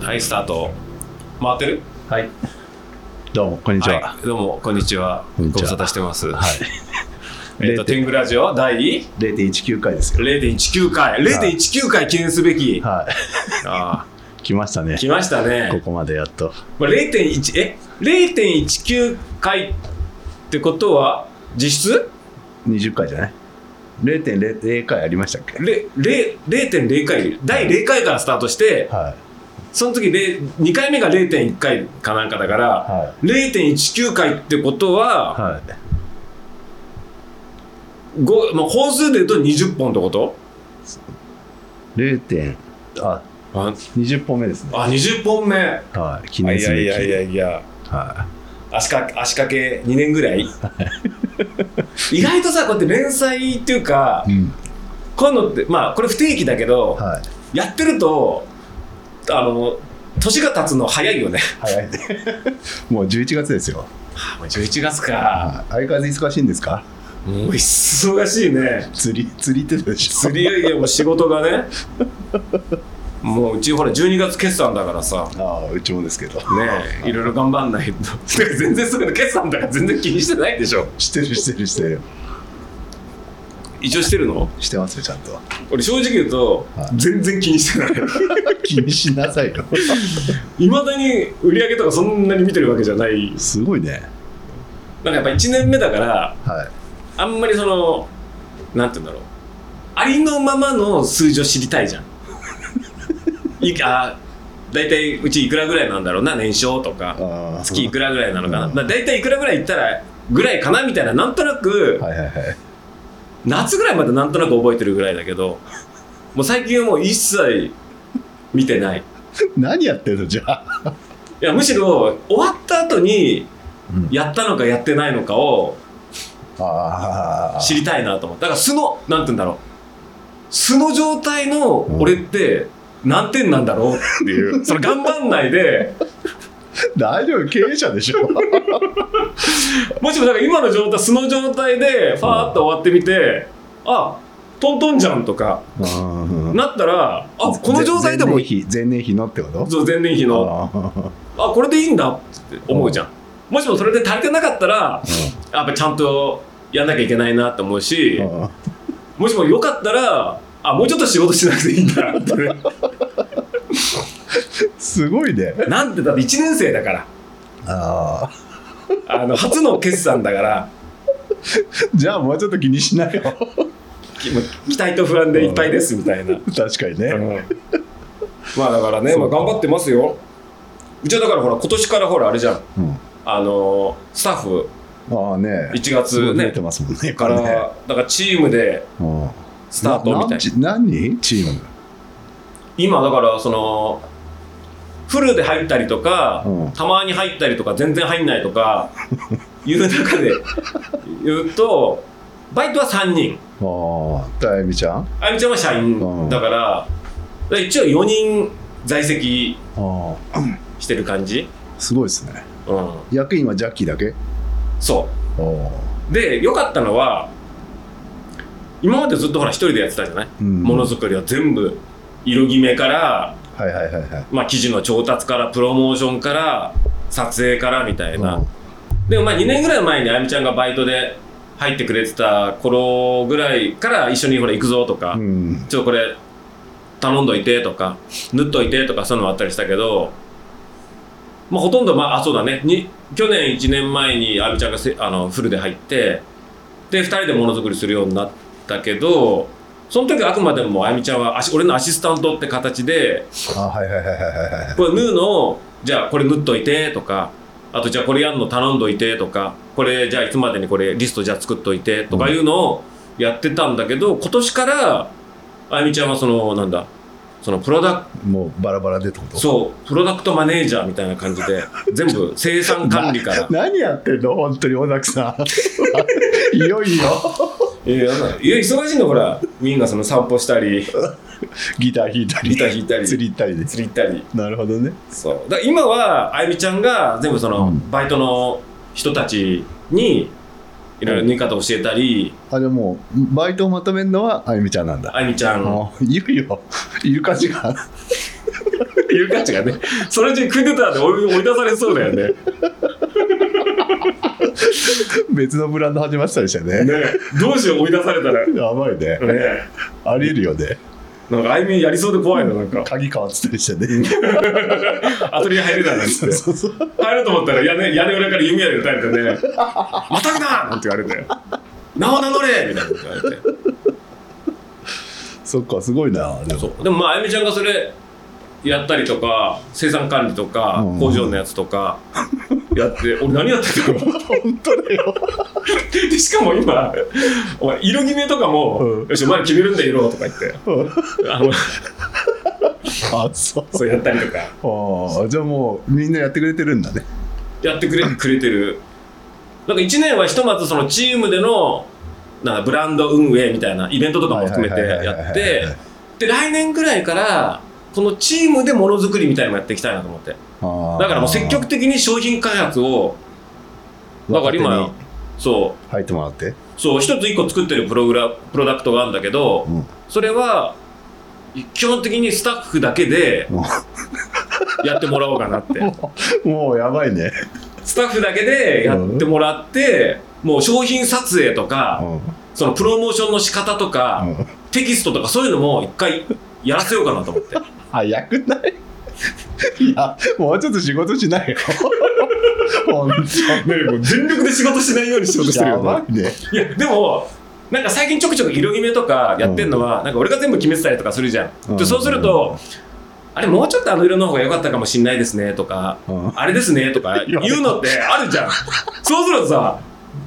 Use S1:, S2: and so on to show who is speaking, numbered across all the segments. S1: はい、スタート。回ってる
S2: はい。どうも、こんにちは。
S1: い、どうも、こんにちは。
S2: こんにち
S1: ご
S2: は
S1: 無沙汰してます。
S2: はい。
S1: えっと、天狗ラジオ第
S2: 0.19回ですよ。
S1: 0.19回。0.19回記念すべき。
S2: は
S1: あ
S2: い。 来ましたね
S1: あ、。来ました
S2: こ
S1: ね。
S2: こまでやっと。
S1: これ0.1、え ?0.19 回ってことは、実質
S2: 20回じゃない ?0.0 回ありましたっけ
S1: れれ0.0回、第0回からスタートして、
S2: は
S1: その時2回目が0.1回かなんかだから、
S2: い。は
S1: 0.19回ってこと
S2: い。
S1: は、
S2: はい。
S1: ごまあ、本数で言うと20本ってこと
S2: 0. 点あ、
S1: あ
S2: 20本目ですね。
S1: あ20本目
S2: はい。記念すべき。
S1: いやいやいやいや
S2: は
S1: 足か足掛け2年ぐらい意外とさこうやって連載っていうか
S2: い。うん。
S1: こういうのってまあこれ不定期だけど、
S2: はい。
S1: やってるとあの年が経つの早いよね
S2: 早いね。 もう11月ですよ。
S1: あもう11月か
S2: はい。相変わらず忙しいんですか
S1: もう忙しいね
S2: 釣り、釣りってどうでしょ
S1: 釣りいやもう仕事がねもううちほら12月決算だからさ
S2: ああ、うちもですけど。
S1: ねえいろいろ頑張んないと てか全然そういうの決算だから全然気にしてないでしょ
S2: してるしてるしてる。
S1: 一応してるの
S2: してますよ、ちゃんと。
S1: 俺正直言うと、
S2: はい
S1: 全然気にしてない
S2: 気にしなさいよ。
S1: いまだに売り上げとかそんなに見てるわけじゃないなん
S2: すごいね。
S1: かやっぱ1年目だから
S2: はい。
S1: あんまりそのなんて言うんだろうありのままの数字を知りたい じゃんいあ大体うちいくらぐらいなんだろうな年商とか
S2: ああ
S1: 月いくらぐらいなのかな、
S2: うん
S1: まあ、大体いくらぐらいいったらぐらいかなみたいななんとなく、
S2: はいはいはい。
S1: 夏ぐらいまでなんとなく覚えてるぐらいだけどもう最近はもう一切見てない
S2: 何やってんのじゃあ。
S1: いやむしろ終わった後に
S2: うん
S1: やったのかやってないのかを
S2: ああ。
S1: 知りたいなと思ってだから素のなんて言うんだろう素の状態の俺って何点なんだろうっていう、その頑張んないで
S2: 大丈夫、経営者でしょ。
S1: もしもなんか今の状態素の状態でファーッと終わってみてあトントンじゃんとか
S2: うん
S1: なったらあこの状態でも
S2: 前年比、前年比のってこと
S1: そう前年比の
S2: あ
S1: あこれでいいんだって思うじゃん、もしもそれで足りてなかったらやっぱちゃんとやんなきゃいけないなって思うし、
S2: ーうん
S1: もしもよかったらあもうちょっと仕事しなくていいんだなって ね
S2: すごいね。
S1: なんてだって1年生だから
S2: ああ。
S1: あの初の決算だから
S2: じゃあもうちょっと気にしないよ。
S1: きもう期待と不安でいっぱいですみたいな、
S2: 確かにね。
S1: まあだからね、ま
S2: そ
S1: あ、
S2: うか
S1: 頑張ってますようちはだからほら今年からほらあれじゃん
S2: うん
S1: あのスタッフ
S2: ああね。
S1: 1
S2: すご
S1: 月
S2: い増え
S1: ね
S2: てますもんね。
S1: からだからチームで
S2: うん
S1: スタートみたいな
S2: な何チーム
S1: 今だからそのフルで入ったりとか、
S2: うん
S1: たまに入ったりとか全然入んないとかいう中で言うとバイトは3人
S2: ああ。たえみちゃんあ
S1: あゆみちゃんは社
S2: う
S1: 員
S2: ん
S1: だから,、一応4人在籍
S2: あ。
S1: してる感じ、
S2: すごいですね。
S1: うん、
S2: 役員はジャッキーだけ
S1: そ
S2: あ
S1: うで良かったのは今までずっとほら一人でやってたじゃない
S2: あ。も
S1: ものづくりは全部色決めから、
S2: はいはいはいはい。
S1: まあ、記事の調達からプロモーションから撮影からみたいな、
S2: うん
S1: でもまあ2年ぐらい前にあゆみちゃんがバイトで入ってくれてた頃ぐらいから一緒にほら行くぞとか、
S2: うん、
S1: ちょっとこれ頼んどいてとか縫っといてとかそういうのあったりしたけど、まあ、ほとんどまああそうだねに去年1年前にあゆみちゃんがせあのフルで入ってで2人でものづくりするようになったけどその時はあくまでもあゆみちゃんはアシ俺のアシスタントって形で
S2: あはいはいはいはいはいはい
S1: これ縫うのをじゃあこれ縫っといてとかあとじゃあこれやるの頼んどいてとかこれじゃあいつまでにこれリストじゃあ作っといてとかいうのをやってたんだけど、今年からあゆみちゃんはそのなんだそのプロダク
S2: もうバラバラでってこと
S1: そうプロダクトマネージャーみたいな感じ で全部生産管理から
S2: な何 やってんの本当に尾崎さ んいよいよ
S1: いやいやいや忙しいのほらみんなその散歩したり
S2: ギター弾いたり
S1: ギター弾いたり
S2: 釣り行ったりで
S1: 釣り行ったり
S2: なるほどね
S1: そうだから今はあゆみちゃんが全部その、
S2: うん
S1: バイトの人たちにいろいろ縫い方教えたり、
S2: あでもバイトをまとめるのはあゆみちゃんなんだ
S1: あゆみちゃん、
S2: あいるよいる感じが
S1: ゆかちがね、それうちに組んでたらね、追い追い出されそうだよね。
S2: 別のブランド始まってたりしてね。
S1: ねどうしよう、追い出されたら。
S2: やばいね。
S1: ね
S2: ありえるよね。
S1: なんか、あいみやりそうで怖いの、なんか。
S2: 鍵変わってたりしてね。
S1: アトリエ入れないなんつっ
S2: そう
S1: て。
S2: そうそう。
S1: 入ると思ったら屋根屋根裏から弓矢で撃たれてね「またぐな!」なんて言われて「名を名乗れ!」みたいなこと言われて
S2: そっか、すごいな。でも
S1: そうでもまああゆみちゃんがそれやったりとか生産管理とか
S2: うん
S1: 工場のやつとかやって俺何やってたの
S2: 本当だよ。
S1: でしかも今お前色決めとかも
S2: う
S1: 「
S2: ん
S1: よしお前決めるんだ色」とか言って
S2: うん
S1: あの
S2: あ、そう。
S1: そうやったりとか
S2: ああ、じゃあもうみんなやってくれてるんだね。
S1: やってくれくれてるなんか1年はひとまずそのチームでのなんかブランド運営みたいなイベントとかも含めてやっ
S2: はいはいはいはい
S1: て
S2: はい
S1: で来年ぐらいからこのチームでものづくりみたいなのもやっていきたいなと思って
S2: ああ
S1: だからもう積極的に商品開発をだから
S2: 若手
S1: 今
S2: に
S1: そう
S2: 入ってもらって。
S1: そう一つ一個作ってるプログラプロダクトがあるんだけど、
S2: うん
S1: それは基本的にスタッフだけで
S2: うん
S1: やってもらおうかな って
S2: もうやばいね。
S1: スタッフだけでやってもらって、もう商品撮影とか、
S2: うん
S1: そのプロモーションの仕方とか、
S2: うん
S1: テキストとかそういうのも一回やらせようかなと思って
S2: 早くないいや、もうちょっと仕事 しないよ。本
S1: 全力で仕事しないように仕
S2: 当に。やばいね。
S1: いやでもなんか最近ちょくちょく色決めとかやってんのは、なんか俺が全部決めてたりとかするじゃん、
S2: うん
S1: でそうすると、あれもうちょっとあの色の方が良かったかもしんないですねとか、
S2: うん
S1: あれですねとか言うのってあるじゃんそうするとさ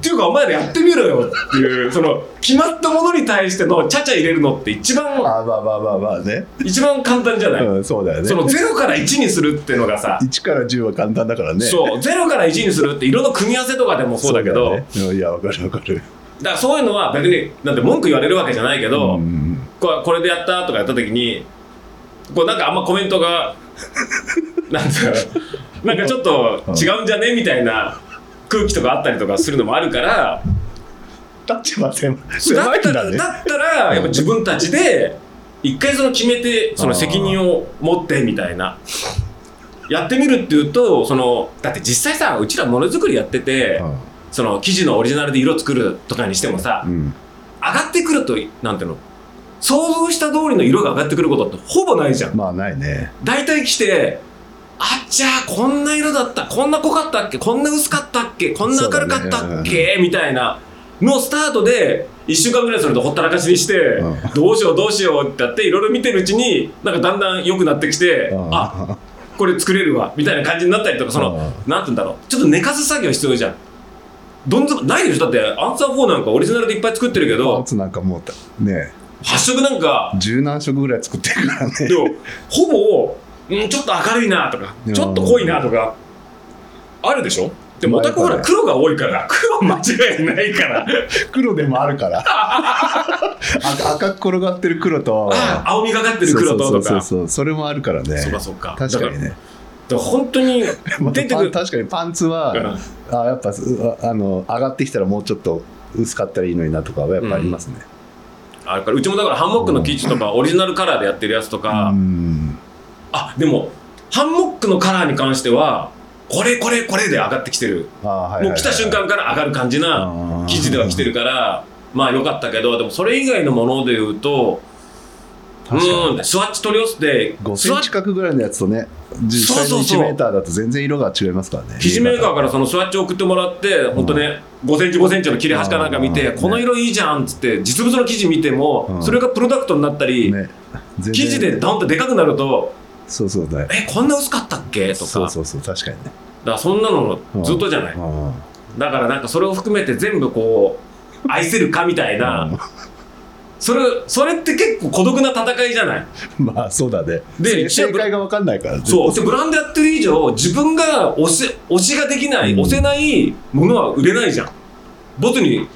S1: っていうかお前らやってみろよっていうその決まったものに対してのちゃちゃ入れるのって一番
S2: あまあまあまあまあね。
S1: 一番簡単じゃない、
S2: うん、そうだよね
S1: そ。の0から1にするっていうのがさ、
S2: 1から10は簡単だからね。
S1: そう0から1にするって色の組み合わせとかでもそうだけどだ,、
S2: そうだよねうんいや、わかるわかる。
S1: からそういうのは別になんて文句言われるわけじゃないけど、
S2: うん
S1: これこれでやったとかやった時にこうなんかあんまコメントが なんつうのなんかちょっと違うんじゃねみたいな空気とかあったりとかするのもあるから
S2: 立場狭い
S1: だ
S2: 狭
S1: っ
S2: いん
S1: た
S2: だ
S1: ら
S2: ね。
S1: だったらやっぱ自分たちで一回その決めてその責任を持ってみたいなやってみるっていうとそのだって実際さうちらものづくりやっててその生地のオリジナルで色作るとかにしてもさ
S2: うん
S1: 上がってくるとなんていうの想像した通りの色が上がってくることってほぼないじゃん
S2: まあ、ないね。
S1: 大体来て、あっちゃー、こんな色だった、こんな濃かったっけ、こんな薄かったっけ、こんな明るかったっけ、みたいなのスタートで、1週間ぐらいそれでほったらかしにして、
S2: うん
S1: どうしよう、どうしようってやって、いろいろ見てるうちに、なんかだんだん良くなってきて、あ
S2: あ
S1: これ作れるわ、みたいな感じになったりとか、その、なんて言うんだろう、ちょっと寝かす作業必要じゃん。どんずないでしょだって、アンサー4なんかオリジナルでいっぱい作ってるけ
S2: パン
S1: ど、
S2: ツなんかもうたね
S1: 発色なんか、
S2: 十何色ぐらい作ってるからね
S1: でもほぼ、うん、ちょっと明るいなとか
S2: うん
S1: ちょっと濃いなとかあるでしょでもオ
S2: まあ
S1: タクほ
S2: や
S1: ら
S2: っぱ
S1: 黒が多いから 黒間違いないから
S2: 黒でもあるから赤赤く転がってる黒と
S1: あ青みがかってる黒
S2: そ
S1: とと
S2: うそうそう
S1: かそ
S2: そうそれもあるからね
S1: うかそうか
S2: 確かにね
S1: だから本当に
S2: まあ
S1: 出て
S2: パ
S1: く
S2: ン
S1: る
S2: 確かにパンツは、あやっぱすああの上がってきたらもうちょっと薄かったらいいのになとかはやっぱありますね、
S1: あるからうちもだからハンモックの生地とかオリジナルカラーでやってるやつとか、
S2: うん
S1: あでもハンモックのカラーに関してはこれこれこれで上がってきてる
S2: あはいはいはい
S1: もう来た瞬間から上がる感じな、
S2: あー
S1: 記事では来てるから、まあ良かったけど、でもそれ以外のもので言うと、
S2: 確かに
S1: うん、スワッチ取り寄せて、
S2: 5
S1: ス
S2: セ
S1: ワ
S2: ン
S1: ッ
S2: チ
S1: チ、
S2: 角ぐらいのやつとね実際
S1: そ
S2: の
S1: うそうそ
S2: 1
S1: う
S2: メーターだと全然色が違いますからね
S1: 生地メーカーからそのスワッチ送ってもらって、本当ね、5センチ5センチの切れ端かなんか見て、
S2: うん
S1: この色いいじゃんっつって、実物の生地見て
S2: う
S1: も、
S2: ん
S1: それがプロダクトになったり、
S2: ね全然
S1: 生地でドンってでかくなると、
S2: そうそうだよ
S1: え、こんな薄かったっけとか、
S2: そうそうそう確かにね
S1: だからそんなのずっとじゃない。
S2: うん
S1: だからなんかそれを含めて全部こう、愛せるかみたいな、それ、それって結構孤独な戦いじゃない
S2: まあそうだね。
S1: で
S2: で、正解が分かんないからね。
S1: そう。で、ブランドやってる以上、自分が推し、推しができない、
S2: うん
S1: 推せないものは売れないじゃん。ボツに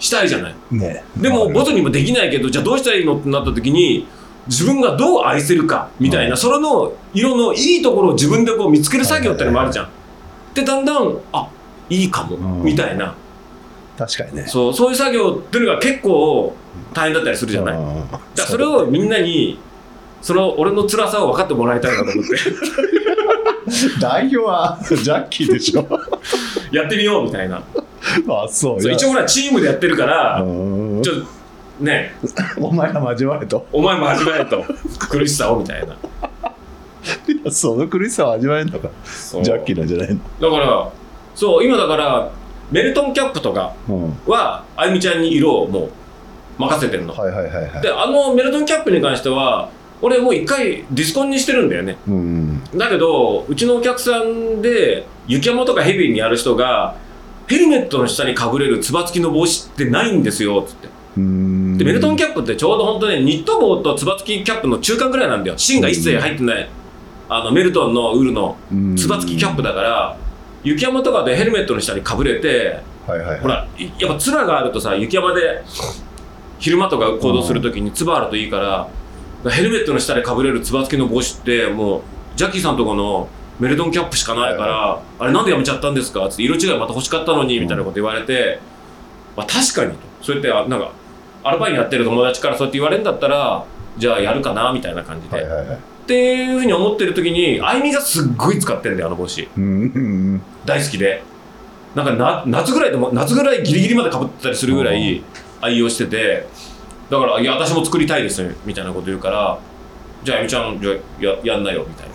S1: したいじゃない。
S2: ね。
S1: でも、ボ
S2: ボ
S1: ツにもできないけど、じゃあどうしたらいいのってなった時に、自分がどう愛せるか、みたいな、
S2: う
S1: それの色のいいところを自分でこう見つける作業ってのもあるじゃん。で、だんだん、あ、いいかも、
S2: うん
S1: みたいな。
S2: 確かにね。
S1: そう、そういう作業っていうのが結構大変だったりするじゃない。
S2: うん
S1: だからそれをみんなにその俺の辛さを分かってもらいたいなと思って
S2: 代表はジャッキーでしょ
S1: やってみようみたいな
S2: あそ
S1: そ
S2: う
S1: う
S2: いや
S1: 一応ほらチームでやってるから
S2: うーん
S1: ちょっとね
S2: お前ら交われ と
S1: お前も味わえと 苦しさをみたいない
S2: やその苦しさは味わえんのか
S1: そう
S2: ジャッキーなんじゃない
S1: だ
S2: の
S1: からそう今だからメルトンキャップとか
S2: うん
S1: はあゆみちゃんに色をもう任せてるの、
S2: はいはいはいはい
S1: であのメルトンキャップに関しては俺もう一回ディスコンにしてるんだよね
S2: うん
S1: だけどうちのお客さんで雪山とかヘビーにやる人がヘルメットの下にかぶれるつば付きの帽子ってないんですよっつって
S2: うん
S1: でメルトン
S2: キ
S1: キャップってちょうど本当にニット帽とつば付きキャップの中間ぐらいなんだよ芯が一切入ってないあのメルトンのウールの
S2: ャ
S1: つば付きキャップだから雪山とかでヘルメットの下にかぶれて
S2: はいはいはい
S1: ほらいやっぱつらがあるとさ雪山で昼間とか行動するときにつばあるといいからヘルメットの下でかぶれるつば付きの帽子ってもうジャッキーさんとこのメルトンキャップしかないから、あれなんでやめちゃったんですかつって色違いまた欲しかったのにみたいなこと言われて、まあ、確かにとそうやってあなんかアルバイトやってる友達からそうやって言われるんだったらじゃあやるかなみたいな感じで、
S2: はいはいはい
S1: っていうふうに思ってる時にあゆみがすっごい使ってんだよあの帽子
S2: うんうん
S1: 大好きでなんかな夏ぐらいでも夏ぐらいギリギリまでかぶってたりするぐらい愛用しててだから「いや私も作りたいです」みたいなこと言うから「じゃああゆみちゃんじゃあややんなよ」みたい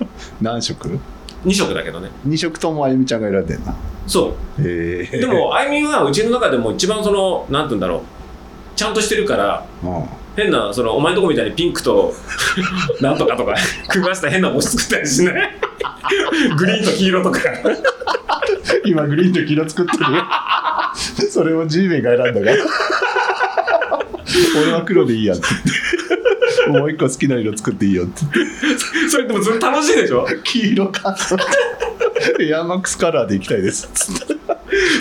S1: な
S2: 何色
S1: 2色だけどね
S2: 二色ともあゆみちゃんが選んでんな
S1: そ
S2: へ
S1: う
S2: え
S1: でもあゆみはうちの中でも一番そのなんて言うんだろうちゃんとしてるから
S2: うん
S1: 変なそのお前のとこみたいにピンクと なんとかとか 組み合わせた変な帽子作ったりしない グリーンと黄色とか
S2: 今グリーンと黄色作ってるよ それを G メンが選んだから 俺は黒でいいやって言ってもう一個好きな色作っていいよって
S1: それでもずっと楽しいでしょ
S2: 黄色かエアマックスカラーでいきたいです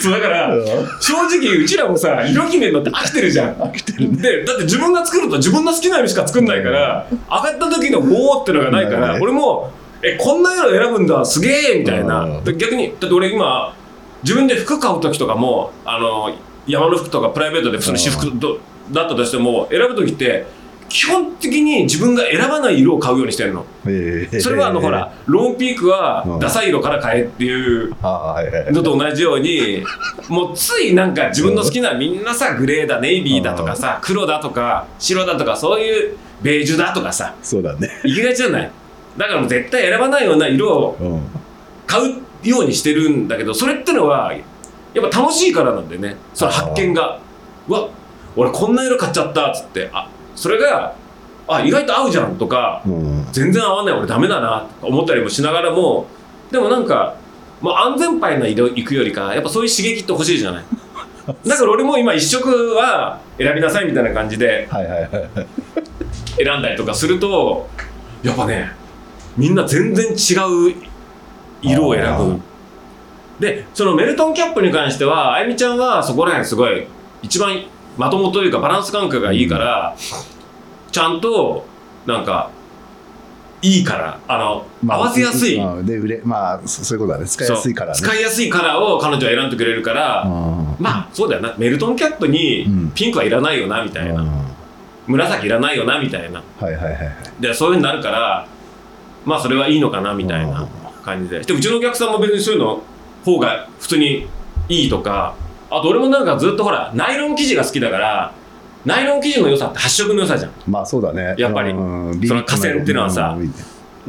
S1: そうだから
S2: 飽
S1: 正直うちらもさ色決めるのって飽きてるじゃん
S2: きてるね
S1: でだって自分が作ると自分の好きな色しか作んないから上がった時の「おー」ってのがないか
S2: な
S1: ら
S2: いね
S1: 俺も「えこんな色選ぶんだすげえ」みたいな
S2: うん
S1: で逆にだって俺今自分で服買う時とかもあの山の服とかプライベートで普通に私服どだったとしても選ぶ時って基本的に自分が選ばない色を買うようにしてるの
S2: えー
S1: それはあのほらローンピークはダサい色から買えっていう
S2: ああはいはい
S1: のと同じようにもうついなんか自分の好きなみんなさグレーだネイビーだとかさ黒だとか白だとかそういうベージュだとかさ
S2: そうだね
S1: いきがちじゃないだからもう絶対選ばないような色を
S2: うん
S1: 買うようにしてるんだけどそれってのはやっぱ楽しいからなんだよねその発見がうわ俺こんな色買っちゃったっつってあそれがあ意外と合うじゃんとか
S2: うん
S1: 全然合わない俺ダメだなと思ったりもしながらもでもなんか、まあ、安全牌な色行くよりかやっぱそういう刺激って欲しいじゃないだから俺も今一色は選びなさいみたいな感じで
S2: はいはいはい
S1: 選んだりとかするとやっぱねみんな全然違う色を選
S2: あー
S1: ぶでそのメルトンキャップに関してはあゆみちゃんはそこら辺すごい一番まともというかバランス感覚がいいから、ちゃんとなんかいいからあの、
S2: まあ
S1: 合わせやすい、
S2: うんで売れまあそそういうことだね使いやすいからね
S1: そう使いやすいカラーを彼女は選んでくれるから、
S2: うん
S1: まあそうだよなメルトンキャップ
S2: うん
S1: にピンクはいらないよなみたいな、
S2: うんは
S1: 紫いらないよなみたいない
S2: はいはいはい
S1: でそういうふうになるからまあそれはいいのかなみたいな感じででうちのお客さんも別にそういうの方が普通にいいとかあと俺もなんかずっとほらナイロン生地が好きだからナイロン生地の良さって発色の良さじゃん
S2: まあそうだね
S1: やっぱり
S2: うん
S1: その河川ってのはさ
S2: うんうん
S1: だ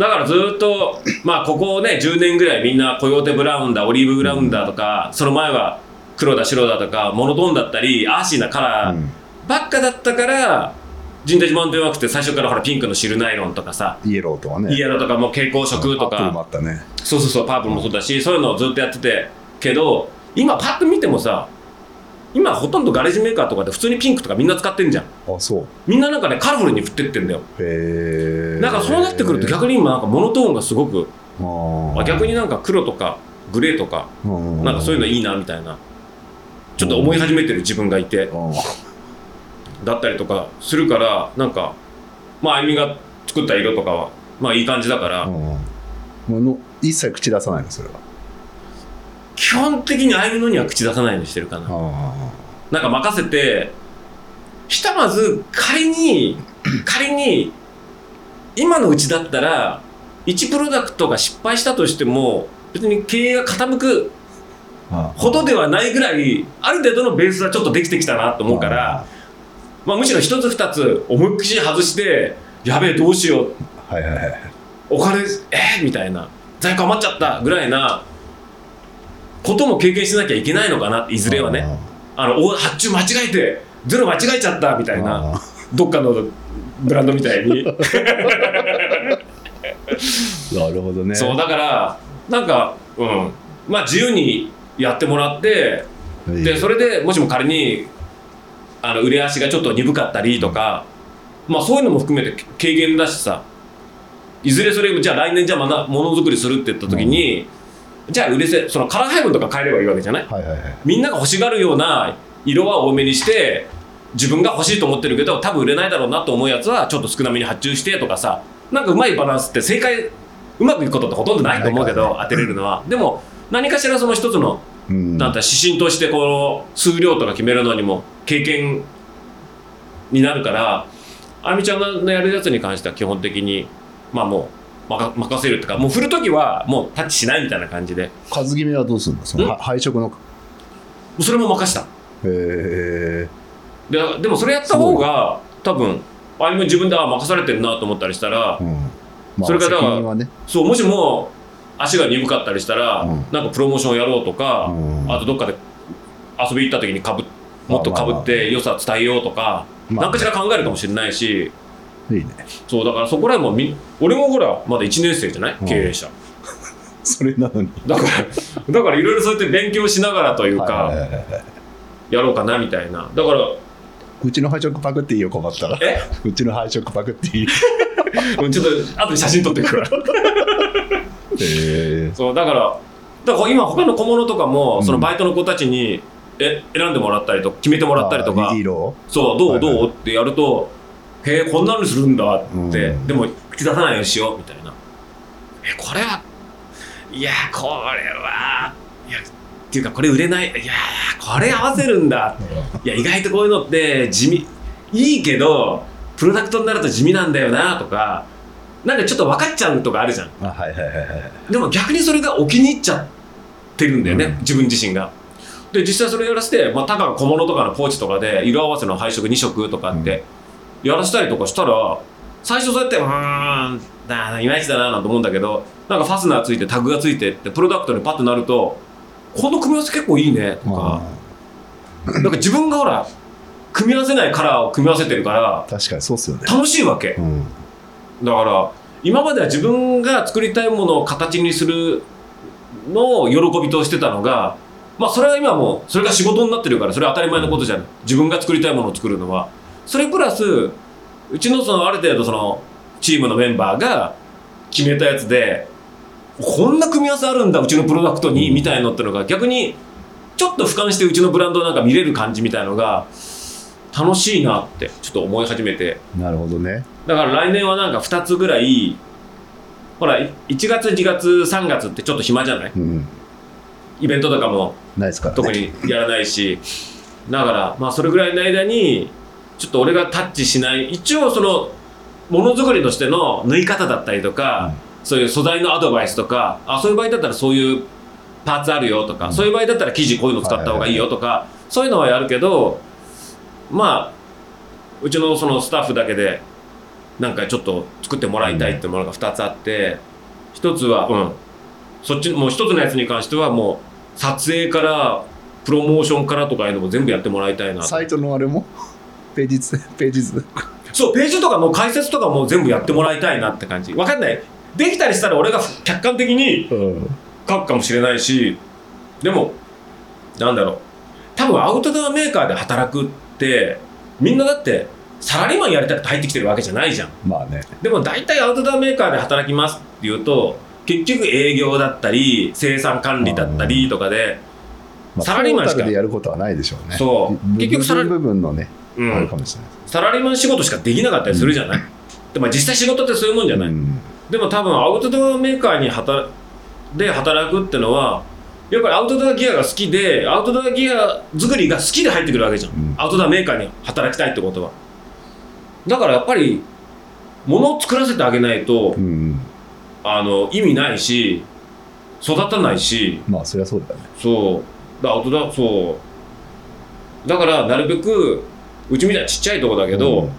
S1: からずっと、まあ、ここね、10年ぐらいみんなコヨーテブラウンだ、オリーブブラウンだとか、その前は黒だ、白だとか、モノトーンだったり、アーシーなカラーばっかだったから、人体自慢ではなくて、最初からほら、ピンクのシルナイロンとかさ、
S2: イエローとはね
S1: イエローとかもう蛍光色と
S2: アップルも
S1: か、
S2: あったね
S1: そうそうそう、パープルもそうだし、そういうのをずっとやってて、けど、今パッと見てもさ、今ほとんどガレージメーカーとかで普通にピンクとかみんな使ってんじゃん。
S2: あそう
S1: みんななんかね、カラフルに振ってってんだよ。
S2: へえ
S1: なんかそうなってくると逆に今なんかモノトーンがすごくあ逆になんか黒とかグレーとかなんかそういうの
S2: い
S1: いいなみたいなちょっと思い始めてる自分がいてだったりとかするからなんかまああゆみが作った色とかはまあいい感じだから
S2: もの一切口出さないのそれは
S1: 基本的にあゆみのには口出さないようにしてるかな
S2: あ
S1: なんか任せてひとまず仮に仮に今のうちだったら1プロダクトが失敗したとしても別に経営が傾く
S2: あ
S1: ほどではないぐらいある程度のベースはちょっとできてきたなと思うから、まあ、むしろ1つ2つ思いっきり外してやべえどうしよう
S2: はいはいはい
S1: お金えー、みたいな在庫余っちゃったぐらいなことも経験しなきゃいけないのかないずれはね。あのお発注間違えてゼロ間違えちゃったみたいな
S2: ああ
S1: どっかのブランドみたいに
S2: なるほどね
S1: そうだからなんかうんまあ自由にやってもらって
S2: いい
S1: でそれでもしも仮にあの売れ足がちょっと鈍かったりとか、まあ、そういうのも含めて軽減だしさいずれそれじゃあ来年じゃあまだものづくりするって言った時に、じゃあ売れせそのカラー配分とか変えればいいわけじゃない
S2: はいはいはい
S1: みんなが欲しがるような色は多めにして自分が欲しいと思ってるけど多分売れないだろうなと思うやつはちょっと少なめに発注してとかさなんかうまいバランスって正解うまくいくことってほとんどないと思うけど当てれるのはでも何かしらその一つの
S2: うん
S1: なんて指針としてこの数量とか決めるのにも経験になるからあゆみちゃんのやるやつに関しては基本的にまあもう任任せるっていうかもう振るときはもうタッチしないみたいな感じで
S2: 数決めはどうするのその
S1: ん
S2: は配色の
S1: それも任した
S2: え
S1: ででもそれやった方が多分あれも自分であ任されてるなと思ったりしたら、
S2: ーうんまあ
S1: それから
S2: 責任はね
S1: そうもしも足が鈍かったりしたら、
S2: うん
S1: なんかプロモーションやろうとか、
S2: うん
S1: あとどっかで遊び行った時にかぶもっとかぶって良さ伝えようとか、
S2: まあ
S1: なんかしら考えるかもしれないし
S2: いいね
S1: そうだからそこら辺もみ俺もほらまだ1年生じゃない、
S2: うん
S1: 経営者
S2: それなのに
S1: だからだから いろいろそうやって勉強しながらというか、
S2: はいはいはいはい
S1: やろうかなみたいなだから
S2: うちの配色パクっていいよ困ったら
S1: え
S2: うちの配色パクっていい
S1: うんちょっと後で写真撮ってくから
S2: え
S1: そうだからだから今他の小物とかも、
S2: うん
S1: そのバイトの子たちにえ選んでもらったりとか決めてもらったりとか
S2: いい色を
S1: そうどう、
S2: はいはい
S1: どうってやるとへえこんなのするんだって、
S2: うん
S1: でも口出さないようにしようみたいなえこれはいやこれはいやっていうかこれ売れないいやこれ合わせるんだいや意外とこういうのって地味いいけどプロダクトになると地味なんだよなとかなんかちょっと分かっちゃうとかあるじゃん
S2: あはいはいはいはい
S1: でも逆にそれがお気に入っちゃってるんだよね、
S2: うん
S1: 自分自身が。で実際それやらせて、まあ、たかが小物とかのポーチとかで色合わせの配色2色とかってやらせたりとかしたら最初そうやってうーんなあいまいちだななんて思うんだけどなんかファスナーついてタグがついてってプロダクトにパッとなるとこの組み合わせ結構いいねとか、なんか自分がほら組み合わせないカラーを組み合わせてるから
S2: 確かにそうっすよね
S1: 楽しいわけ。
S2: うん
S1: だから今までは自分が作りたいものを形にするのを喜びとしてたのが、まあ、それは今もうそれが仕事になってるからそれは当たり前のことじゃない自分が作りたいものを作るのはそれプラスうちのそのある程度そのチームのメンバーが決めたやつでこんな組み合わせあるんだうちのプロダクトにみたいのってのが逆にちょっと俯瞰してうちのブランドなんか見れる感じみたいのが楽しいなってちょっと思い始めて
S2: なるほどね
S1: だから来年はなんか2つぐらいほらい1月2月3月ってちょっと暇じゃない
S2: うん
S1: イベントとかも
S2: ないですからね
S1: 特にやらないしだからまあそれぐらいの間にちょっと俺がタッチしない一応そのものづくりとしての縫い方だったりとか、そういう素材のアドバイスとかあそういう場合だったらそういうパーツあるよとか、
S2: うん
S1: そういう場合だったら生地こういうの使った方がいいよとか、そういうのはやるけどまあうちのそのスタッフだけでなんかちょっと作ってもらいたいってものが2つあって1つはうんそっちもう1つのやつに関してはもう撮影からプロモーションからとかいうのも全部やってもらいたいなと
S2: サイトのあれも ページつページ図
S1: そう、ページとかの解説とかも全部やってもらいたいなって感じ。わかんない。できたりしたら俺が客観的に
S2: うん
S1: 書くかもしれないし、でも、なんだろう。多分アウトドアメーカーで働くって、みんなだってサラリーマンやりたくて入ってきてるわけじゃないじゃん。
S2: まあね
S1: でも大体アウトドアメーカーで働きますっていうと、結局営業だったり、生産管理だったりとかで、
S2: まあ
S1: サラリーマンしか
S2: トータルでやることはないでしょうね
S1: そう結
S2: 結
S1: 局
S2: 局
S1: サ
S2: そ
S1: ラ
S2: の部分のね
S1: う
S2: ある
S1: ん
S2: か、もしれない
S1: サラリーマン仕事しかできなかったりするじゃない。でも実際仕事ってそういうもんじゃない。
S2: うん
S1: でも多分アウトドアメーカーに働で働くってのはやっぱりアウトドアギアが好きでアウトドアギア作りが好きで入ってくるわけじゃん、
S2: うん
S1: アウトドアメーカーに働きたいってことはだからやっぱり物を作らせてあげないと、
S2: うん、
S1: あの意味ないし育たないし
S2: まあそりゃそうだよね
S1: そうだ大人そうだからなるべくうちみたいなちっちゃいとこだけど、
S2: うん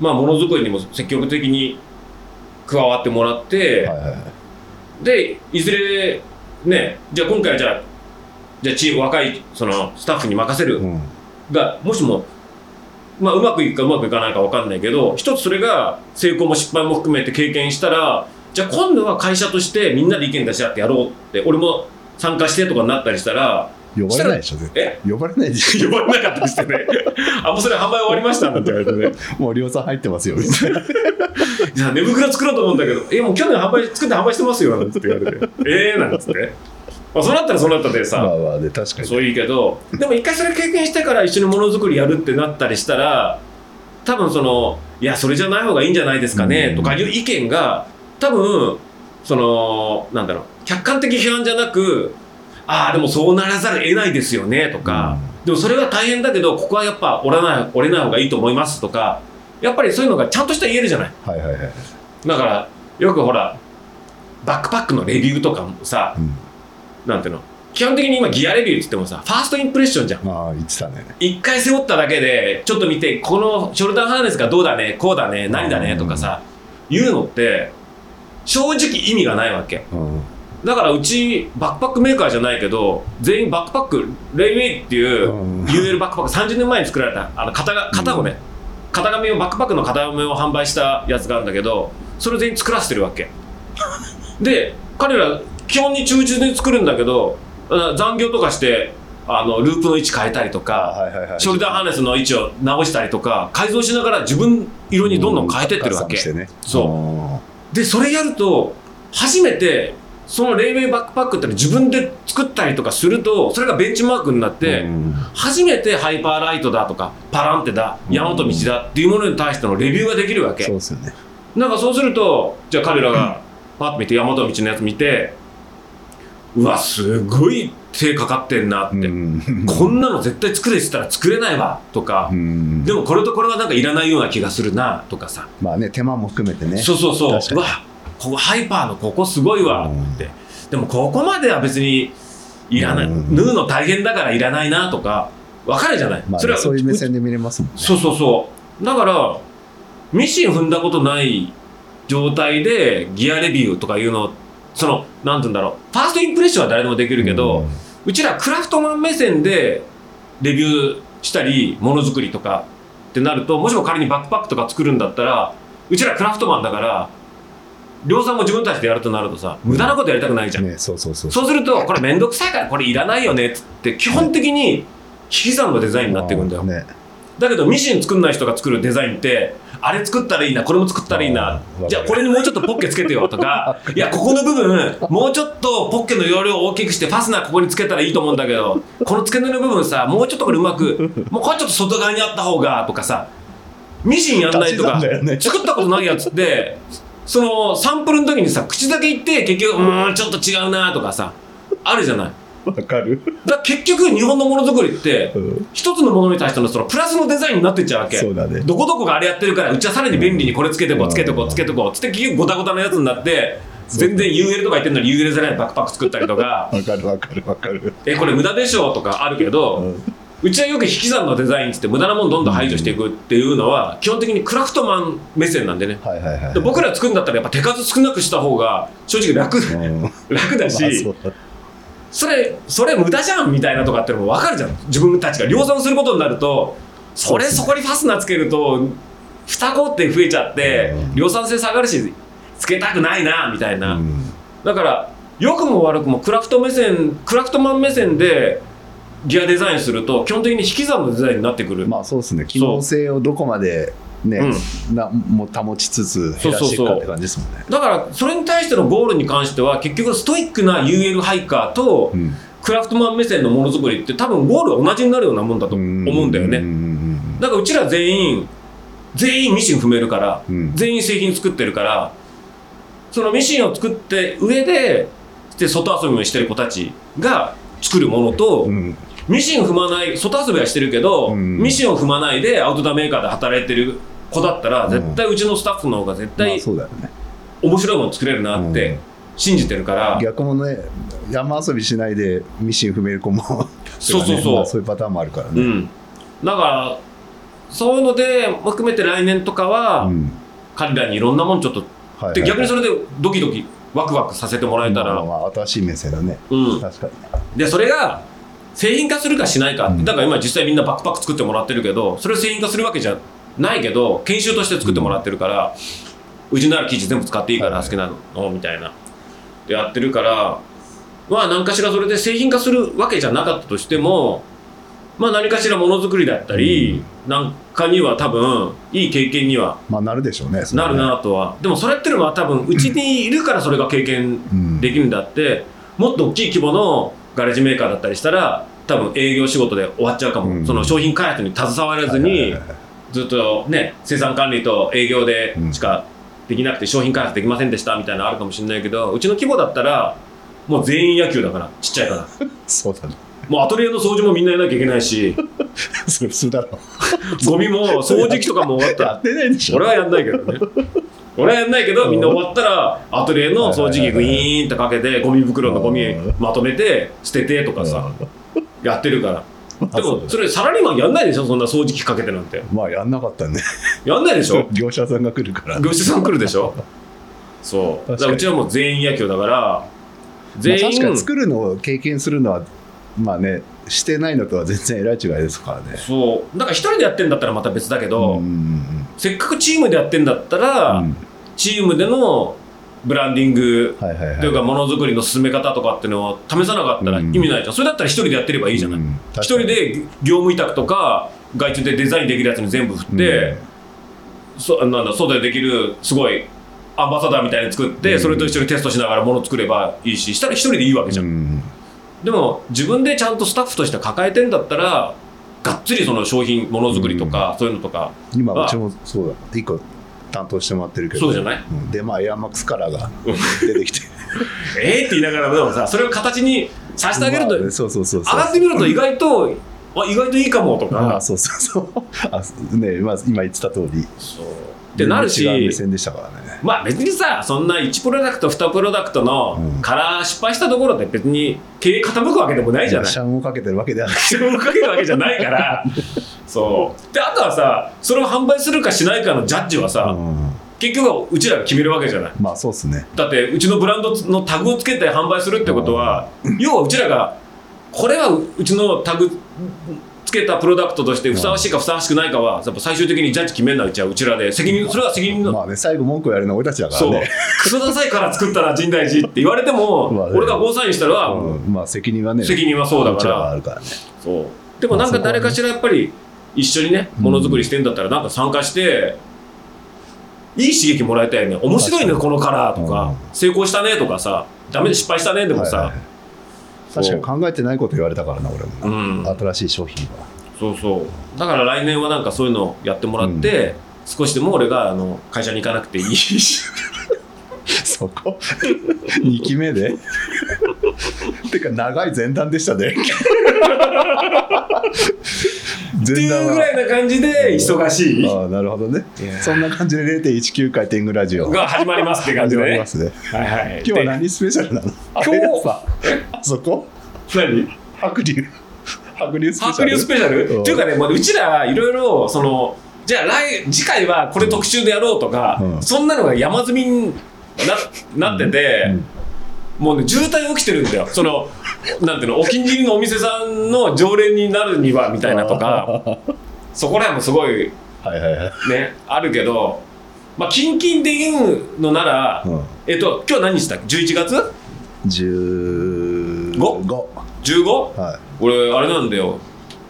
S1: まあものづくりにも積極的に加わってもらって、
S2: はいはいはい
S1: でいずれねじゃあ今回はじゃあじゃあチーム若いそのスタッフに任せる
S2: うん
S1: がもしも、まあ、うまくいくかうまくいかないかわかんないけど一つそれが成功も失敗も含めて経験したらじゃあ今度は会社としてみんなで意見出し合ってやろうって俺も参加してとかになったりしたら
S2: 呼ばれないでしょ絶
S1: え
S2: 対呼ばれないでし
S1: 呼ばれなかったりしてねあもうそれ販売終わりましたなんて言われてね
S2: ょもう量産入ってますよみたいな
S1: じゃあ寝袋作ろうと思うんだけどえもう去年販売作って販売してますよなんて言われてええなんつって、まあ、そうなったらそうなったでさ、
S2: まあまあで確かに
S1: そういいけどでも一回それ経験してから一緒にものづくりやるってなったりしたら多分そのいやそれじゃない方がいいんじゃないですかね、
S2: う
S1: と
S2: ん
S1: かいう意見が多分そのなんだろう客観的批判じゃなくああでもそうならざるを得ないですよねとか、でもそれは大変だけどここはやっぱ折らない折れない方がいいと思いますとかやっぱりそういうのがちゃんとした言えるじゃない
S2: はいはいはい、
S1: だからよくほらバックパックのレビューとかもさ
S2: うん、
S1: なんていうの基本的に今ギアレビューって言ってもさファーストインプレッションじゃん
S2: まあ言ってたね
S1: 一回背負っただけでちょっと見てこのショルダーハーネスがどうだねこうだね何だねとかさ言うのって正直意味がないわけ
S2: うん
S1: だからうちバックパックメーカーじゃないけど全員バックパックレイウェイっていう
S2: うん
S1: UL バックパック30年前に作られたあの型が型をね型紙をバックパックの型紙を販売したやつがあるんだけどそれを全員作らせてるわ けで彼ら基本に忠実に作るんだけどあ残業とかしてあのループの位置変えたりとか、
S2: はいはいはい
S1: ショルダーハーネスの位置を直したりとか改造しながら自分色にどんどん変えてってるわけ、
S2: うん拡散してね
S1: そうでそれやると初めてそのレイウェイバックパックってのは自分で作ったりとかするとそれがベンチマークになって、
S2: うん
S1: 初めてハイパーライトだとかパランテだ
S2: うん
S1: 山本道だっていうものに対してのレビューができるわけ
S2: そうですよね
S1: なんかそうするとじゃあ彼らがパッと見て山本道のやつ見てうわすごい手かかってんなって、
S2: うん
S1: こんなの絶対作れって言ったら作れないわとか、
S2: うん
S1: でもこれとこれはなんかいらないような気がするなとかさ、
S2: まあね手間も含めてね
S1: そうそうそう
S2: 確かに
S1: うわここハイパーのここすごいわ
S2: うん
S1: って、でもここまでは別にいらない、
S2: うん
S1: 縫うの大変だからいらないなとかわかるじゃない、
S2: まあね、
S1: それは
S2: そういう目
S1: う
S2: 線で見れますもんね
S1: そうそうそうだからミシン踏んだことない状態でギアレビューとかいうのそのなんて言うんだろうファーストインプレッションは誰でもできるけど、
S2: うん
S1: うちらクラフトマン目線でレビューしたりものづくりとかってなるともしも仮にバックパックとか作るんだったらうちらクラフトマンだから量産も自分たちでやるとなるとさ無駄なことやりたくないじゃん、
S2: ねそうそうそう
S1: そうするとこれめんどくさいからこれいらないよねっつって基本的に引き算のデザインになっていくんだよ、
S2: ね
S1: だけどミシン作んない人が作るデザインってあれ作ったらいいなこれも作ったらいいな
S2: うん
S1: じゃあこれにもうちょっとポッケつけてよとかいやここの部分もうちょっとポッケの容量を大きくしてファスナーここにつけたらいいと思うんだけどこの付け根の部分さもうちょっとこれうまくもうこれちょっと外側にあった方がとかさミシンやんないとか
S2: 足し算だよね
S1: 作ったことないやつってそのサンプルの時にさ口だけ言って結局うーんちょっと違うなとかさあるじゃない。
S2: わかる、
S1: だから結局日本のものづくりって
S2: うん
S1: 一つのものに対してのそのプラスのデザインになってっちゃうわけ
S2: そうだね
S1: どこどこがあれやってるからうちはさらに便利にこれつけてこ
S2: う
S1: うんつけてこうつけてこうつって結局ごたごたのやつになって全然 UL とか言ってるのに UL じゃないバックパック作ったりとか
S2: わかるわかるわかる、
S1: えこれ無駄でしょとかあるけ
S2: う
S1: ど
S2: ん
S1: うちはよく引き算のデザインっつって無駄なもんどんどん排除していくっていうのは基本的にクラフトマン目線なんでね
S2: はいはいはい
S1: で僕ら作るんだったらやっぱ手数少なくした方が正直楽
S2: うんまあ
S1: 楽だし
S2: そうだ
S1: それそれ無駄じゃんみたいなとかってのも分かるじゃん自分たちが量産することになるとそれ
S2: そうです
S1: そ
S2: ね
S1: こにファスナーつけると双子って増えちゃって
S2: うん
S1: 量産性下がるしつけたくないなみたいな、
S2: うん
S1: だから良くも悪くもクラフト目線クラフトマン目線でギアデザインすると基本的に引き算のデザインになってくる、
S2: まあそうですね機能性をどこまでね、なもう保ちつつ減らしていくかって感じですもんね
S1: だからそれに対してのゴールに関しては結局ストイックな UL ハイカーと
S2: うん
S1: クラフトマン目線のものづくりって多分ゴールは同じになるようなもんだと思うんだよね、
S2: うんうん
S1: だからうちら全員全員ミシン踏めるから
S2: うんうん
S1: 全員製品作ってるからそのミシンを作って上でで外遊びをしてる子たちが作るものと、
S2: うん
S1: ミシン踏まない外遊びはしてるけど、
S2: うん
S1: ミシンを踏まないでアウトドアメーカーで働いてる子だったら、絶対うちのスタッフの方が絶
S2: まあ
S1: 対
S2: そうだよね
S1: 面白いもの作れるなって信じてるから、
S2: 逆もね山遊びしないでミシン踏める子も
S1: そうそう
S2: と かねま
S1: そう
S2: あ、そういうパターンもあるから
S1: う
S2: ね、
S1: ん、だからそういうのでも含めて来年とかは、
S2: うん
S1: 彼らにいろんなもんちょっと、
S2: はいはい
S1: で逆にそれでドキドキワクワクさせてもらえたら、
S2: まあまあ新しい目線だね
S1: うん、
S2: 確かに
S1: でそれが製品化するかしないか、
S2: うん
S1: だから今実際みんなバックパック作ってもらってるけどそれを製品化するわけじゃないけど研修として作ってもらってるから、うちのある生地全部使っていいから、
S2: はい
S1: 好きなのみたいなでやってるからまあ何かしらそれで製品化するわけじゃなかったとしてもまあ何かしらものづくりだったり、なんかには多分いい経験には
S2: まあなるでしょうねそれ
S1: な
S2: は
S1: る
S2: ね
S1: なとは、でもそれってのは多分うちにいるからそれが経験
S2: うん
S1: できるんだってもっと大きい規模のガレージメーカーだったりしたら多分営業仕事で終わっちゃうかも、
S2: うん
S1: その商品開発に携わらず
S2: はいは
S1: に
S2: いはいはい
S1: ずっとね生産管理と営業でしかできなくて商品開発できませんでしたみたいなのあるかもしれないけどうちの規模だったらもう全員野球だからちっちゃいから
S2: そうだね
S1: もうアトリエの掃除もみんなやらなきゃいけないし
S2: それ普通だろ
S1: ゴミも掃除機とかも終わった
S2: や
S1: ら
S2: ってないでし ょ
S1: 俺はやんないけどね俺はやんないけどみんな終わったらアトリエの掃除機グイーンってかけてゴミ袋のゴミまとめて捨ててとかさやってるから
S2: うんまあ
S1: で
S2: そう
S1: も
S2: だね
S1: それサラリーマンやんないでしょそんな掃除機かけてなんて
S2: まあやんなかったね
S1: やんないでしょ
S2: 業者さんが来るから
S1: 業者さん来るでしょそうだか
S2: 確からに
S1: うちはもう全員野球だから全
S2: まあ、
S1: 員、
S2: 確かに作るのを経験するのはまあねしてないのとは全然えらい違いですからね
S1: そうだから一人でやってんだったらまた別だけど、
S2: うんうん
S1: せっかくチームでやってんだった
S2: う
S1: ら、
S2: ん
S1: チームでのブランディング
S2: はいはいはい
S1: というかものづくりの進め方とかっていうのを試さなかったら意味ないじゃん、それだったら一人でやってればいいじゃない、
S2: うん
S1: 一人で業務委託とか外注でデザインできるやつに全部振って、そなんだ外でできるすごいアンバサダーみたいに作って、
S2: うん
S1: それと一緒にテストしながらもの作ればいいししたら一人でいいわけじゃん、
S2: うん
S1: でも自分でちゃんとスタッフとして抱えてんだったらがっつりその商品ものづくりとか、そういうのとか
S2: 今
S1: あ
S2: うちもそうだ一個担当してもらってるけど
S1: そうじゃない
S2: うんでまあエアマックスカラーが
S1: うん
S2: 出てきて
S1: ええって言いながらでもさそれを形にさせてあげると、
S2: まあそうそうそうそう
S1: 上がってみると意外とあ意外といいかもとか、
S2: まあそうそうそう あねまあ今言ってた通りっ
S1: そうってなるし
S2: 違う目線でしたからね
S1: まあ別にさそんな1プロダクト2プロダクトの
S2: うん
S1: から失敗したところで別に経営傾くわけでもないじゃない
S2: シャンをかけてるわけではない
S1: 人をかけるわけじゃないからそうであとはさそれを販売するかしないかのジャッジはさ、
S2: うん
S1: 結局はうちらが決めるわけじゃない
S2: まあそうですね
S1: だってうちのブランドのタグをつけて販売するってことは、要はうちらがこれはううちのタグつけたプロダクトとしてふさわしいかふさわしくないかはやっぱ最終的にジャッジ決めるのはうちはうちらで責任それは責任の、
S2: まあね最後文句をやるのは俺たちだから
S1: そう
S2: ね
S1: クソダサいから作ったら陣大寺って言われても、
S2: まあね
S1: 俺がゴーサインしたら、
S2: うんまあ責任はね
S1: 責任はそうだ
S2: こ
S1: か
S2: ちらがあ
S1: ら
S2: るからね
S1: そうでもなんか誰かしらやっぱり一緒にね
S2: うん
S1: ものづくりしてんだったらなんか参加して、いい刺激もらいたいよね面白いね
S2: 確
S1: このカラーとか、
S2: う
S1: 成功したねとかさダメで失敗したねでもさ、
S2: はいはいはい確かに考えてないこと言われたからな俺もな、
S1: うん
S2: 新しい商品は
S1: そうそうだから来年はなんかそういうのやってもらって、少しでも俺があの会社に行かなくていいし
S2: そこ2期目でてか長い前段でしたね
S1: って
S2: 前
S1: いう
S2: 段
S1: ぐ
S2: は
S1: らいな感じで忙しい
S2: ああなるほどね
S1: いや
S2: そんな感じで0.19回転ぐラジオ
S1: が始まりますって感じで
S2: 始まり
S1: ね
S2: ますね
S1: はいはい
S2: 今日は何スペシャルなのあれがさあそこ
S1: 何
S2: 白龍白龍スペシャ
S1: 白
S2: ル
S1: 龍スペシャル
S2: うん
S1: っていうかね、まあ、うちらいろいろそのじゃあ来次回はこれ特集でやろうとか、
S2: うん
S1: そんなのが山積みにななってて、
S2: うん
S1: もうね渋滞起きてるんだよそのなんていうのお気に入りのお店さんの常連になるにはみたいなと かそこら辺もすごい
S2: はいはいはい、
S1: ねあるけどまあキンキンで言うのなら、
S2: う
S1: えっと今日何日だっけ11月
S2: ん、15
S1: 15?
S2: は
S1: 俺あれなんだよ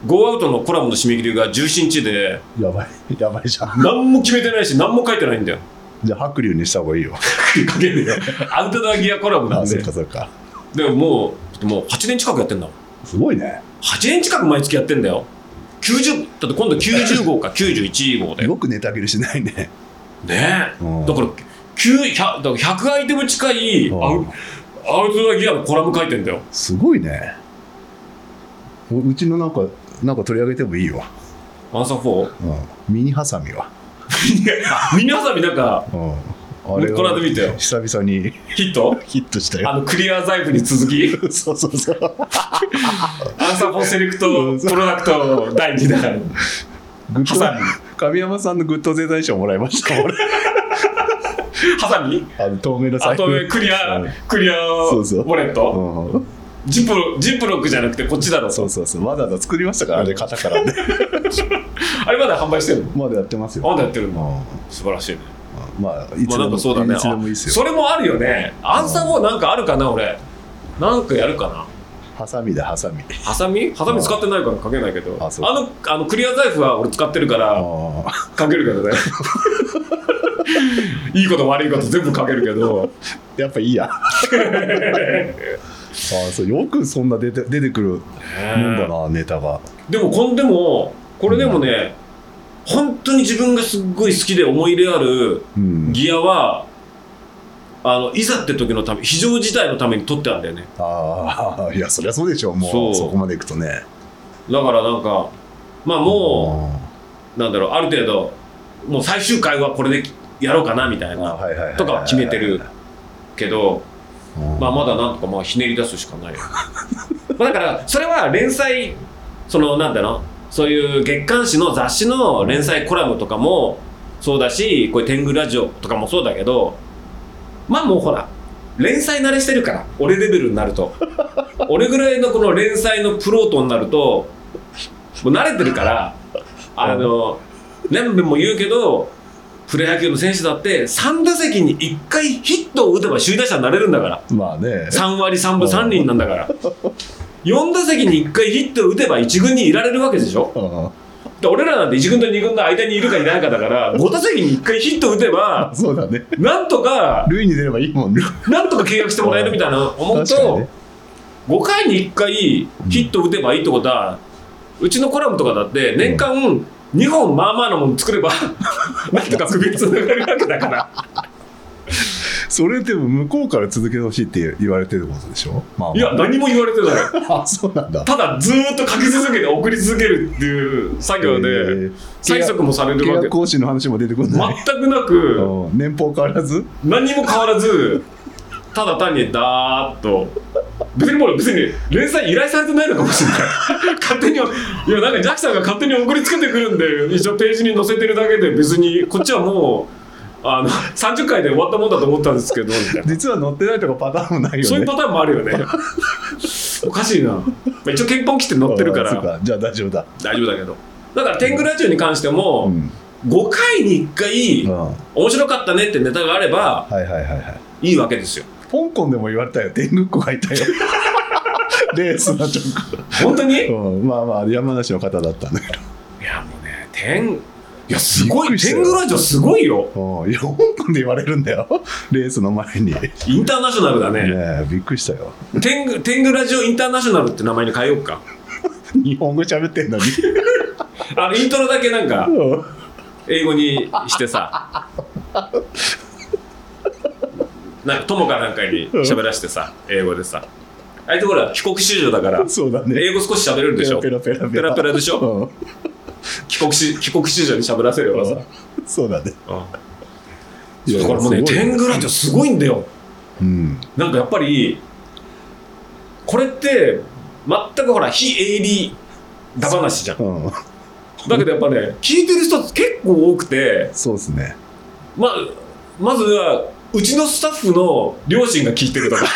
S1: ゴーアウトのコラムの締め切りが17日で
S2: いやばいやばいじゃん
S1: 何も決めてないし何も書いてないんだよ
S2: じゃあ白龍にした方がいいよ。
S1: かけるよアウトドアギアコラムな
S2: あ
S1: ん
S2: そっ
S1: で
S2: かそっか。
S1: でももうだってもう8年近くやってんだもん
S2: すごいね。
S1: 8年近く毎月やってんだよ90だって今度90号か91号でね
S2: よくネタ切れしないね。
S1: えだか
S2: う
S1: ら900
S2: ん
S1: だから100アイテム近いアウ
S2: うん
S1: アウトドアギアのコラム書いてんだよ
S2: すごいね。ううちのなんか、なんか取り上げてもいいよ。
S1: アンサー 4?
S2: うんミニハサミは。
S1: 皆さんなんか
S2: うんあ
S1: この後見てよ
S2: 久々に
S1: ヒット
S2: ヒットした
S1: あ
S2: よ。
S1: のクリア財布に続き
S2: そうそうそう。
S1: アンサポセレクトプロダクト第2弾
S2: グッ
S1: ハサミ
S2: ド神山さんのグッドデザイン賞もらいました。俺
S1: ハサミ
S2: あの透明な
S1: あ
S2: 財布。
S1: とクリア、
S2: うん
S1: クリアウ
S2: そうそう
S1: ォレット
S2: うん
S1: ジップロジップロックじゃなくてこっちだろ
S2: そうそうそう。わざわざ作りましたからね、型からね。
S1: あれまだ販売してるの
S2: まだやってますよ。
S1: まだやってる
S2: うん
S1: の素晴らしいね
S2: まあ、い
S1: ま
S2: つ
S1: あなん
S2: で
S1: か
S2: も
S1: そうだね
S2: いつでもいい
S1: あ
S2: ですよ。
S1: それもあるよねアンサーもなんかあるかな俺なんかやるかな
S2: ハサミだ、ハサミ。
S1: ハサミハサミ使ってないからかけないけどあ
S2: あそう
S1: のあのクリア財布は俺使ってるから
S2: ああ
S1: かけるけど ねいいこと悪いこと全部かけるけど
S2: やっぱ いいや。ああそうよくそんな出て出てくるもんだな、ネタが。
S1: でもこんでもこれでもね、本当に自分がすっごい好きで思い入れある
S2: うん。
S1: ギアは、あのいざって時のため非常事態のために取ってあるんだよね
S2: あ あ、いや、そりゃそうでしょう、もう
S1: そう
S2: そこまでいくとね。
S1: だからなんかまあもう、なんだろうある程度もう最終回はこれでやろうかなみたい
S2: うん、あ
S1: な
S2: はいはいはいはい
S1: とかは決めてるけど、
S2: うん
S1: まあ、まだなんとかまあひねり出すしかないよ まあだからそれは連載そのなんだろうそういう月刊誌の雑誌の連載コラムとかもそうだしこういう天狗ラジオとかもそうだけどまあもうほら連載慣れしてるから俺レベルになると俺ぐらいのこの連載のプロートになるともう慣れてるからあの何遍も言うけどプロ野球の選手だって3打席に1回ヒットを打てば首位打者になれるんだから
S2: まあね。
S1: 3割3分3厘なんだから4打席に1回ヒット打てば1軍にいられるわけでしょ
S2: うん
S1: で俺らなんて1軍と2軍の間にいるかいないかだから5打席に1回ヒット打てば
S2: そうだね。
S1: なんとか
S2: 塁に出ればいいもんね。
S1: なんとか契約してもらえるみたいな思う
S2: 確かに
S1: と
S2: ね
S1: 5回に1回ヒット打てばいいってことはうちのコラムとかだって年間2本まあまあのもの作れ ばなんとか首つながるわけだから
S2: それでも向こうから続けてほしいって言われてることでしょまあ、
S1: いや何も言われてない
S2: あ、そうなんだ。
S1: ただずーっと書き続けて送り続けるっていう作業
S2: え
S1: で
S2: ー
S1: 催促もされ
S2: 契
S1: るわけ
S2: 約更新の話も出てこない。
S1: 全くなく
S2: うん年俸変わらず
S1: 何も変わらずただ単にダーッと別にもう別に連載依頼されてないのかもしれない 勝手にいやなんかジャクさんが勝手に送りつけてくるんで一応ページに載せてるだけで別にこっちはもうあの30回で終わったもんだと思ったんですけどみた いな
S2: 実は乗ってないとかパターンもないよね。
S1: そういうパターンもあるよねおかしいな、まあ、一応憲法切って載ってるか
S2: あそう
S1: ら
S2: じゃあ大丈夫だ。
S1: 大丈夫だけどだから天狗ラジオに関して
S2: う
S1: も、
S2: ん。
S1: 5回に1
S2: うん
S1: 回
S2: はい
S1: 面白かったねってネタがあれば
S2: はいはいはい。
S1: いいわけですよ
S2: 香港でも言われたよ。天狗っ子がいた よ。レースの直
S1: 本当 にい
S2: 後、うん、まあまあ山梨の方だったんだけ
S1: やもうね天いやすご
S2: びっく
S1: い
S2: りした
S1: 天
S2: よ
S1: 狗ラジオすごいよ
S2: ど、うん、いや香港で言われるんだよレースの前にね
S1: インターナショナルだね
S2: えびっくりしたよ
S1: 天狗天狗ラジオインターナショナルって名前に変えようか
S2: 日本語喋ってんのに
S1: あのイントロだけなんか
S2: うん
S1: 英語にしてさ なんか友かなんかに喋らしてさ英語でさああいうところは帰国子女だから
S2: そうだね
S1: 英語少し喋れるでしょ
S2: ペラペラペラ
S1: ペラペラでしょ
S2: うん
S1: 帰国し帰国子女に喋らせるよまず
S2: そうだねいや
S1: だからもうね、
S2: すごい
S1: 天狗ラジオすごいんだよ。
S2: うん
S1: なんかやっぱり、これって、全くほら、非営利だ話じゃん。
S2: うん
S1: だけどやっぱね、聞いてる人結構多くて、
S2: そうですね
S1: まあ、まずは、うちのスタッフの両親が聞いてる とか。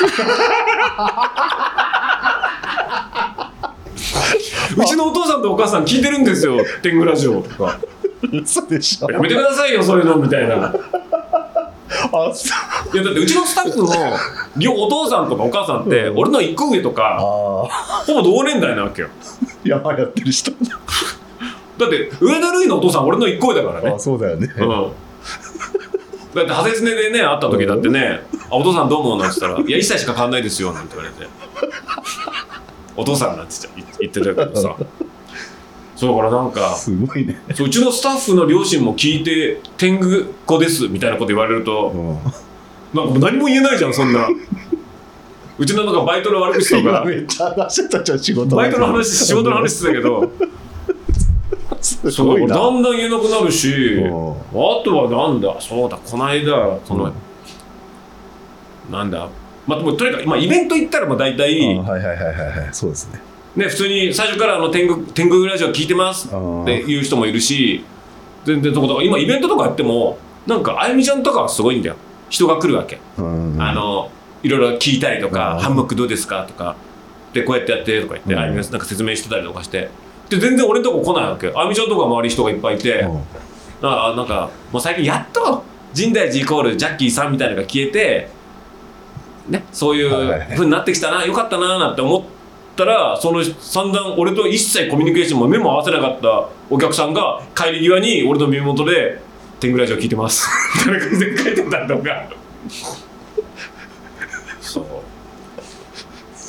S1: うちのお父さんとお母さん聞いてるんですよ、天狗ラジオとか。
S2: 嘘でしょ
S1: やめてくださいよ、そういうの、みたいな。
S2: あそう
S1: いやだってうちのスタッフの両お父さんとかお母さんって俺の一個上とか
S2: あ
S1: ほぼ同年代なわけよ
S2: ー山やってる人
S1: だって上田瑠唯のお父さん俺の一個上だからね
S2: あそうだよね
S1: うんだって派手ねでね会った時だってね「あお父さんどう思う?」なんて言ったら「いや一切しか変わんないですよ」なんて言われて「お父さん」なんて言っちゃ言ってたけどさそうだからなんか
S2: すごいね
S1: そううちのスタッフの両親も聞いて「天狗子です」みたいなこと言われると
S2: うん
S1: なんかもう何も言えないじゃんそんなうちのなんかバイトの悪口とか
S2: 今めっちゃ話してたじゃん仕事
S1: バイトの話、仕事の話してたけど、
S2: すすごいな。
S1: だんだん言えなくなるし、
S2: うん
S1: あとはなんだ、そうだ、この間、この、なんだ、まあ、でもとにかく、まあ、イベント行ったら、まあ、大体、
S2: あはいはいはいはいはい。そうですね。
S1: ね、普通に最初からあの天狗天狗ラジオ聞いてますっていう人もいるし、全然そことか、今、イベントとかやっても、なんか、あゆみちゃんとかはすごいんだよ、人が来るわけ。
S2: うん
S1: あのいろいろ聞いたりとか、
S2: うん
S1: ハンモックどうですかとか、で、こうやってやってとか言って、
S2: うん
S1: あゆみがなんか説明してたりとかして、で、全然俺のとこ来ないわけ。あゆみちゃんとか周り人がいっぱいいて、
S2: うん
S1: だからなんか、もう最近やっと、深大寺イコールジャッキーさんみたいなのが消えて、ね、そうい
S2: はいは
S1: う
S2: いはい
S1: ふうになってきたな、よかったな、なんて思ったら、その散々俺と一切コミュニケーションも目も合わせなかったお客さんが、帰り際に俺の耳元で、天狗ラジオ聞いてます。みたいな感じで書いてたりとか。そう。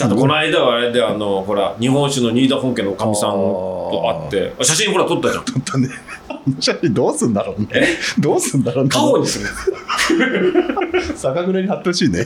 S1: あとこの間はあれであのほら日本酒の新田本家のおかみさんと会ってあ写真ほら撮ったじゃん
S2: 本当ね、あの写真どうすんだろうね。どうすんだろうね。
S1: 顔にする
S2: 酒蔵に貼ってほしいね。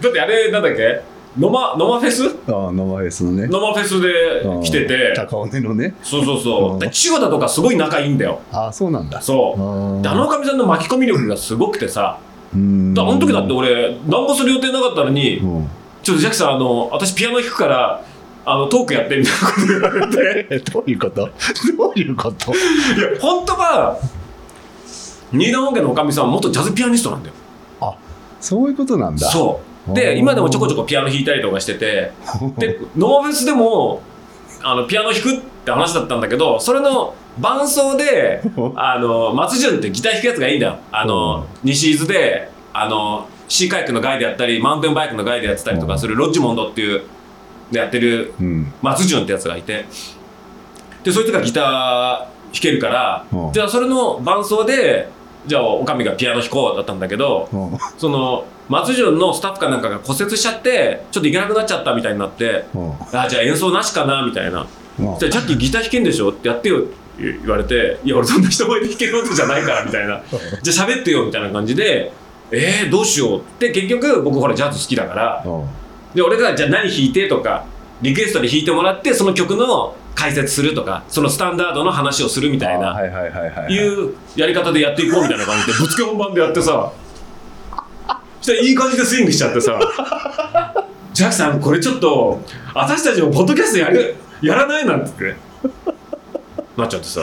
S1: だってあれなんだっけノマノマフェス
S2: ああ、ノマフェスのね。
S1: ノマフェス
S2: うん
S1: で来てて
S2: 高尾根のね。
S1: そうそうそううんで千代田とかすごい仲いいんだよ
S2: ああ、そうなんだ。
S1: そううんであのおかみさんの巻き込み力がすごくてさ
S2: うん
S1: だからあの時だって俺何もする予定なかったのに
S2: うん
S1: ちょっとジャックさんあの私ピアノ弾くからあのトークやってみたいなこと言われて
S2: えどういうことどういうこと
S1: いや 本当は新田本家のおかみさんは元ジャズピアニストなんだよ
S2: そういうことなんだ。
S1: そう
S2: お
S1: で
S2: ー
S1: 今でもちょこちょこピアノ弾いたりとかしてて でノーベスでもあのピアノ弾くって話だったんだけどそれの伴奏であの松潤ってギター弾くやつがいいんだよあの西伊豆であのシーカイクのガイでやったりマウンテンバイクのガイでやってたりとかするロッジモンドっていうでやってる
S2: うん。
S1: 松潤ってやつがいてでそいつがギター弾けるから、
S2: うん
S1: じゃあそれの伴奏でじゃあおかみがピアノ弾こうだったんだけど
S2: うん。
S1: その松潤のスタッフかなんかが骨折しちゃってちょっと行けなくなっちゃったみたいになって
S2: うん
S1: あじゃあ演奏なしかなみたいな
S2: うん
S1: じゃあジャッキーギター弾けんでしょってやってよって言われていや俺そんな人声で弾けることじゃないからみたいなじゃあ喋ってよみたいな感じでえー、どうしようって結局僕ほらジャズ好きだから
S2: うん
S1: で俺がじゃあ何弾いてとかリクエストで弾いてもらってその曲の解説するとかそのスタンダードの話をするみたい
S2: あー
S1: な
S2: はいはいはいはい。
S1: いうやり方でやっていこうみたいな感じでぶっつけ本番でやってさそしたらいい感じでスイングしちゃってさジャックさんこれちょっと私たちもポッドキャストやるやらないなんて言ってなっちゃってさ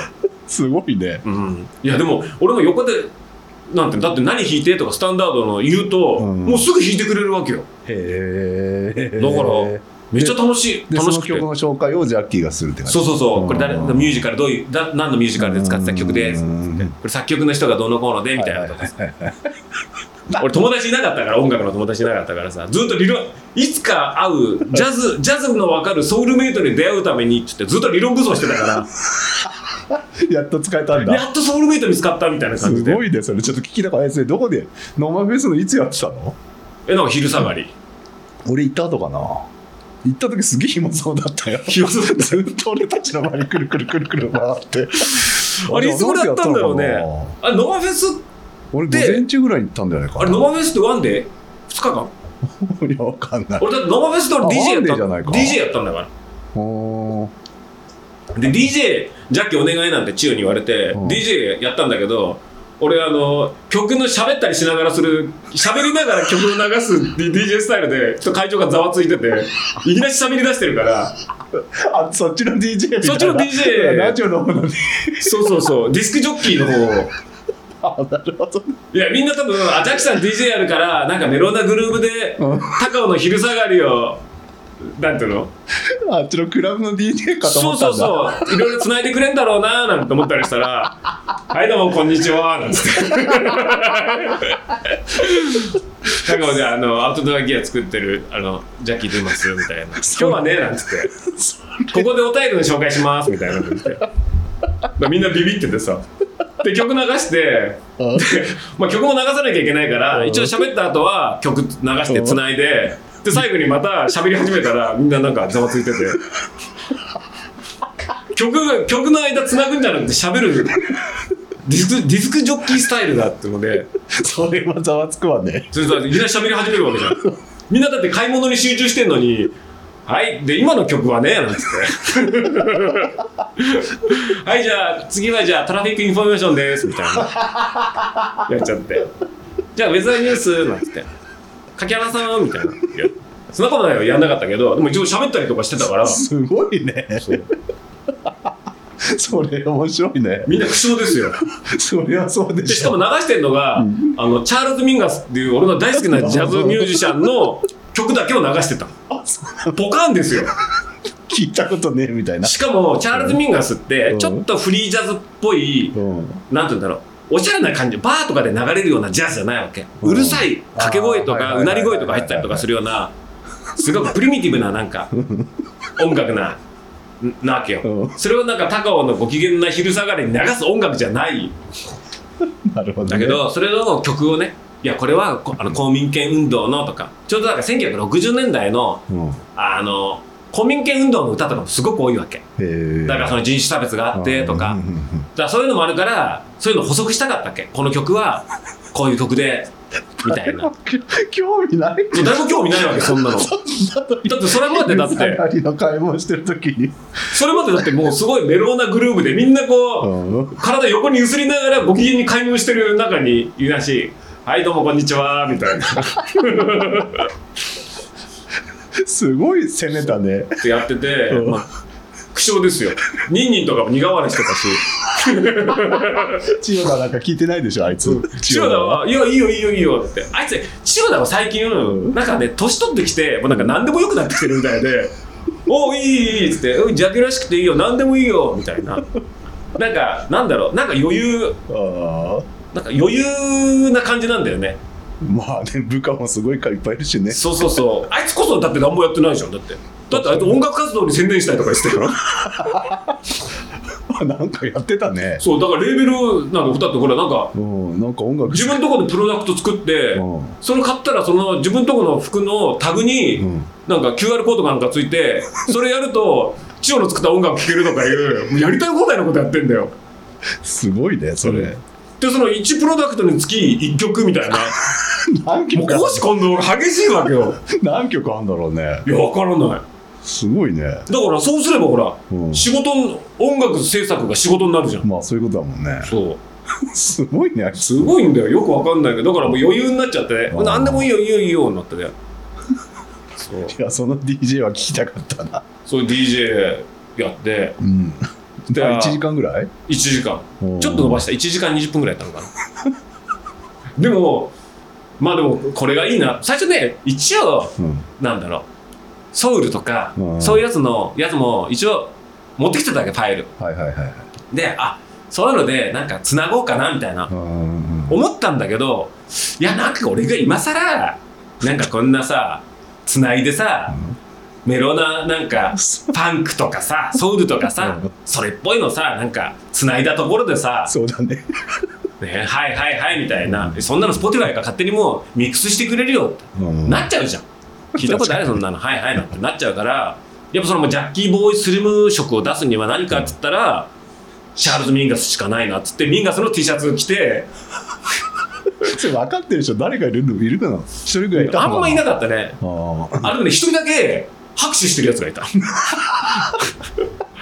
S2: すごいね。
S1: うんいやでも俺も横でなんてだって何弾いてとかスタンダードの言うと、
S2: うん
S1: もうすぐ弾いてくれるわけよ
S2: へえ。
S1: だからめっちゃ楽しい
S2: で、
S1: 楽
S2: そ
S1: し
S2: の
S1: くて
S2: 曲の紹介をジャッキーがするって感じ。
S1: そうそうそう、
S2: うん
S1: これ誰ミュージカルどういうだ何のミュージカルで使ってた曲で
S2: う
S1: こ
S2: ん
S1: れ作曲の人がどうのこうのでみたいなとかさ俺友達いなかったから音楽の友達いなかったからさずっと理論いつか会うジャ ズジャズの分かるソウルメイトに出会うためにっつってずっと理論武装してた か
S2: やっと使えた
S1: ら
S2: んだ。
S1: やっとソウルメイト見つかったみたいな感
S2: す
S1: じで
S2: ごいね、それ。ちょっと聞きたかったですね。どこで、ノーマンフェスのいつやってたの
S1: えなんか昼下がり
S2: 俺行った後かな。行った時すげえ暇そうだったよ。
S1: 暇そうだった
S2: ずっと俺たちの前にくるくるくるくる回って。
S1: あれいつ頃やったんだろうね
S2: あれなんてやったのかな
S1: あノマフェス
S2: 俺午
S1: で
S2: 前中ぐらいに行ったんじゃないかな。
S1: あれ ノマフェスってワンデー2日間
S2: いや、わかんない。
S1: 俺だってノマフェスで俺 DJ やっ
S2: あワンデーじ
S1: た
S2: ゃないか
S1: DJ やったんだから
S2: おー
S1: で DJ ジャッキお願いなんて千代に言われて、
S2: うん
S1: DJ やったんだけど俺あの曲の喋ったりしながらする喋りながら曲を流す DJ スタイルでちょっと会場がざわついてていきなり喋り出してるから
S2: あ、そっちの DJ みたいな。
S1: そっちの DJ
S2: ラジオの方の DJ。
S1: そうそうそうディスクジョッキーの方を
S2: あ、なるほど。
S1: いやみんな多分あジャッキさん DJ やるからなんかメロウなグルーブで
S2: うん
S1: 高尾の昼下がりをなんていうの
S2: あっちのクラブの DJ かと
S1: そ
S2: 思
S1: う
S2: ったん
S1: そ
S2: だ。
S1: うそういろいろ繋いでくれんだろうなーなんて思ったりしたら 「はいどうもこんにちは」なんつって高尾であのアウトドアギア作ってるあのジャッキーと言いますみたいな「今日はね」なんつって「ここでお便りの紹介します」みたいな感じでだからみんなビビっててさで曲流して
S2: うん
S1: まあ、曲も流さなきゃいけないから
S2: うん
S1: 一応喋った後は曲流してつないでで最後にまた喋り始めたらみんななんかざわつい てて曲が曲の間つなぐんじゃなくて喋るディスクディスクジョッキースタイルだってので
S2: それはざわつくわね。
S1: それといきなり喋り始めるわけじゃんみんなだって買い物に集中してんのにはい、で、今の曲はね、なんつ って。はい、じゃあ、次はじゃあ、トラフィックインフォメーションです、みたいな。やっちゃって。じゃあ、ウェザーニュース、なんつって。柿原さん、みたいな。いやそんなことないよ、やんなかったけど、でも一応喋ったりとかしてたから、
S2: すごいね。
S1: そう
S2: それ面白いね。
S1: みんな苦笑ですよ。
S2: それはそうで
S1: でし
S2: し
S1: かも
S2: ょ。
S1: 流してるのが、
S2: うん
S1: あのチャールズ・ミンガスっていう俺の大好きなジャズミュージシャンの曲だけを流してた
S2: あそう
S1: ポカンですよ
S2: 聞いたことねえみたいな。
S1: しかもチャールズ・ミンガスって
S2: うん
S1: ちょっとフリージャズっぽい、
S2: うん。
S1: なんて言うんだろうおしゃれな感じバーとかで流れるようなジャズじゃないわけ
S2: うん
S1: うるさい掛け声と
S2: あ
S1: か
S2: ー
S1: うなり声とか入ったりとかするようなすごくプリミティブななん か音楽ななわけよ
S2: うん
S1: それをなんか高尾のご機嫌な昼下がりに流す音楽じゃない
S2: なるほど、ね。
S1: だけ、ど、それの曲をね、いや、これはこあの公民権運動のとか、ちょうどなんか1960年代の、
S2: うん、へ
S1: あの、公民権運動の歌とかもすごく多いわけ。
S2: え
S1: だからその人種差別があってとか、
S2: うん
S1: だ
S2: う
S1: か
S2: んうんうん
S1: らそういうのもあるから、そういうの補足したかったっけこの曲は、こういう曲で、みたいな。もう
S2: 興味ない。
S1: 誰も興味ないわけ、そんなの。だってそれまでだって、
S2: 下がりの買い物してる時に、
S1: それまでだってもうすごいメローなグルーブでみんなこう、
S2: うん、
S1: 体横に揺すりながらご機嫌に買い物してる中にいなし「はいどうもこんにちは」みたいな
S2: すごい攻めたね。
S1: ってやってて、
S2: うん
S1: まあ、苦笑ですよニンニンとかも苦笑いしてたし
S2: 千代田なんか聞いてないでしょあいつ。
S1: 千代田は「いいよいいよいいよいいよ」ってあいつ千代田は最近なんかね年取ってきてもうなんか何でもよくなってきてるみたい で「おおいいいいいい」っつって「うんジャケらしくていいよ何でもいいよ」みたいななんかなんだろうなんか余裕
S2: は。ああ。
S1: なんか余裕な感じなんだよね
S2: まあね部下もすごいからいっぱいいるしね。
S1: そうそうそう。あいつこそだって何もやってないじゃん。だって。だってあいつ音楽活動に専念したいとか言って たよ。
S2: あなんかやってたね。
S1: そう、だからレーベルなんかだってほら、なんか、
S2: うんなんか音楽。
S1: 自分とこでプロダクト作って、
S2: うん
S1: それ買ったらその自分とこの服のタグ
S2: う
S1: に、
S2: ん。
S1: なんか QR コードかなんかついて、それやると、千代の作った音楽聴けるとかいう、もうやりたい放題のことやってんだよ。
S2: すごいねそれ。
S1: で、その1プロダクトにつき1曲みたいな、
S2: 何
S1: もう
S2: 曲か
S1: 講師今度激しいわけよ。
S2: 何曲あんだろうね。
S1: いや、わからない。
S2: すごいね。
S1: だからそうすればほら、
S2: うん。
S1: 仕事の、音楽制作が仕事になるじゃん。
S2: まあそういうことだもんね。
S1: そう。
S2: すごいねあい
S1: す
S2: つ。
S1: ごいんだよよくわかんないけどだからもう余裕になっちゃってね
S2: うん
S1: 何でもいいよいいよいいよになってねそう
S2: いやその DJ は聞きたかったな。
S1: そう DJ やって
S2: うん。
S1: で
S2: 1時間ぐらい
S1: 1時間
S2: ちょ
S1: ちょっと伸ばした1時間20分ぐらいやったのかなでもまあでもこれがいいな最初ね一応
S2: うん、
S1: なんだろうソウルとか
S2: うん
S1: そういうやつのやつも一応持ってきてたわけファイル
S2: はいはいはいはい
S1: であそういうのでなんかつなごうかなみたいな
S2: うんうん
S1: 思ったんだけどいやなんか俺が今更なんかこんなさ繋いでさメロななんかパンクとかさソウルとかさ
S2: うん
S1: それっぽいのさなんか繋いだところでさ、
S2: そうだね
S1: ね、はいはいはいみたいなそんなの Spotify が勝手にもうミックスしてくれるよってなっちゃうじゃん聞いたことあるそんなのはいはいなんてなっちゃうからやっぱそのもうジャッキー・ボーイ・スリム色を出すには何かっつったらチャールズ・ミンガスしかないなっつってミンガスの T シャツ着て
S2: それ分かってるでしょ誰かいるのいるかな一人ぐらいいたの
S1: あ
S2: か
S1: んまいなかったね
S2: ああ
S1: あれね、一人だけ拍手してるやつがい た。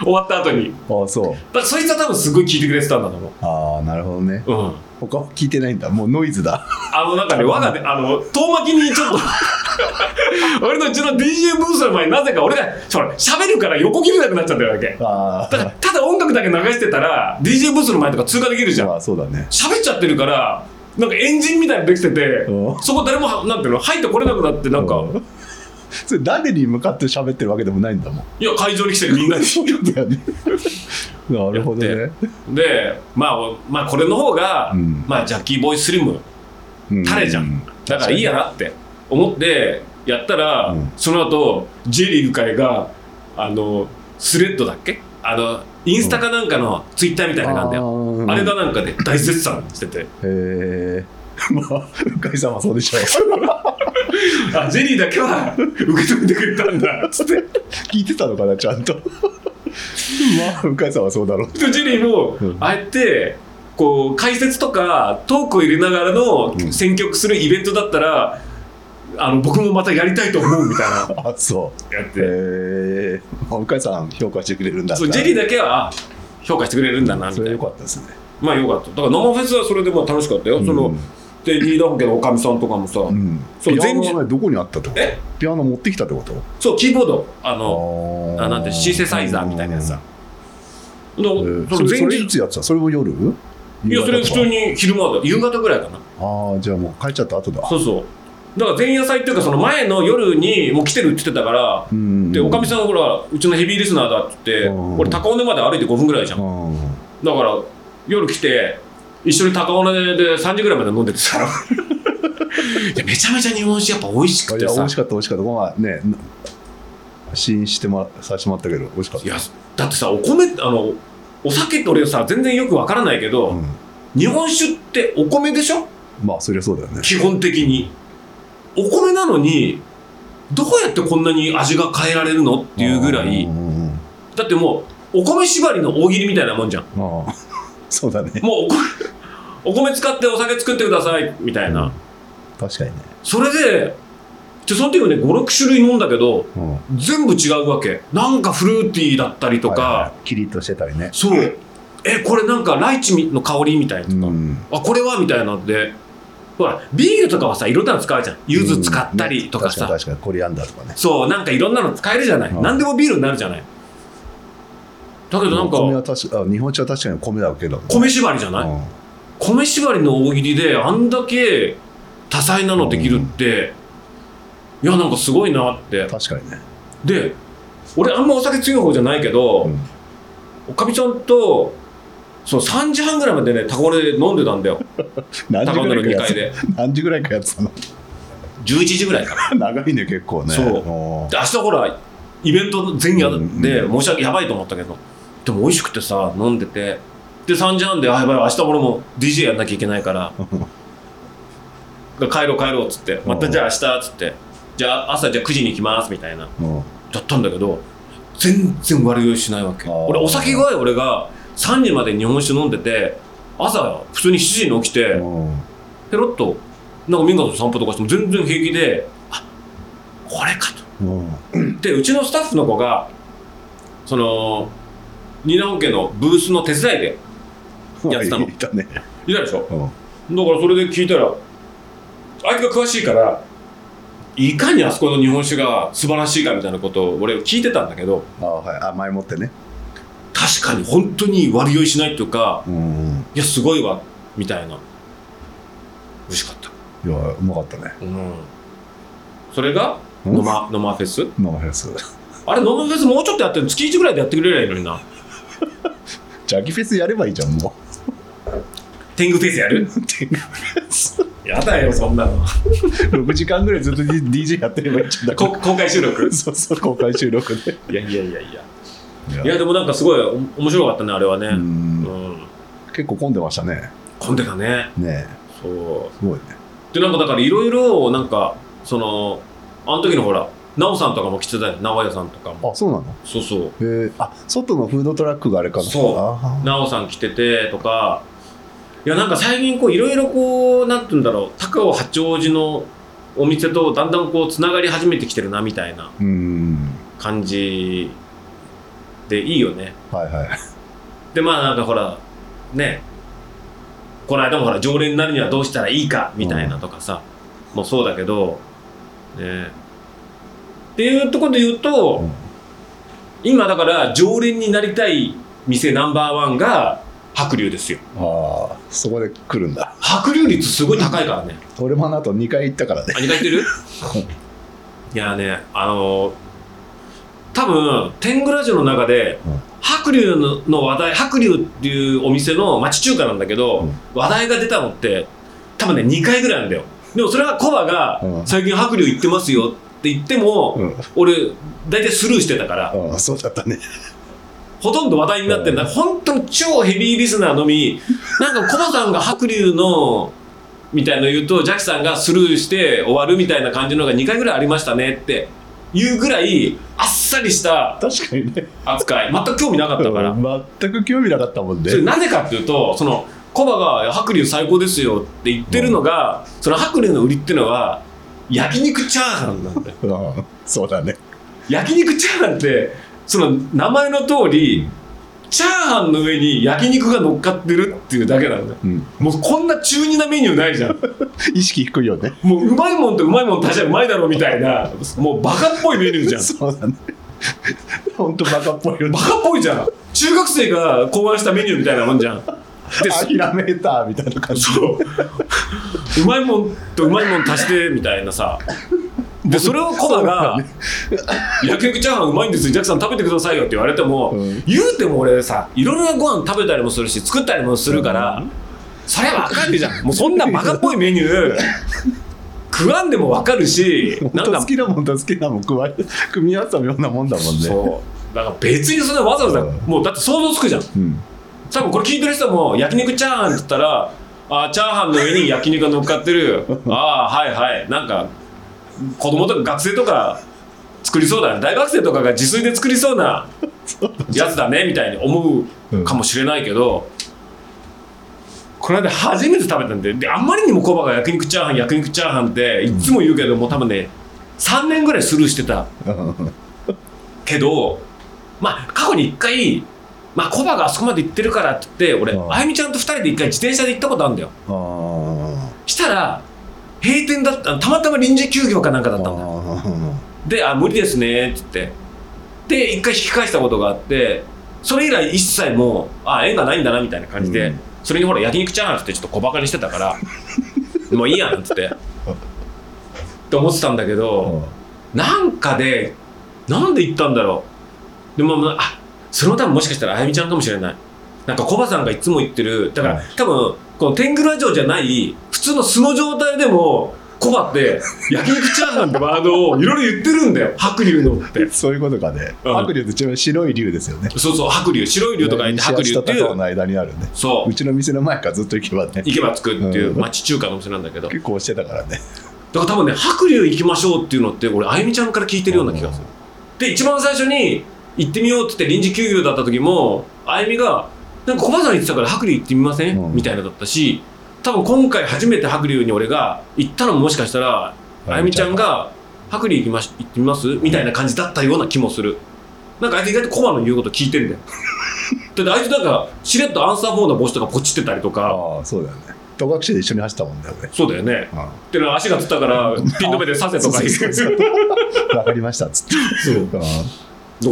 S1: 終わった後に。
S2: ああそう
S1: だからそいつは多分すごい聞いてくれてたんだと思
S2: ああなるほどね
S1: う。うん。
S2: 他は聞いてないんだもうノイズだ
S1: あの、なんかね、我がで、あの、遠巻きにちょっ と、俺のうちの DJ ブースの前になぜか俺が、ほら、喋るから横切れなくなっちゃったわけ。
S2: あ
S1: だから、ただ音楽だけ流してたら、DJ ブースの前とか通過できるじゃ
S2: あ
S1: ん。
S2: まあそうだね
S1: 喋っちゃってるから、なんかエンジンみたいなのできてて
S2: う、ん
S1: そこ誰もは、なんていうの、入ってこれなくなって、なんか
S2: う、んそれ誰に向かって喋ってるわけでもないんだもん
S1: いや、会場に来てるみんな に。
S2: そうだよねなるほど
S1: や
S2: ね、
S1: で、まあ、まあ、これの方が、
S2: うん
S1: まあ、ジャッキーボーイスリム
S2: う
S1: タレじゃんだからいいやなって思ってやったら、
S2: うん
S1: その後 J リーグ会があのスレッドだっけあのインスタかなんかのツイッターみたいな感じだよ、
S2: よ
S1: あれがなんかで大絶賛してて
S2: へえまあ向井さんはそうでしょう
S1: あジェリーだけは 受け止めてくれたんだつって
S2: 聞いてたのかなちゃんとまあ向井さんはそうだろう
S1: でジェリーも、
S2: うん
S1: ああやってこう解説とかトークを入れながらの選曲するイベントだったら、あの僕もまたやりたいと思うみたいな
S2: あそう
S1: やっ
S2: へ
S1: て
S2: えー、向井さん評価してくれるんだ
S1: そうジェリーだけは評価してくれるんだなみた
S2: そ
S1: い
S2: れ
S1: な
S2: 良かったですね
S1: まあよかっただから生フェスはそれでもう楽しかったよ、そのでリーダー保険のおかみさんとかもさ、
S2: うん、うん、
S1: そう
S2: ピアノ
S1: 前日
S2: はねどこにあったってこと
S1: え
S2: ピアノ持ってきたってこと
S1: そうキーボードあの
S2: あ
S1: あなんてシンセサイザーみたいなやつさ、の
S2: うんうん
S1: そ
S2: そ
S1: の
S2: れ
S1: 前
S2: それ
S1: 日
S2: いつやってたそれも夜
S1: いやそれ普通に昼間だ夕方ぐらいかな
S2: ああじゃあもう帰っちゃった後だ
S1: そうそうだから前夜祭っていうかその前の夜にもう来てるって言ってたから、
S2: うん
S1: でおかみさんがほらうちのヘビーリスナーだって言って、
S2: うん
S1: 俺高尾根まで歩いて5分ぐらいじゃん、
S2: うん
S1: だから夜来て一緒に高尾根で3時ぐらいまで飲んでて さいやめちゃめちゃ日本酒やっぱ美味しく
S2: い
S1: て
S2: や美
S1: さ
S2: 味しかった美味しかったまあね試飲してもらさせてもらったけど美味しかっ
S1: いやだってさお米あのお酒って俺さ全然よくわからないけ
S2: た、
S1: ど、
S2: うん、
S1: 日本酒ってお米でしょ
S2: まあそりゃそうだよね
S1: 基本的にお米なのにどうやってこんなに味が変えられるのっていうぐらい
S2: うんうんうん
S1: だってもうお米縛りの大喜利みたいなもんじゃん
S2: ああ そうだね
S1: もうお米 お米使ってお酒作ってくださいみたいな
S2: 確かにね、
S1: それででその時もね56種類飲んだけど
S2: うん、
S1: 全部違うわけなんかフルーティーだったりとか、
S2: はいはいキリッとしてたりね
S1: そうえこれなんかライチの香りみたいなとか、
S2: ん
S1: あこれはみたいなのでほらビールとかはさいろんなの使うじゃん柚子使ったりとかさ、
S2: うんね確かに確かにコリアンダーとかね
S1: そうなんかいろんなの使えるじゃない、
S2: うん
S1: 何でもビールになるじゃないだけどなん
S2: お米
S1: か
S2: は確かあ日本茶は確かに米だけどね
S1: 米縛りじゃない、
S2: うん
S1: 米縛りの大喜利であんだけ多彩なのできるって、いやなんかすごいなって
S2: 確かにね、
S1: で俺あんまお酒強い方じゃないけど、
S2: うん
S1: おかみちゃんとそう3時半ぐらいまでねタコレで飲んでたんだよ
S2: 何時
S1: 高尾
S2: ぐ
S1: の
S2: らいか
S1: 2
S2: やっ
S1: 階
S2: て
S1: で
S2: た何時ぐらいかやってたの
S1: 11時ぐらいから
S2: 長いね結構ね
S1: そう
S2: う
S1: で明日ほらイベント前夜で
S2: うん
S1: 申し訳やばいと思ったけどでも美味しくてさ飲んでてで3時半であやばい明日俺も DJ やんなきゃいけないから帰ろう帰ろうっつってまたじゃあ明日っつってじゃあ朝じゃあ9時に行きますみたいな
S2: うんうん
S1: だったんだけど全然悪酔いしないわけ
S2: あー
S1: 俺お酒具合俺が3時まで日本酒飲んでて朝普通に7時に起きて、
S2: うん
S1: ペロッとなんか民家と散歩とかしても全然平気であこれか
S2: うん
S1: とでうちのスタッフの子がそのニーナ本家のブースの手伝いでやってたの
S2: いたね、
S1: いたでしょだか
S2: うん、
S1: らそれで聞いたらあいつが詳しいからいかにあそこの日本酒が素晴らしいかみたいなことを俺聞いてたんだけど
S2: あはいあ前もってね
S1: 確かに本当に悪酔いしないっていうか
S2: うん
S1: いやすごいわみたいな美味しかった
S2: いやうまかったね
S1: うんそれが
S2: うん
S1: ノマノマフェス
S2: 生ヘルス
S1: あれ、ノブフェスもうちょっとやってる月1ぐらいでやってくれりゃいいのにな。
S2: ジャギフェスやればいいじゃんもう
S1: 天狗フェスやるやだよ、そんなの。
S2: 6時間ぐらいずっと DJ やってればいいじゃんだか ら
S1: こ公開収録
S2: そうそう公開収録で
S1: いやいやいやいや。
S2: い
S1: いや、でもなんかすごいお面白かったね、あれはね。
S2: う
S1: うん。
S2: ん結構混んでましたね
S1: 混んでたね。
S2: ね
S1: そ
S2: えすごいね
S1: う。で、なんかだからいろいろ、なんか、その、あの時のほら、ナオさんとかも来てたよ、直屋さんとかも。
S2: あそうなの
S1: そうそう。
S2: えー、あ外のフードトラックがあれかな
S1: そう
S2: あ
S1: ナオさん来ててとか、いや、なんか最近こう、いろいろこう、なんて言うんだろう、高尾八王子のお店とだんだんこう、つながり始めてきてるな、みたいな。
S2: ーうん
S1: 感じでいいよね
S2: はいはい
S1: でまあなんかほらねこの間もほら常連になるにはどうしたらいいかみたいなとかさ、もうそうだけどねっていうところで言うと、
S2: うん
S1: 今だから常連になりたい店ナンバーワンが白龍ですよ
S2: ああそこで来るんだ
S1: 白龍率すごい高いからね
S2: 俺もあの後2回行ったからね
S1: あ、2回言ってる いやね、あのー多分、天狗ラジオの中で
S2: うん、
S1: 白龍のの話題、白龍っていうお店の町中華なんだけど、
S2: うん
S1: 話題が出たのって、多分ね、2回ぐらいなんだよ。でもそれはコバが、
S2: うん
S1: 最近白龍行ってますよって言っても、
S2: うん
S1: 俺、大体スルーしてたから、
S2: ああそうだったね
S1: ほとんど話題になってんだ、
S2: うん
S1: 本当に超ヘビーリスナーのみ、なんかコバさんが白龍の、みたいの言うと、ジャキさんがスルーして終わるみたいな感じのが2回ぐらいありましたねっていうぐらい、あっさりした
S2: 確かにね
S1: 扱い、全く興味なかったから。
S2: うん全く興味なかったもんね
S1: それなぜかっていうと、その、コバが白龍最高ですよって言ってるのが、その白龍の売りっていうのは、焼肉チャーハンなんだよ
S2: うん、そうだね。
S1: 焼肉チャーハンってその名前の通りチャーハンの上に焼肉が乗っかってるっていうだけなんだよ
S2: うん、
S1: もうこんな中二なメニューないじゃん
S2: 意識低いよね。
S1: もううまいもんとうまいもん足しゃうまいだろみたいなもうバカっぽいメニューじゃん
S2: そうだね。本当バカっぽいよね
S1: バ。カっぽいじゃん中学生が考案したメニューみたいなもんじゃんで
S2: 諦めたみたいな感じ。
S1: そううまいもんとうまいもん足してみたいなさでそれをコバが「焼肉チャーハンうまいんですジャックさん食べてくださいよ」って言われても、
S2: うん
S1: 言うても俺さいろいろなご飯食べたりもするし作ったりもするから、それは分かるじゃんもうそんなバカっぽいメニュー食わんでも分かるし
S2: 本
S1: なん
S2: 当
S1: か
S2: 好きなもんと好きなもん組わ組み合わせたようなもんだもんね。
S1: そうだから別にそんなわざわざ、
S2: うん
S1: もうだって想像つくじゃん
S2: うん。
S1: 多分これ聞いてる人も焼肉チャーハンって言ったらあーチャーハンの上に焼肉が乗っかってるああはいはいなんか子供とか学生とか作りそうだね大学生とかが自炊で作りそうなやつだねみたいに思うかもしれないけど、この間初めて食べたんでであんまりにもコバが焼肉チャーハン焼肉チャーハンっていつも言うけど、もう多分ね3年ぐらいスルーしてた
S2: うん
S1: けどまあ過去に1回まあコバがあそこまで行ってるからって言って俺
S2: うん
S1: あゆみちゃんと2人で1回自転車で行ったことあるんだよ
S2: あー
S1: したら閉店だったたまたま臨時休業かなんかだったんだよ
S2: あ
S1: で「あ無理ですね」って言ってで1回引き返したことがあってそれ以来一切もうあ縁がないんだなみたいな感じで、
S2: うん
S1: それにほら焼肉チャーハンってちょっと小バカにしてたからもういいやんっつってって思ってたんだけど、
S2: ー。
S1: なんかで、なんで行ったんだろう。でも、まあ、あそれも多分もしかしたらあやみちゃんかもしれない。なんかコバさんがいつも言ってる、だから、
S2: はい
S1: 多分、このテングラ城じゃない、普通の素の状態でも、コバって、焼肉チャーハンってワードをいろいろ言ってるんだよ。白龍のって。
S2: そういうことかね。
S1: うん
S2: 白龍ってちなみに白い龍ですよね。
S1: そうそう、白龍。白い龍とか言って白龍ってい
S2: 西足と高尾
S1: う。
S2: の間にあるね。
S1: そう
S2: う。ちの店の前からずっと行けばね。
S1: 行けば着くっていう、
S2: うん
S1: 町中華のお店なんだけど。だ
S2: 結構してたからね。
S1: から多分ね、白龍行きましょうっていうのって、俺、あやみちゃんから聞いてるような気がする。で一番最初に行ってみようって言って臨時休業だった時もあゆみが「なんか小バさん行ってたから白龍行ってみません
S2: うん
S1: みたいなだったし多分今回初めて白龍に俺が行ったのももしかしたらあゆみちゃんが「白龍行きまし行ってみます?」みたいな感じだったような気もするなんかあいつ意外とコバの言うこと聞いてんだよ だってあいつなんかしれっとアンサー4の帽子とかポチってたりとか
S2: ああ、そうだよね。戸隠で一緒に走ったもんだよね。
S1: そうだよね
S2: うん
S1: ってのは足がつった からピン止めで刺せとか言う
S2: そうそうそうわかりましたっつって。
S1: そう
S2: うん
S1: だか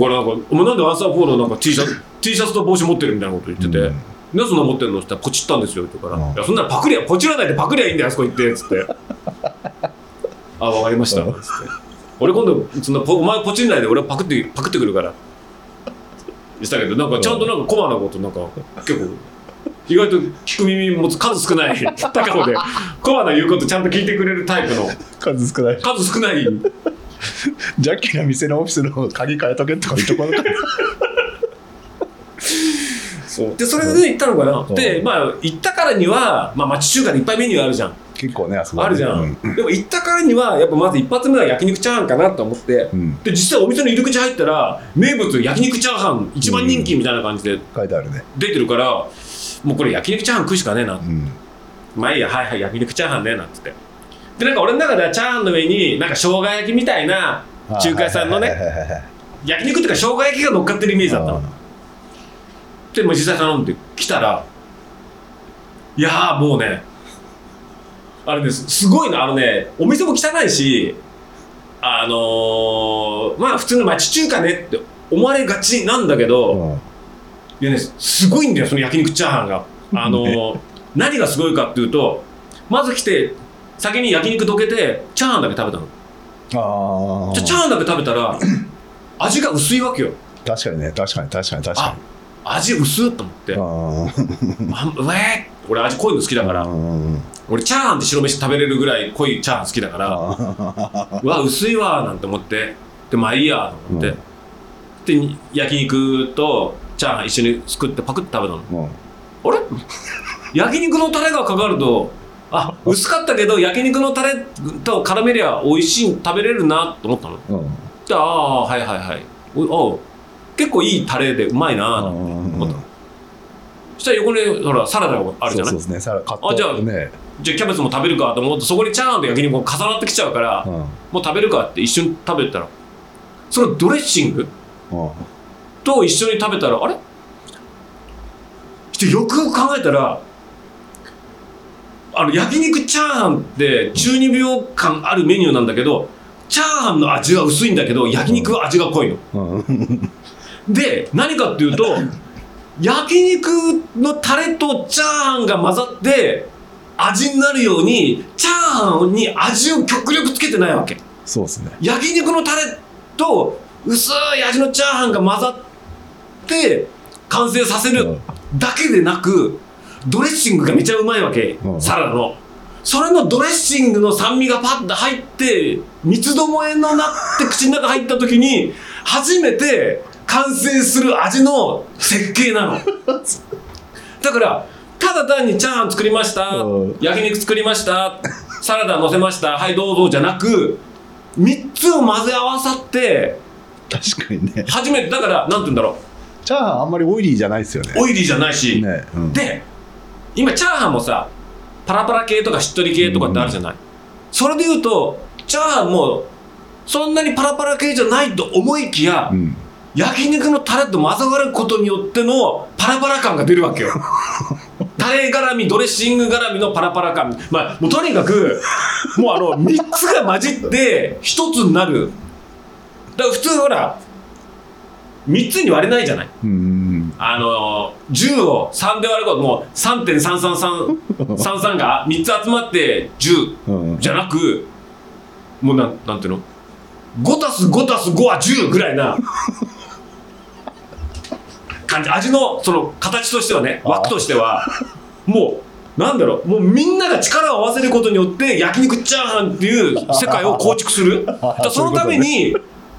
S1: らなんか、お前なんでアンサーフォーのなんか T シャツ、T シャツと帽子持ってるみたいなこと言ってて、
S2: うん
S1: なんでそんな持ってるのって言ったら、ポチったんですよって言うから、
S2: うん
S1: いやそんなのパクリゃ、ポチらないでパクりゃいいんだよ、あそこ行って、つっ て。あ、わかりました、つ
S2: う
S1: っ
S2: ん
S1: て。俺今度、そんなポお前ポチんないで、俺はパクって、パクってくるから。したけど、なんかちゃんとなんかコマなこと、なんか、結構、意外と聞く耳持つ数少ない高尾で、コマの言うことちゃんと聞いてくれるタイプの、
S2: 数少ない。
S1: 数少ない
S2: ジャッキーの店のオフィスの鍵変えとけとか言っとこな かった。
S1: でそれで行ったのかな、
S2: うん
S1: でまあ行ったからには、まあ、町中華でいっぱいメニューあるじゃん、
S2: 結構ね、あそこね
S1: あるじゃん、
S2: う
S1: でも行ったからにはやっぱまず一発目は焼肉チャーハンかなと思って
S2: うん。
S1: で実際お店の入り口入ったら名物焼肉チャーハン一番人気みたいな感じで
S2: 書いてあるね。
S1: 出てるから、もうこれ焼肉チャーハン食うしかねえな
S2: うん。
S1: まあいいやはいはい焼肉チャーハンねなんつってでなんか俺の中ではチャーハンの上になんか生姜焼きみたいな 中華屋さんのね
S2: はいはいはいはい
S1: 焼肉とか生姜焼きが乗っかってるイメージだった
S2: は
S1: の
S2: い。
S1: で、まあ、実際頼んで来たらいやーもうねあれですすごいのあのねお店も汚いしあのーまあ普通の町中華ねって思われがちなんだけど、
S2: うんうん
S1: いやねすごいんだよその焼肉チャーハンがあのー何がすごいかっていうとまず来て先に焼肉どけてチャーハンだけ食べたの
S2: あ
S1: じゃあチャー
S2: あ。
S1: ハンだけ食べたら味が薄いわけよ
S2: 確かにね、確かに確かに確
S1: あ
S2: か
S1: 味薄っと思って、
S2: に。うん
S1: あんうえー俺味濃いの好きだから、
S2: うん
S1: 俺チャーハンで白飯食べれるぐらい濃いチャーハン好きだから、
S2: あ
S1: うわ薄いわーなんて思ってでまあいいやと思って、で焼肉とチャーハン一緒に作ってパクって食べたの
S2: ーうん
S1: あれ焼肉のタレがかかるとあ薄かったけど焼肉のタレと絡めりゃ美味しい食べれるなと思ったの
S2: うん
S1: でああはいはいはいおお結構いいタレでうまいなー
S2: うん
S1: そしたら横にほらサラダがあるじゃない
S2: そうそうですね、サラ買っ
S1: あじゃあ
S2: ね、
S1: じゃあキャベツも食べるかと思うとそこにチャーンと焼き肉が重なってきちゃうから、
S2: うん
S1: もう食べるかって一緒に食べたらそのドレッシング
S2: うん
S1: と一緒に食べたらあれちょっとよくよく考えたらあの焼肉チャーハンって12秒間あるメニューなんだけどチャーハンの味は薄いんだけど焼肉は味が濃いの。
S2: うん
S1: で何かっていうと焼肉のタレとチャーハンが混ざって味になるようにチャーハンに味を極力つけてないわけ
S2: そうですね
S1: 焼肉のタレと薄い味のチャーハンが混ざって完成させ
S2: う
S1: る
S2: ん
S1: だけでなくドレッシングがめちゃうまいわけ、
S2: うん
S1: サラダのそれのドレッシングの酸味がパッと入って三つどもえのなって口の中入った時に初めて完成する味の設計なのだからただ単にチャーハン作りました、
S2: うん
S1: 焼肉作りましたサラダ乗せましたはいどうぞじゃなく3つを混ぜ合わさって
S2: 確かにね
S1: 初めてだからなんて言うんだろ
S2: チャーハンあんまりオイリーじゃないですよね
S1: うオイリーじゃないし、
S2: ねうん
S1: で今チャーハンもさパラパラ系とかしっとり系とかってあるじゃない、それで言うとチャーハンもそんなにパラパラ系じゃないと思いきや、
S2: うん
S1: 焼肉のタレと混ざることによってのパラパラ感が出るわけよタレ絡みドレッシング絡みのパラパラ感まあもうとにかくもうあの3つが混じって1つになるだから普通ほら3つに割れないじゃない
S2: うん
S1: あの10を3で割ることもう3.3333が3つ集まって10
S2: うんうん
S1: じゃなくもうなんなんていうの5たす5たす5は10ぐらいな感じ味のその形としてはね
S2: あ
S1: 枠としてはもうなんだろうもうみんなが力を合わせることによって焼肉チャーハンっていう世界を構築す るだからそのために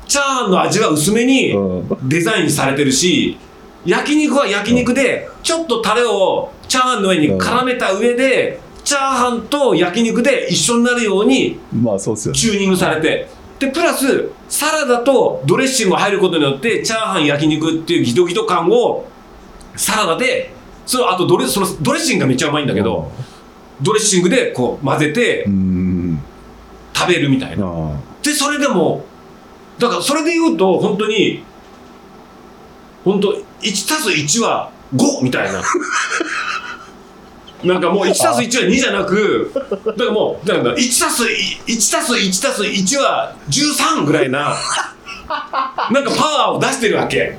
S1: チャーハンの味は薄めに
S2: うん
S1: デザインされてるし焼肉は焼肉でちょっとタレをチャーハンの上に絡めた上でチャーハンと焼肉で一緒になるように
S2: まあそうっすよね
S1: チューニングされてでプラスサラダとドレッシングが入ることによってチャーハン焼肉っていうギトギト感をサラダでそのあとドレそのドレッシングがめっちゃうまいんだけどドレッシングでこう混ぜて
S2: うん
S1: 食べるみたいな
S2: う。ん
S1: でそれでもだからそれで言うと本当に本当1たす1は5みたいな なんかもう1たす1は2じゃなくだからもうだから1たす1たす1たす1は13ぐらいななんかパワーを出してるわけ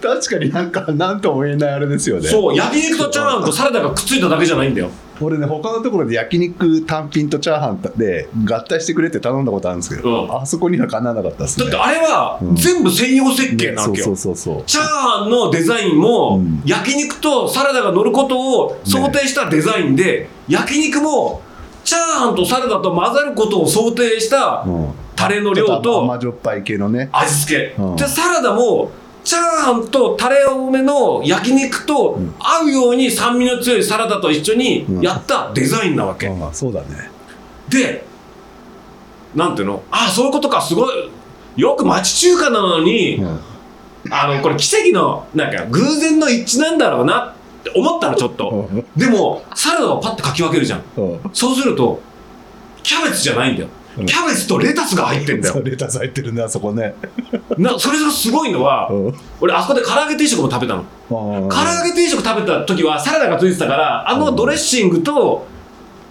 S2: 確かになんかなんとも言えないあれですよね
S1: そう焼肉とチャーハンとサラダがくっついただけじゃないんだよ
S2: 俺ね他のところで焼肉単品とチャーハンで合体してくれって頼んだことあるんですけど、
S1: うん
S2: あそこにはかなわなかったです
S1: だっ
S2: ね
S1: てあれは
S2: うん
S1: 全部専用設計
S2: ね
S1: な
S2: そ
S1: わ
S2: う
S1: けよ
S2: そうそうそう
S1: チャーハンのデザインも、
S2: うん
S1: 焼肉とサラダが乗ることを想定したデザインで、焼肉もチャーハンとサラダと混ざることを想定した
S2: うん
S1: タレの
S2: ちょ
S1: 量
S2: っと甘
S1: と
S2: じょっぱい系のね
S1: 味付け、
S2: うん
S1: でサラダもチャーハンとタレ多めの焼肉と
S2: ん
S1: 合うように酸味の強いサラダと一緒にやったデザインなわけ、
S2: うんそうだね
S1: でなんていうのああそういうことかすごいよく町中華なのに、
S2: うん
S1: あのこれ奇跡のなんか偶然の一致なんだろうなって思ったのちょっと
S2: うん
S1: でもサラダをパッとかき分けるじゃん
S2: うん
S1: そうするとキャベツじゃないんだよ
S2: うん
S1: キャベツとレタスが入ってんだ
S2: そう
S1: よ
S2: レタス入ってるねあそこね
S1: なそれがすごいのは
S2: うん
S1: 俺あそこで唐揚げ定食も食べたの
S2: うん
S1: 唐揚げ定食食べた時はサラダがついてたからあのドレッシングと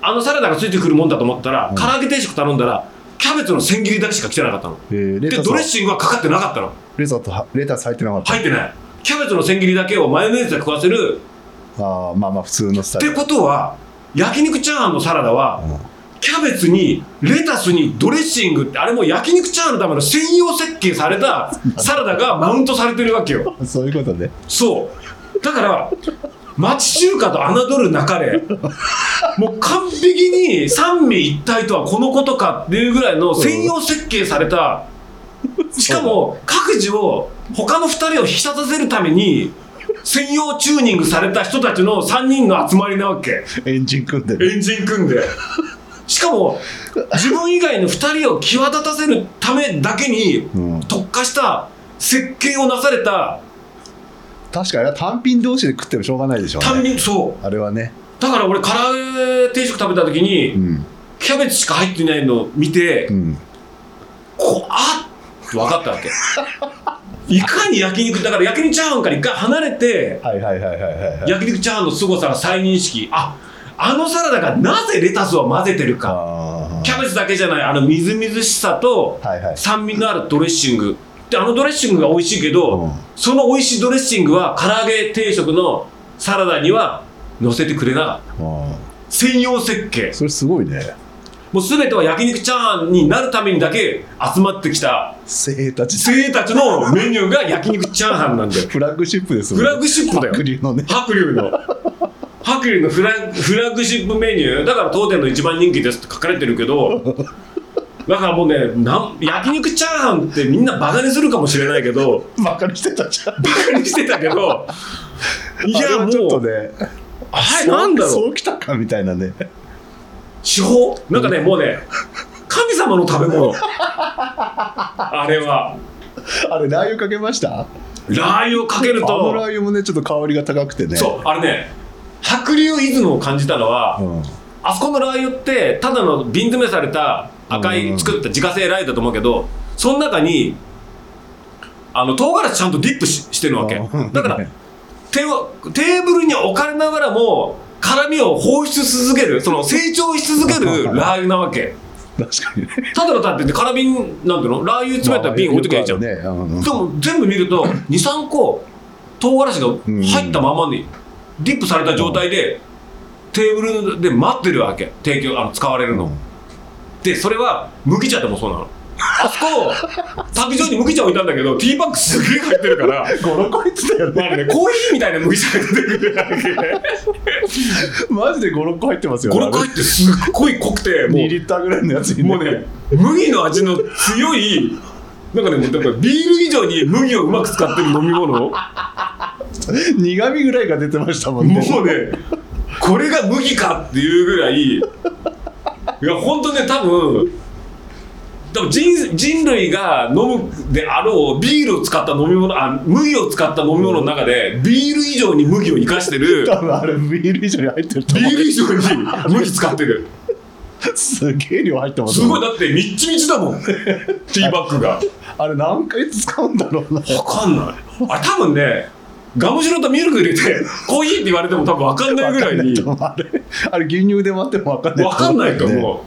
S1: あのサラダがついてくるもんだと思ったら
S2: うん
S1: 唐揚げ定食頼んだらキャベツの千切りだけしか来てなかったの
S2: えーレ
S1: で
S2: タス
S1: ド
S2: は
S1: レッシングはかかってなかったの
S2: レタスはレタス入ってなかっ
S1: 入ってないキャベツの千切りだけをマヨネーズで食わせる
S2: たあーまあまあ普通のスタ
S1: っ
S2: イ
S1: て
S2: ル
S1: ことは焼肉チャーハンのサラダは
S2: うん
S1: キャベツにレタスにドレッシングってあれもう焼肉チャーハンのための専用設計され たサラダがマウントされてるわけよ
S2: そういうことね
S1: そうだから町中華と侮るなかれもう完璧に三味一体とはこのことかっていうぐらいの専用設計されたしかも各自を他の2人を引き立たせるために専用チューニングされた人たちの3人の集まりなわけ。
S2: エンジン組んでる
S1: エンジン組んで。しかも、自分以外の2人を際立たせるためだけに
S2: うん
S1: 特化した設計をなされた
S2: 確かにあれは単品同士で食ってもしょうがないでしょう
S1: 単
S2: ね
S1: 品、そう。
S2: あれはね
S1: だだから俺唐揚げ定食食べた時に、
S2: うん
S1: キャベツしか入ってないのを見て、
S2: うん
S1: こあっって分かったわけ いかに焼肉だから焼肉チャーハンから一回離れて
S2: はいはいはいはいはいはい
S1: 焼肉チャーハンの凄さが再認識ああのサラダがなぜレタスを混ぜてるか
S2: あー
S1: キャベツだけじゃないあのみずみずしさと
S2: はいはい
S1: 酸味のあるドレッシングであのドレッシングが美味しいけど、
S2: うん
S1: その美味しいドレッシングは唐揚げ定食のサラダには乗せてくれなかった
S2: あ
S1: 専用設計
S2: ーそれすごいね
S1: もう全ては焼肉チャーハンになるためにだけ集まってきた
S2: 精鋭たち
S1: 精鋭たちのメニューが焼肉チャーハンなんだよ
S2: フラッグシップです
S1: フラッグシップだよ
S2: 白龍のね
S1: 白龍の白龍のフラフラッグシップメニューだから当店の一番人気ですって書かれてるけどだからもうねなん焼肉チャーハンってみんなバカにするかもしれないけど
S2: バカにしてたじゃん
S1: バカにしてたけど い
S2: あれ
S1: や
S2: はちょっ
S1: も
S2: と
S1: う
S2: ね
S1: あれなんだろう
S2: そうそうきたかみたいなね
S1: 手法なんかね、もうね神様の食べ 物あれは
S2: あれラー油かけました
S1: ラー油をかける
S2: あのラー
S1: と
S2: 油もねちょっと香りが高くてね
S1: そうあれね白龍イズムを感じたのは、
S2: うん、
S1: あそこのラー油ってただの瓶詰めされた赤
S2: う
S1: い
S2: ん
S1: 作った自家製ラー油だと思うけどその中にあの唐辛子ちゃんとディップししてるわけ
S2: うん
S1: だ から手をテーブルに置かれながらも辛みを放出し続けるその成長し続けるラー油なわけ
S2: 確かにね
S1: ただのだってね空瓶なんていうのラー油詰めた瓶置いときゃいいじゃん、
S2: まあよくあるね、うんうん
S1: でも全部見ると23個唐辛子が入ったままにディップされた状態でテーブルで待ってるわけ提供あの使われるの、
S2: うん
S1: でそれは麦茶でもそうなのあそこ卓上に麦茶置いたんだけどティーバッグすげえ入ってるから
S2: 56個入ってたよね
S1: あのねコーヒーみたいな麦茶が出てくるわけ
S2: マジで56個入ってますよ
S1: 56入ってすっごい濃くても
S2: 2
S1: う
S2: リッターぐらいのやつに
S1: もうね、麦の味の強い、なんかね、もうだからビール以上に麦をうまく使ってる飲み物、も
S2: 苦味ぐらいが出てましたも
S1: うん
S2: ね
S1: ね、これが麦かっていうぐらい、いや、本当ね、多分多分人人類が飲むであろうビールを使った飲み物あ麦を使った飲み物の中でビール以上に麦を生かしてる
S2: 多分あれビール以上に入ってると
S1: ビ
S2: 思う
S1: ール以上に麦使ってる
S2: すげえ量入ってます
S1: す
S2: もん
S1: ごいだってみっちみちだもんティーバッグが。
S2: あれ何回使うんだろうな
S1: わかんない。あれ多分ね、ガムシロとミルク入れて、コーヒーって言われても多分わかんないぐらいに、
S2: わかんないと思うあれあれ牛乳で割っても分かんない
S1: わかんないと
S2: ね
S1: 思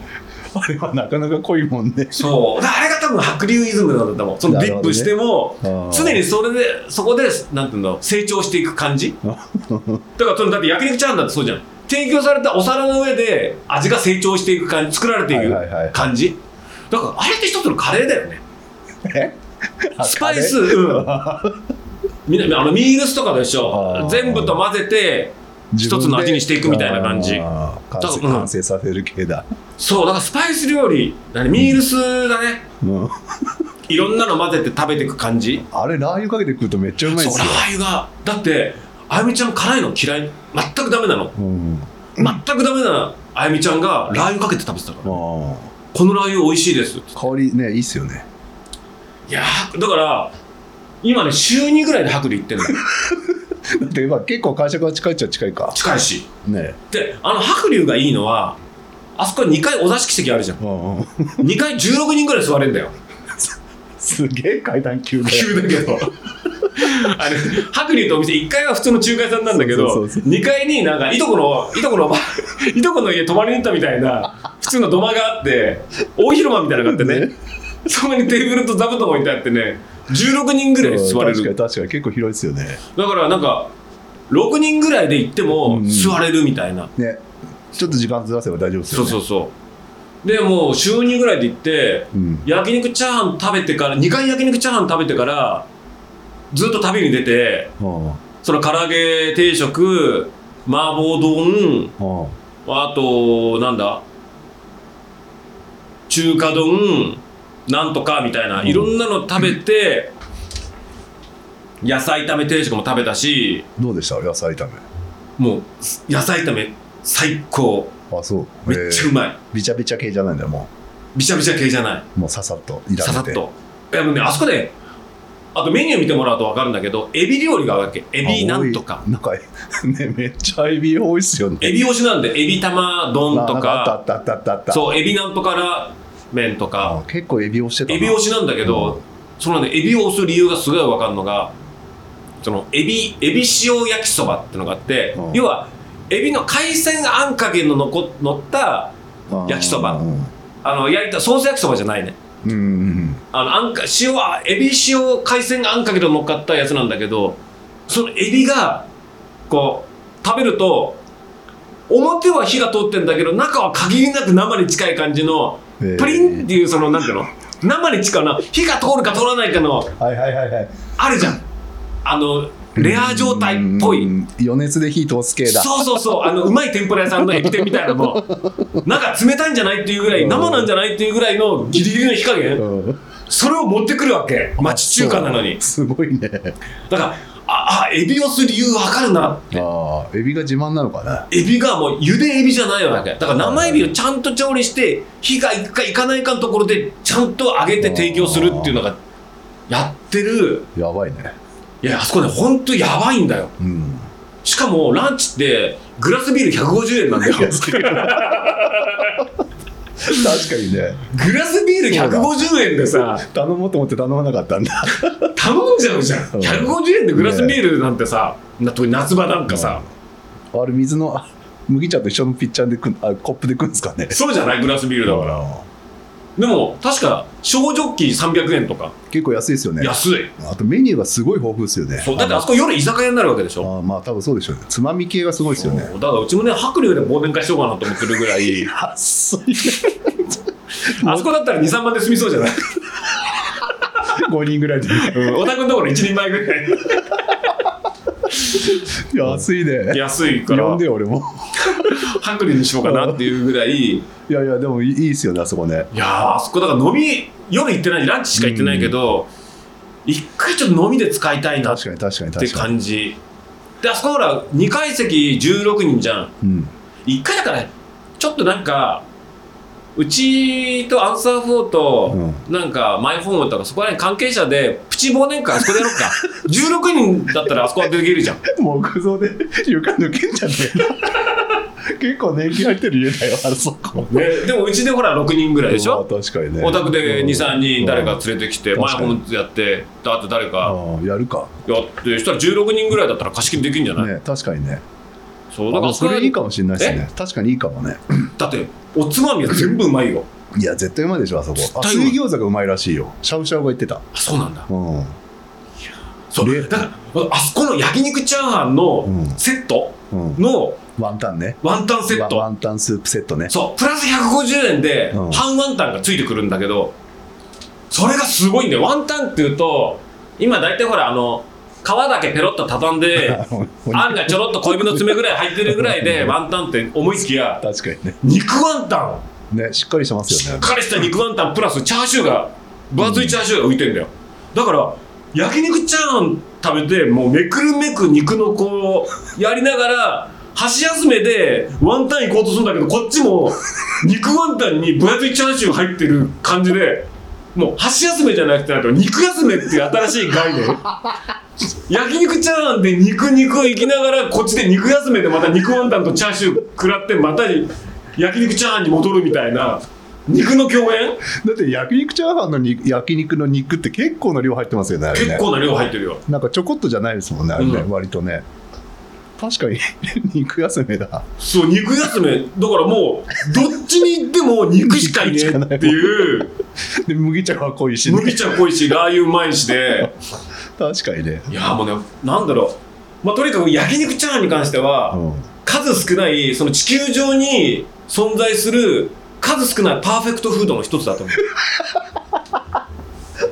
S1: う。
S2: あれはなかなか濃いもんね
S1: そう。だからあれが多分白竜イズムなんだと思う。そのディップしても、
S2: なるほどね
S1: 常にそれで、そこで、なんていうの、成長していく感 じ。だからその、だって焼肉チャーハンだってそうじゃん。提供されたお皿の上で味が成長していく感じ、作られてい
S2: はい
S1: く
S2: はいはい
S1: 感じ。だからあれって一つのカレーだよね。
S2: え
S1: スパイス、うん。 みんな、あのミールスとかでし
S2: あ
S1: ょ
S2: ー。
S1: 全部と混ぜて、一つの味にしていくみたいな感じ
S2: あー完
S1: だ
S2: 成
S1: うん
S2: 完成させる系だ、
S1: そうだからスパイス料理だねミールスだね、
S2: うん、
S1: いろんなの混ぜて食べていく感じ
S2: あれラー油かけて食うとめっちゃうまいで
S1: そう
S2: す
S1: ラ
S2: よ、
S1: ー油がだってあゆみちゃん辛いの嫌い全くダメなの
S2: うん、あ
S1: 全くダメなあゆみちゃんがラー油かけて食べてたから
S2: ー
S1: このラー油美味しいですって
S2: 香りねいいっすよね
S1: いやーだから今ね週2ぐらいで白龍行って んの
S2: だってまあ結構会社が近いっちゃ近いか
S1: 近いし
S2: ね
S1: であの白龍がいいのはあそこ2階お座敷席あるじゃん
S2: うん うん、
S1: 2階16人ぐらい座れんだよ
S2: すげえ階段急で
S1: 急だけどあれ白龍とお店1階は普通の仲介さんなんだけ
S2: そ
S1: ど
S2: うそうそう
S1: 2階になんかいとこのいとこのいとこの家泊まりに行ったみたいな普通の土間があって大広間みたいなのがあってね
S2: ね
S1: そこにテーブルと座布団置いてあってね16人ぐらい座れ
S2: 確か
S1: る
S2: に確かに結構広いですよね
S1: だからなんか6人ぐらいで行っても
S2: うん
S1: 座れるみたいな、
S2: ねちょっと時間ずらせば大丈夫ですよ
S1: そう
S2: ね
S1: そううそうでもう週2ぐらいで行って
S2: そう、ん、
S1: 焼肉チャーハン食べてから2回焼肉チャーハン食べてからずっと旅に出て
S2: うん
S1: その唐揚げ定食麻婆丼
S2: うん
S1: あとなんだ中華丼なんとかみたいな、
S2: うん
S1: いろんなの食べて、野菜炒め定食も食べたし
S2: どうでした野菜炒め
S1: もう野菜炒め最高
S2: あそう
S1: めっちゃうまい、
S2: えーびちゃびちゃ系じゃないんだよも
S1: びちゃびちゃ系じゃないう
S2: もうささっと炒めて
S1: ささっといやもうねあそこであとメニュー見てもらうと分かるんだけど、エビ料理があるわけ。エビなんとか
S2: あ。多いなんか、 ね、めっちゃエビ多いっすよね。
S1: エビ推しなんで、エビ玉丼と
S2: ななんあっ
S1: か、
S2: たあったあったあった。
S1: そう、エビなんとから麺とか
S2: あ、結構エビ押してたな。
S1: エビ推しなんだけど、そのね、エビを推す理由がすごい分かるのが、その、エビ、エビ塩焼きそばってのがあって、
S2: うん
S1: 要は、エビの海鮮あんかけののこ乗った、
S2: うん
S1: 焼きそば
S2: うん
S1: あの、焼いた、ソース焼きそばじゃないね。
S2: うんうん
S1: あの、あんか、塩は、エビ塩海鮮あんかけと乗っかったやつなんだけど、そのエビが、こう、食べると、表は火が通ってんだけど、中は限りなく生に近い感じの、
S2: うん。えー
S1: プリンっていう、その、なんていうの、生に近いな、火が通るか通らないかの、
S2: はいはいはいはい。
S1: あるじゃん。あの、レア状態っぽ
S2: う
S1: い。
S2: ん。余熱で火通す系だ。
S1: そうそうそう、あの、うまい天ぷら屋さんのエビ天みたいなのも、なんか冷たいんじゃないっていうぐらい、生なんじゃないっていうぐらいのギリギリの火加減。
S2: うん
S1: それを持ってくるわけ町中華なのに
S2: すごいね。
S1: だからああエビをする理由わかるな
S2: ああ、エビが自慢なのかな。
S1: エビがもう茹でエビじゃないわけだから生エビをちゃんと調理して火がいくかいかないかのところでちゃんと揚げて提供するっていうのがやってる
S2: やばいね。
S1: いやあそこねほんとやばいんだよ
S2: うん。
S1: しかもランチってグラスビール150円なんだよ
S2: 確かにね。
S1: グラスビール150円でさ
S2: 頼もうと思って頼まなかったんだ。
S1: 頼んじゃうじゃん
S2: うん
S1: 150円でグラスビールなんてさ、な特に夏場なんかさ、
S2: あれ、水の、あ麦茶と一緒のピッチャーでくん、あ、コップでくんですかね。
S1: そうじゃないグラスビールだからでも確か小ジョッキ300円とか
S2: 結構安いですよね。
S1: 安い
S2: あとメニューがすごい豊富ですよね。
S1: そうだってあ
S2: あ
S1: そこ夜居酒屋になるわけでしょ
S2: のあまあ、多分そうでしょうね。つまみ系がすごいですよね。
S1: そうだからうちもね白龍で忘年会しようかなと思ってるぐらい
S2: 安 いね。
S1: あそこだったら23万で済みそうじゃない
S2: 5人ぐらい で。
S1: お宅のところ1人前ぐらい
S2: 安いね。
S1: 安いから
S2: 呼んでよ、俺も。
S1: 白龍にしようかなっていうぐらいい
S2: いやいや、でもいいいいですよね、あそこね。
S1: やーあそこだから飲み夜行ってないランチしか行ってないけど一回ちょっと飲みで使いたいなっ
S2: 確かに確かに
S1: て
S2: 確かに。
S1: 感じであそこほら2階席16人じゃん
S2: うん。
S1: 一回だからちょっとなんかうちとアンサー4
S2: う
S1: と
S2: ん
S1: なんかマイホームとかそこら辺関係者でプチ忘年会あそこでやろう か16人だったらあそこはできるじゃん
S2: 木造で床抜けんじゃねえの結構年季入ってる家だよあそこ
S1: でもうちでほら6人ぐらいでしょ
S2: まあ確かにね
S1: お宅で23人誰か
S2: つ
S1: 連れてきて
S2: うん
S1: マイホームやってであと誰か
S2: やるか
S1: やってしたら16人ぐらいだったら貸し切りできるんじゃない、
S2: ね確かにね
S1: そうだ
S2: あ
S1: から
S2: そ
S1: は
S2: れいいかもしれないですね確かにいいかもね
S1: だっておつまみは全部うまいよ
S2: いや絶対うまいでしょあそこ
S1: 絶
S2: あ
S1: 対うまい
S2: 水餃子がうまいらしいよしゃぶしゃぶが言ってた
S1: あそうなんだ
S2: うん
S1: そう
S2: で
S1: だからあそこの焼肉チャーハンの
S2: うん
S1: セット
S2: うん
S1: の、
S2: ワンタンね
S1: ワンタンセッ
S2: ワ
S1: ト。
S2: ンタンスープセットね
S1: そう、プラス150円で
S2: うん、
S1: 半ワンタンがついてくるんだけど、それがすごいんだよ。ワンタンっていうと、今大体ほら、あの、皮だけペロッと畳ん で、あんがちょろっと小指の爪ぐらい入ってるぐらいで、ワンタンって思いつきや、
S2: 確かにね
S1: 肉ワンタ
S2: ねしっかりしてま
S1: ンし
S2: すよ
S1: っ
S2: ね
S1: かりした肉ワンタンプラスチャーシューが、分厚いチャーシューが浮いてんだよ。だから、焼肉チャーハン食べて、もうめくるめく肉のこう、やりながら、箸休めでワンタン行こうとするんだけど、こっちも肉ワンタンに分厚いチャーシュー入ってる感じで、もう箸休めじゃなくて、なんか肉休めっていう新しい概念。焼肉チャーハンで肉肉行きながら、こっちで肉休めでまた肉ワンタンとチャーシュー食らって、また焼肉チャーハンに戻るみたいな、肉の共演
S2: だって焼肉チャーハンの肉焼肉の肉って結構な量入ってますよねあれね
S1: 結構な量入ってるよ。
S2: なんかちょこっとじゃないですもんね、あれね、
S1: うん
S2: 割とね。確かに 肉休めだ。
S1: そう、肉休め、だからもう、どっちに行っても肉しかいねえっていう、
S2: で、麦茶は濃いしね、
S1: 麦茶濃いし、ラー油うまいしで、
S2: 確かにね。
S1: いやーもうね、なんだろう、まあ、とにかく焼肉チャーハンに関しては、
S2: うん
S1: 数少ない、その地球上に存在する、数少ないパーフェクトフードの一つだと思。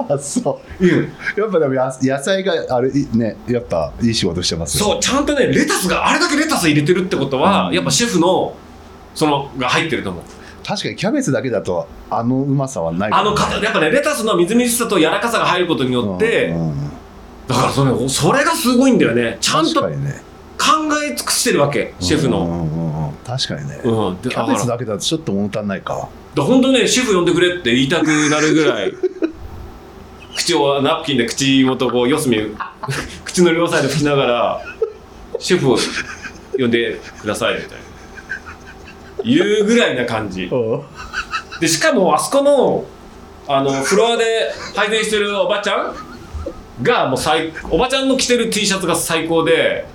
S2: あ、そ
S1: う
S2: う
S1: ん、
S2: う。やっぱでもや野菜が、あれ、いね、やっぱいい仕事してますよ。
S1: そう、ちゃんとね、レタスが、あれだけレタス入れてるってことは、
S2: うん
S1: やっぱシェフの、その、が入ってると思う。
S2: 確かにキャベツだけだと、あのうまさはないか
S1: あ
S2: も
S1: の
S2: ね、
S1: か、やっぱね、レタスのみずみずしさと柔らかさが入ることによって、
S2: うんうん
S1: だからそれそれがすごいんだよねちゃんと
S2: 確
S1: 考
S2: かにね。
S1: え尽くしてるわけシェフ
S2: う
S1: の、
S2: んうんうん確かにね。
S1: うん、で
S2: キ
S1: だか
S2: ャベ
S1: ら
S2: ツ
S1: だ
S2: だけだとちょっと物足んないか。
S1: 本当ねシェフ呼んでくれって言いたくなるぐらい口 口をナプキンで口元こう四隅 口の両サイド拭きながらシェフを呼んでくださいみたいな言うぐらいな感じ
S2: おう
S1: でしかもあそこのあのフロアで配膳してるおばちゃんがもう最おばちゃんの着てる T シャツが最高で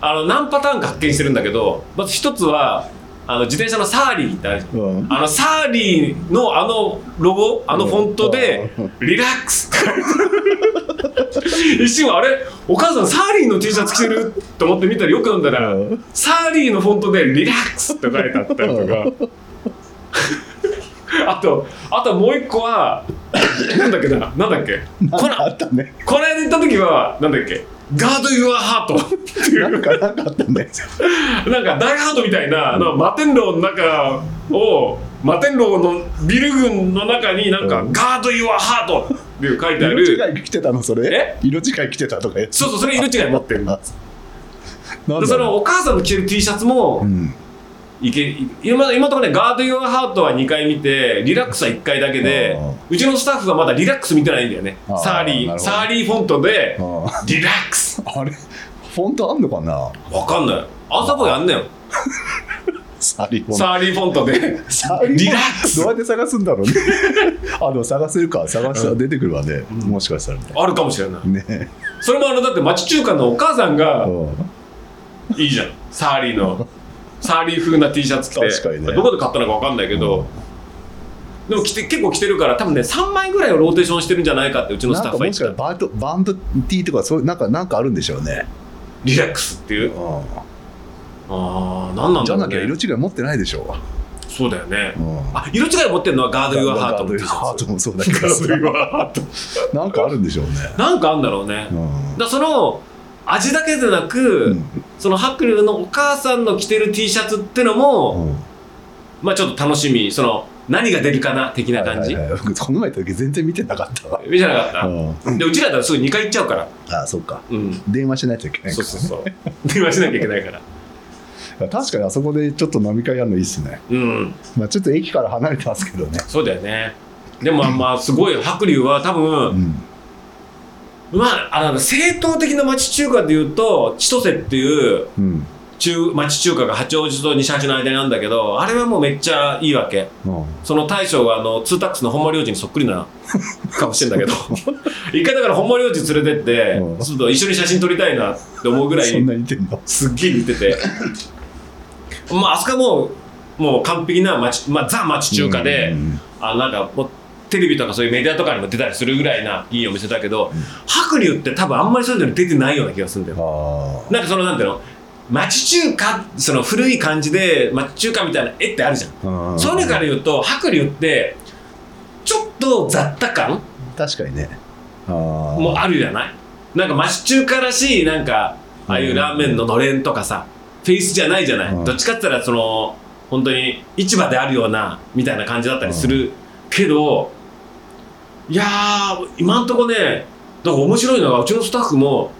S1: あの何パターンか発見してるんだけどまず一つはあの自転車のサーリーってあるじゃん
S2: うん
S1: あのサーリーのあのロゴあのフォントで
S2: う
S1: 「リラックス」 一瞬あれお母さんサーリーの T シャツ着てると思って見たらよく読んだら
S2: うん
S1: サーリーのフォントで「リラックス」って書いてあったりとか あとあともう一個は なんだっけななんだっけこ
S2: あ
S1: れ
S2: ったね
S1: これで行った時はなんだっけ「ガード・ユア・ハート」っていう
S2: なんかなかったね
S1: なんかダイハードみたいな、あの摩天楼の中を摩天楼のビル群の中になんか「
S2: うん
S1: ガード・ユア・ハート」っていう書いてあ
S2: 色
S1: る
S2: 違い着てたのそれ色違い着てたとかやつ
S1: そうそうそれ色違い持ってる
S2: あなん
S1: で
S2: だ
S1: その
S2: ろ
S1: お母さんの着てる T シャツも、
S2: ううん
S1: いけい今今のところね「ガード・ユア・ハート」は2回見てリラックスは1回だけで
S2: あー
S1: うちのスタッフはまだリラックス見てないんだよね
S2: あー
S1: サーリー
S2: なるほど
S1: サーリーフォントで
S2: あ
S1: 「リラックス
S2: あれフォントあんのかな」
S1: わかんないあそこやんねよ
S2: サリフォント
S1: サーリーフォントで
S2: サリフォント
S1: リラックス
S2: どうやって探すんだろうねあでも探せるか探したら出てくるわね
S1: ん
S2: もしかしたらね
S1: あるかもしれない
S2: ね
S1: それもあのだって町中華のお母さんが
S2: うん
S1: いいじゃんサーリーのサーリー風な T シャツ着て
S2: 確かにね
S1: どこで買ったのか分かんないけど、でも着て結構着てるから多分ね3枚ぐらいをローテーションしてるんじゃないかってうちのス
S2: な
S1: タッ
S2: んか
S1: フは
S2: も
S1: 言っ
S2: してかした
S1: た
S2: らバンドバンド T とかそういうなんかなんかあるんでしょうね
S1: リラックスっていう
S2: う
S1: ああ何なん
S2: んじ
S1: だ
S2: ゃ
S1: ろう
S2: なきゃ
S1: ね
S2: 色違い持ってないでしょ
S1: そうだよね
S2: う、うん
S1: あ色違い持ってるのはガード・ユア・ハートの T シ
S2: ハー
S1: ャツ
S2: トもそうだけど
S1: ガード・ユア・ハート
S2: なんかあるんでしょうね
S1: なんかあんだろうね、
S2: う
S1: だから
S2: ん
S1: その味だけでなく、
S2: うん
S1: その白龍のお母さんの着てる T シャツってのも、
S2: うん
S1: まあちょっと楽しみその何が出るかな的な感じ、
S2: はいはいはい僕この前行った時全然見てなかったわ
S1: 見てなかった、
S2: うん
S1: でうちらだとすぐ2回行っちゃうから、
S2: あそうか
S1: うん、
S2: 電話しないといけない
S1: そう
S2: か
S1: そうそう電話しなきゃいけないから
S2: ら確かにあそこでちょっと飲み会やるのいいっすね
S1: うん
S2: まあちょっと駅から離れてますけどね
S1: そうだよねでもまあすごい白龍は多
S2: う
S1: 分、
S2: ん
S1: まああの正統的な町中華でいうと千歳っていう
S2: うん
S1: 中町中華が八王子と西八の間にあるんだけどあれはもうめっちゃいいわけ
S2: うん
S1: その大将があのツータックスの本間良二にそっくりな顔してん だけど一回だから本間良二連れてって、
S2: うん
S1: ちょっと一緒に写真撮りたいなって思うぐらい
S2: そんな似てんの
S1: すっげえ似ててまああそこはもうもう完璧な町、まあ、ザ町中華で、
S2: うん
S1: あなんかもうテレビとかそういうメディアとかにも出たりするぐらいないいお店だけど、白龍って多分あんまりそういうの出てないような気がするんだよ
S2: あ
S1: なんかそのなんていうの町中華その古い感じで町中華みたいな絵ってあるじゃん、
S2: あうん
S1: そういうのから言うと白龍ってちょっと雑多感
S2: 確かにねあ
S1: も
S2: も
S1: あるじゃないなんか町中華らしいなんかああいうラーメンののれんとかさフェイスじゃないじゃない、
S2: うん
S1: どっちかって言ったらその本当に市場であるようなみたいな感じだったりするけど、いやー今んとこねだから面白いのがうちのスタッフも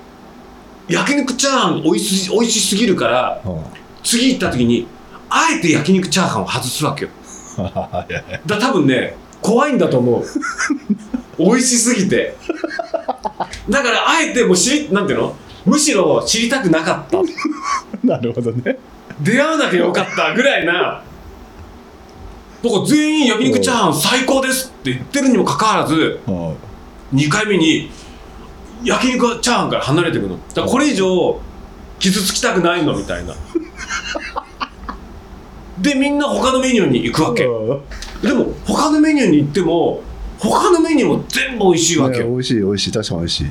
S1: 焼肉チャーハン美味し美味しすぎるから
S2: うん
S1: 次行った時にあえて焼肉チャーハンを外すわけよ
S2: いや
S1: だ多分ね怖いんだと思う美味しすぎてだからあえてもう知りなんていうのむしろ知りたくなかった
S2: なるほどね
S1: 出会わなきゃよかったぐらいなだから全員焼肉チャーハン最高ですって言ってるにもかかわらず
S2: うん
S1: 2回目に焼肉チャーハンから離れていくのだからこれ以上傷つきたくないのみたいなでみんな他のメニューに行くわけ
S2: うん
S1: でも他のメニューに行っても他のメニューも全部美味しいわけ
S2: ね美
S1: よ
S2: 味しい美味しい確かに美味しい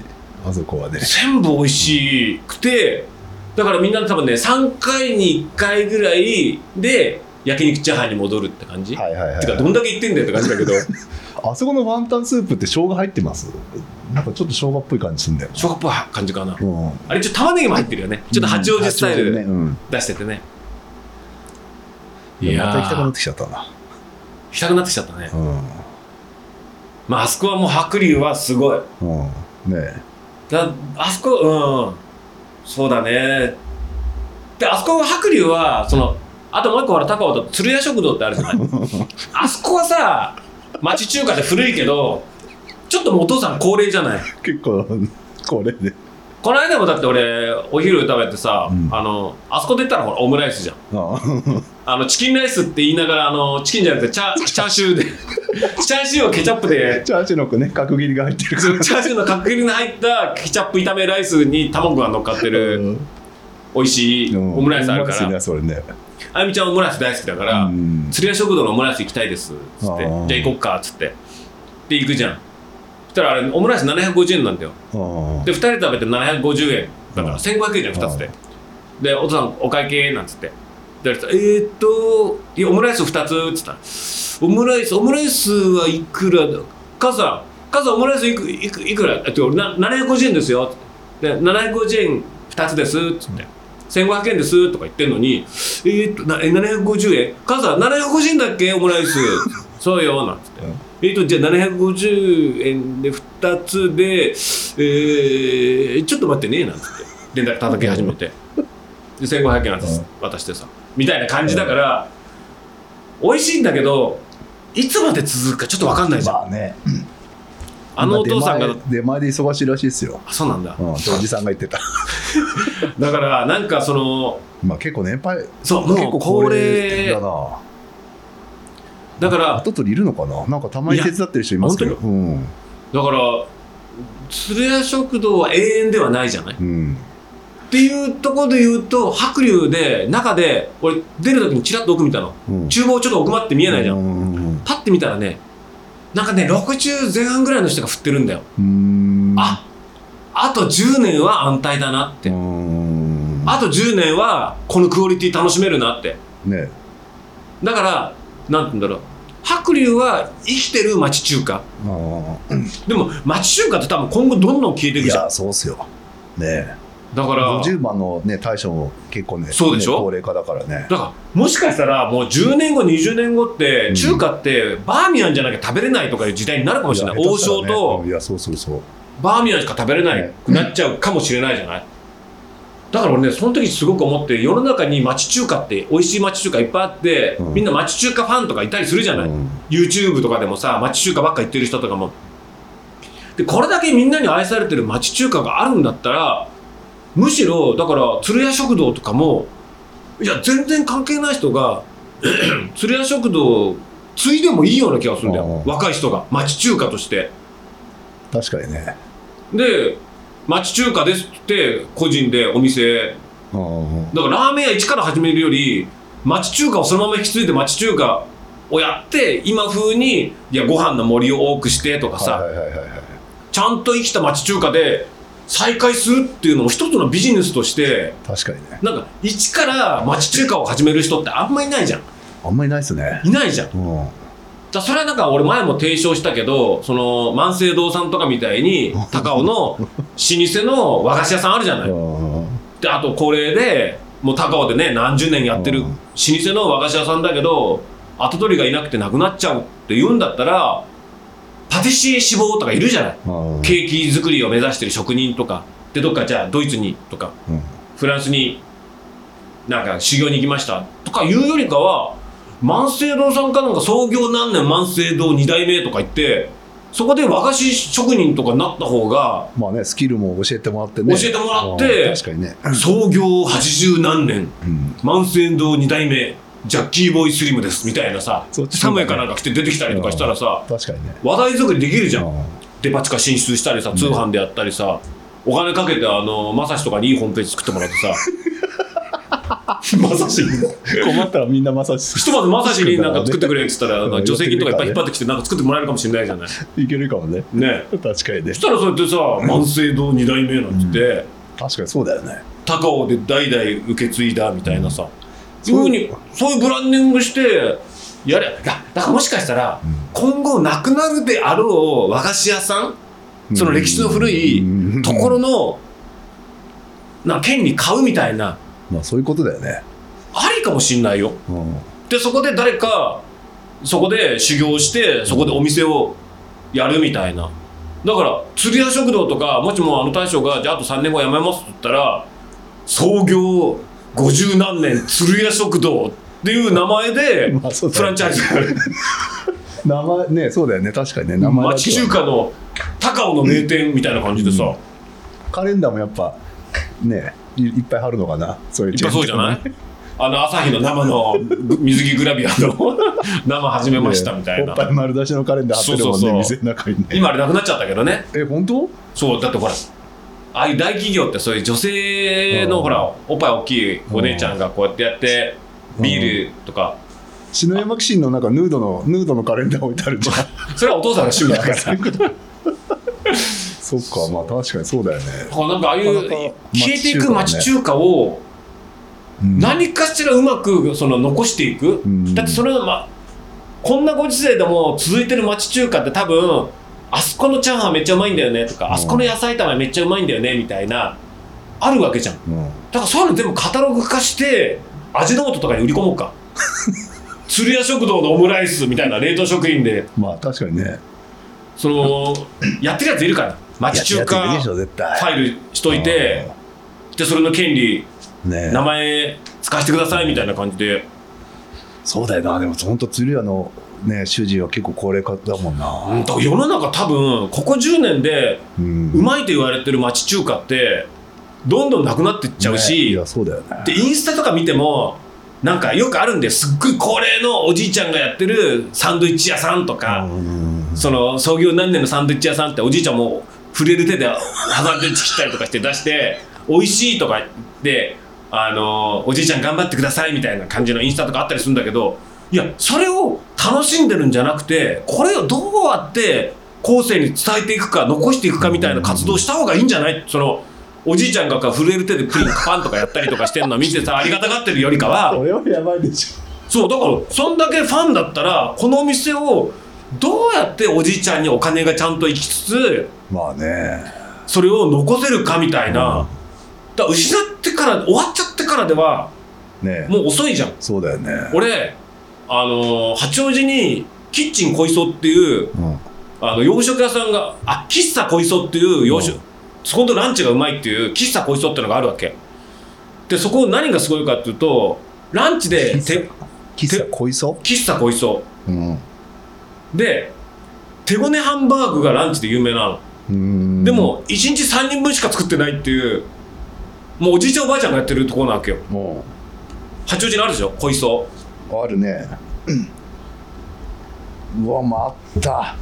S2: あそこはね
S1: 全部美味しくてだからみんな多分ね3回に1回ぐらいで焼肉チャーハンに戻るって感じ、
S2: はいはいはい
S1: てかどんだけ行ってんだよって感じ だけど
S2: あそこのワンタンスープって生姜入ってますなんかちょっと生姜っぽい感じすんだよ、
S1: 小学校は感じかな
S2: うん、
S1: あれちょっと玉ねぎも入ってるよねちょっと八王子スタイ
S2: うん八王
S1: ル
S2: 子ね、
S1: 出しててね、
S2: うん、
S1: い
S2: い
S1: や
S2: や
S1: ー
S2: また行きたくなってきちゃったな
S1: 行きたくなってきちゃったね
S2: う
S1: まああそこはもう白龍はすごい
S2: ん、うん、ね
S1: だあそこうんそうだねであそこ白龍はそのあともう一個ほら高尾と 鶴屋食堂ってあるじゃないあそこはさ町中華で古いけどちょっともうお父さん高齢じゃない
S2: 結構これで
S1: この間もだって俺お昼食べてさ、
S2: うん
S1: あのあそこで言ったらほらオムライスじゃん
S2: あ
S1: あのチキンライスって言いながらあのチキンじゃなくてチャチャーシューで チャーシューをケチャップ
S2: あ
S1: で
S2: チャーシューのね角切りが入ってる
S1: チャーシューの角切りの入ったケチャップ炒めライスに卵が乗っかってる
S2: うん
S1: 美味しい
S2: で
S1: オ
S2: も
S1: ムライスあるか
S2: オム
S1: ら
S2: ライスねそれね
S1: あゆみちゃんオムライス大好きだから、
S2: うん
S1: 釣り屋食堂のオムライス行きたいですっつってじゃ
S2: あ
S1: あ
S2: ー
S1: 行こっかっつってで行くじゃんそしたらあれオムライス750円なんだよ
S2: ああ
S1: で2人食べて750円だから
S2: うん
S1: 1500円じゃん2つで
S2: う
S1: でお父さんお会計なんつってでえー、っといやオムライス2つっつったらオムライスオムライスはいくらだ母さん母さんオムライスいくいくいくらえっとな750円ですよってで750円2つですっつって1500円ですとか言ってんのにえー、っとなえ750円母さん750円だっけオムライ スそうよなんつって、
S2: うん
S1: えー、っとじゃあ750円で2つでえー、ちょっと待ってねなんつって連絡叩き始めてで1500円渡す渡してさみたいな感じだから、美味しいんだけどいつまで続くかちょっと分かんないじゃん、
S2: まあね
S1: あのお父さんが
S2: 今出前出前で忙しいらしいですよ
S1: あそうなんだ
S2: うんおじさんが言ってた
S1: だからなんかその
S2: まあ結構年配
S1: そう
S2: 結
S1: もう高
S2: 構高
S1: 齢
S2: 齢
S1: だ
S2: だな
S1: から
S2: 後取りいるのかななんかたまに手伝ってる人いますけ
S1: い
S2: ど
S1: や
S2: うん
S1: だから鶴屋食堂は永遠ではないじゃない
S2: うん
S1: っていうところで言うと白龍で中で俺出る時にちらっと奥見たの
S2: うん
S1: 厨房ちょっと奥まって見えないじゃん、
S2: うんうん
S1: パッて見たらねなんかね60前半ぐらいの人が振ってるんだよ、
S2: うんうん
S1: ああと10年は安泰だなって、
S2: うん
S1: あと10年はこのクオリティ楽しめるなって
S2: ね
S1: だからなんて言うんだろう白龍は生きてる町中華
S2: あ
S1: でも町中華って多分今後どんどん消えて
S2: あ
S1: い
S2: い
S1: くじゃん
S2: やそうっすよね
S1: だから
S2: 50番のね大将も結構ね
S1: そうでしょ
S2: ね高齢化だからね
S1: だからもしかしたらもう10年後20年後って
S2: うん
S1: 中華ってバーミヤンじゃなきゃ食べれないとかいう時代になるかもしれない
S2: や
S1: 王将
S2: 下手したらね
S1: と
S2: うんいやそうそうそう
S1: バーミヤンしか食べれない
S2: ね
S1: くなっちゃうかもしれないじゃないだから俺ねその時すごく思って世の中に町中華って美味しい町中華いっぱいあって
S2: うん
S1: みんな町中華ファンとかいたりするじゃない、
S2: うん
S1: YouTube とかでもさ町中華ばっか行ってる人とかもでこれだけみんなに愛されてる町中華があるんだったらむしろだから鶴屋食堂とかもいや全然関係ない人が 鶴屋食堂継いでもいいような気がするんだよ
S2: うん
S1: 若い人が町中華として
S2: 確かにね
S1: で町中華ですって個人でお店
S2: うんうん
S1: だからラーメン屋一から始めるより町中華をそのまま引き継いで町中華をやって今風にいやご飯の盛りを多くしてとかさ、
S2: はいはいはいはいはい
S1: ちゃんと生きた町中華で再開するっていうのも一つのビジネスとして
S2: 確かにね
S1: なんか一から町中華を始める人ってあんまいないじゃん
S2: あんまりないっすね
S1: いないじゃんだか
S2: うんうん
S1: らそれはなんか俺前も提唱したけどその万世堂さんとかみたいに高尾の老舗の和菓子屋さんあるじゃないであとこれでもう高尾でね何十年やってる
S2: う
S1: 老
S2: ん
S1: 舗の和菓子屋さんだけど跡取りがいなくてなくなっちゃうって言うんだったらパティシエ志望とかいるじゃない
S2: うん
S1: ケーキ作りを目指してる職人とかでどっかじゃあドイツにとか
S2: うん
S1: フランスになんか修行に行きましたとかいうよりかは万世堂さんかなんか創業何年万世堂2代目とか言ってそこで和菓子職人とかになった方が
S2: まあねスキルも教えてもらってね
S1: 教えてもらって
S2: うん確かにね
S1: 創業80何年
S2: うん
S1: 万世堂2代目ジャッキーボーイスリムですみたいなさ
S2: そっち
S1: サムエかなんか来て出てきたりとかしたらさ
S2: 確かにね
S1: 話題作りできるじゃん
S2: うん
S1: デパ地下進出したりさ通販でやったりさ、お金かけてあのまさしとかにいいホームページ作ってもらってさ まさし
S2: 困ったらみんなまさし
S1: ひとまずまさしになんか作ってくれっつったらなんか助成金とかいっぱい引っ張ってきてなんか作ってもらえるかもしれないじゃない
S2: いけるかもね
S1: ね
S2: 確かに
S1: そ
S2: ね
S1: したらそうやってさ万世堂2代目なんつって、
S2: 確かにそうだよね
S1: 高尾で代々受け継いだみたいなさ、そう
S2: そ
S1: いう
S2: う
S1: ふうにそういうブランディングしてやれだだからもしかしたら、
S2: ん
S1: 今後なくなるであろう和菓子屋さんその歴史の古い
S2: うん
S1: ところの、な権利買うみたいな
S2: まあそういうことだよね
S1: ありかもしんないよ
S2: うん
S1: でそこで誰かそこで修行してそこでお店をやるみたいなだから釣り屋食堂とかもしもあの大将がじゃああと3年後辞めますって言ったら創業50何年釣り屋食堂っていう名前で
S2: まあそうだね
S1: フランチャイズ
S2: 名前ねそうだよね確かにね名前だけは
S1: 町中華の高尾の名店みたいな感じでさ、
S2: カレンダーもやっぱねいいっぱい貼るのかなそういう
S1: いっぱいそうじゃないあの朝日の生の水着グラビアの 生始めましたみたい
S2: お
S1: な
S2: っぱい丸出しのカレンダー貼ってるもん
S1: そう
S2: ね
S1: そうそう
S2: 店の中にね
S1: 今あれなくなっちゃったけどね
S2: え本当
S1: そうだってほらああいう大企業ってそういう女性
S2: う
S1: の
S2: ん
S1: ほらおっぱい大きいお姉ちゃんがこうやってやって
S2: うん
S1: ビールとか
S2: 篠山紀信の中ヌードのヌードのカレンダー置いてあるじゃん
S1: それはお父さんの趣味だから
S2: そ
S1: さ
S2: ういうこと そっかまあ確かにそうだよね、
S1: なんかああいう
S2: なかなか
S1: 消えていく町
S2: 町
S1: 中華を
S2: うん
S1: 何かしらうまくその残していく、
S2: うん
S1: だってそれは、まあ、こんなご時世でも続いてる町中華って多分あそこのチャーハンめっちゃうまいんだよねとか、
S2: うん
S1: あそこの野菜炒めめっちゃうまいんだよねみたいなあるわけじゃんだ
S2: うん
S1: からそういうの全部カタログ化して味の素とかに売り込もう か鶴屋食堂のオムライスみたいな冷凍食品で
S2: まあ確かにね
S1: そのやってるやついるから町中華
S2: いややってるでし
S1: フ
S2: ょ絶対
S1: ァイルしといてでそれの権利
S2: うんね
S1: 名前使わせてくださいみたいな感じで
S2: そうだよなでも本当鶴屋のね主人は結構高齢化だもんな、
S1: だから世の中多分ここ10年で
S2: うん
S1: うまいと言われてる町中華ってどんどんなくなってっちゃう
S2: ねい
S1: し、
S2: やそうだよね
S1: でインスタとか見てもなんかよくあるんですっごい高齢のおじいちゃんがやってるサンドイッチ屋さんとか、
S2: うん
S1: その創業何年のサンドイッチ屋さんっておじいちゃんも触れる手で挟んで切ったりとかして出して美味しいとか言ってあのおじいちゃん頑張ってくださいみたいな感じのインスタとかあったりするんだけどいやそれを楽しんでるんじゃなくてこれをどうやって後世に伝えていくか残していくかみたいな活動をした方がいいんじゃないそのおじいちゃんが震える手でプリンパンとかやったりとかしてるの見てさありがたがってるよりかは
S2: 俺はやばいでし
S1: そうだからそんだけファンだったらこのお店をどうやっておじいちゃんにお金がちゃんと行きつつ
S2: ょまあね
S1: それを残せるかみたいな、
S2: うん
S1: だから失ってから終わっちゃってからでは
S2: ね
S1: もう遅いじゃん
S2: そうだよね
S1: 俺あのー八王子にキッチン小磯っていう
S2: うん
S1: あの洋食屋さんがあ喫茶小磯っていう洋食、
S2: うん
S1: そこでランチがうまいっていう喫茶小磯ってのがあるわけでそこ何がすごいかっていうとランチでて
S2: 喫茶小磯
S1: 喫茶小磯
S2: うん
S1: で手ごねハンバーグがランチで有名なの、
S2: うん
S1: でも1日3人分しか作ってないっていうもうおじいちゃんおばあちゃんがやってるところなわけよ
S2: も
S1: 八王子にあるでしょ小磯
S2: うあるねうんうわまああった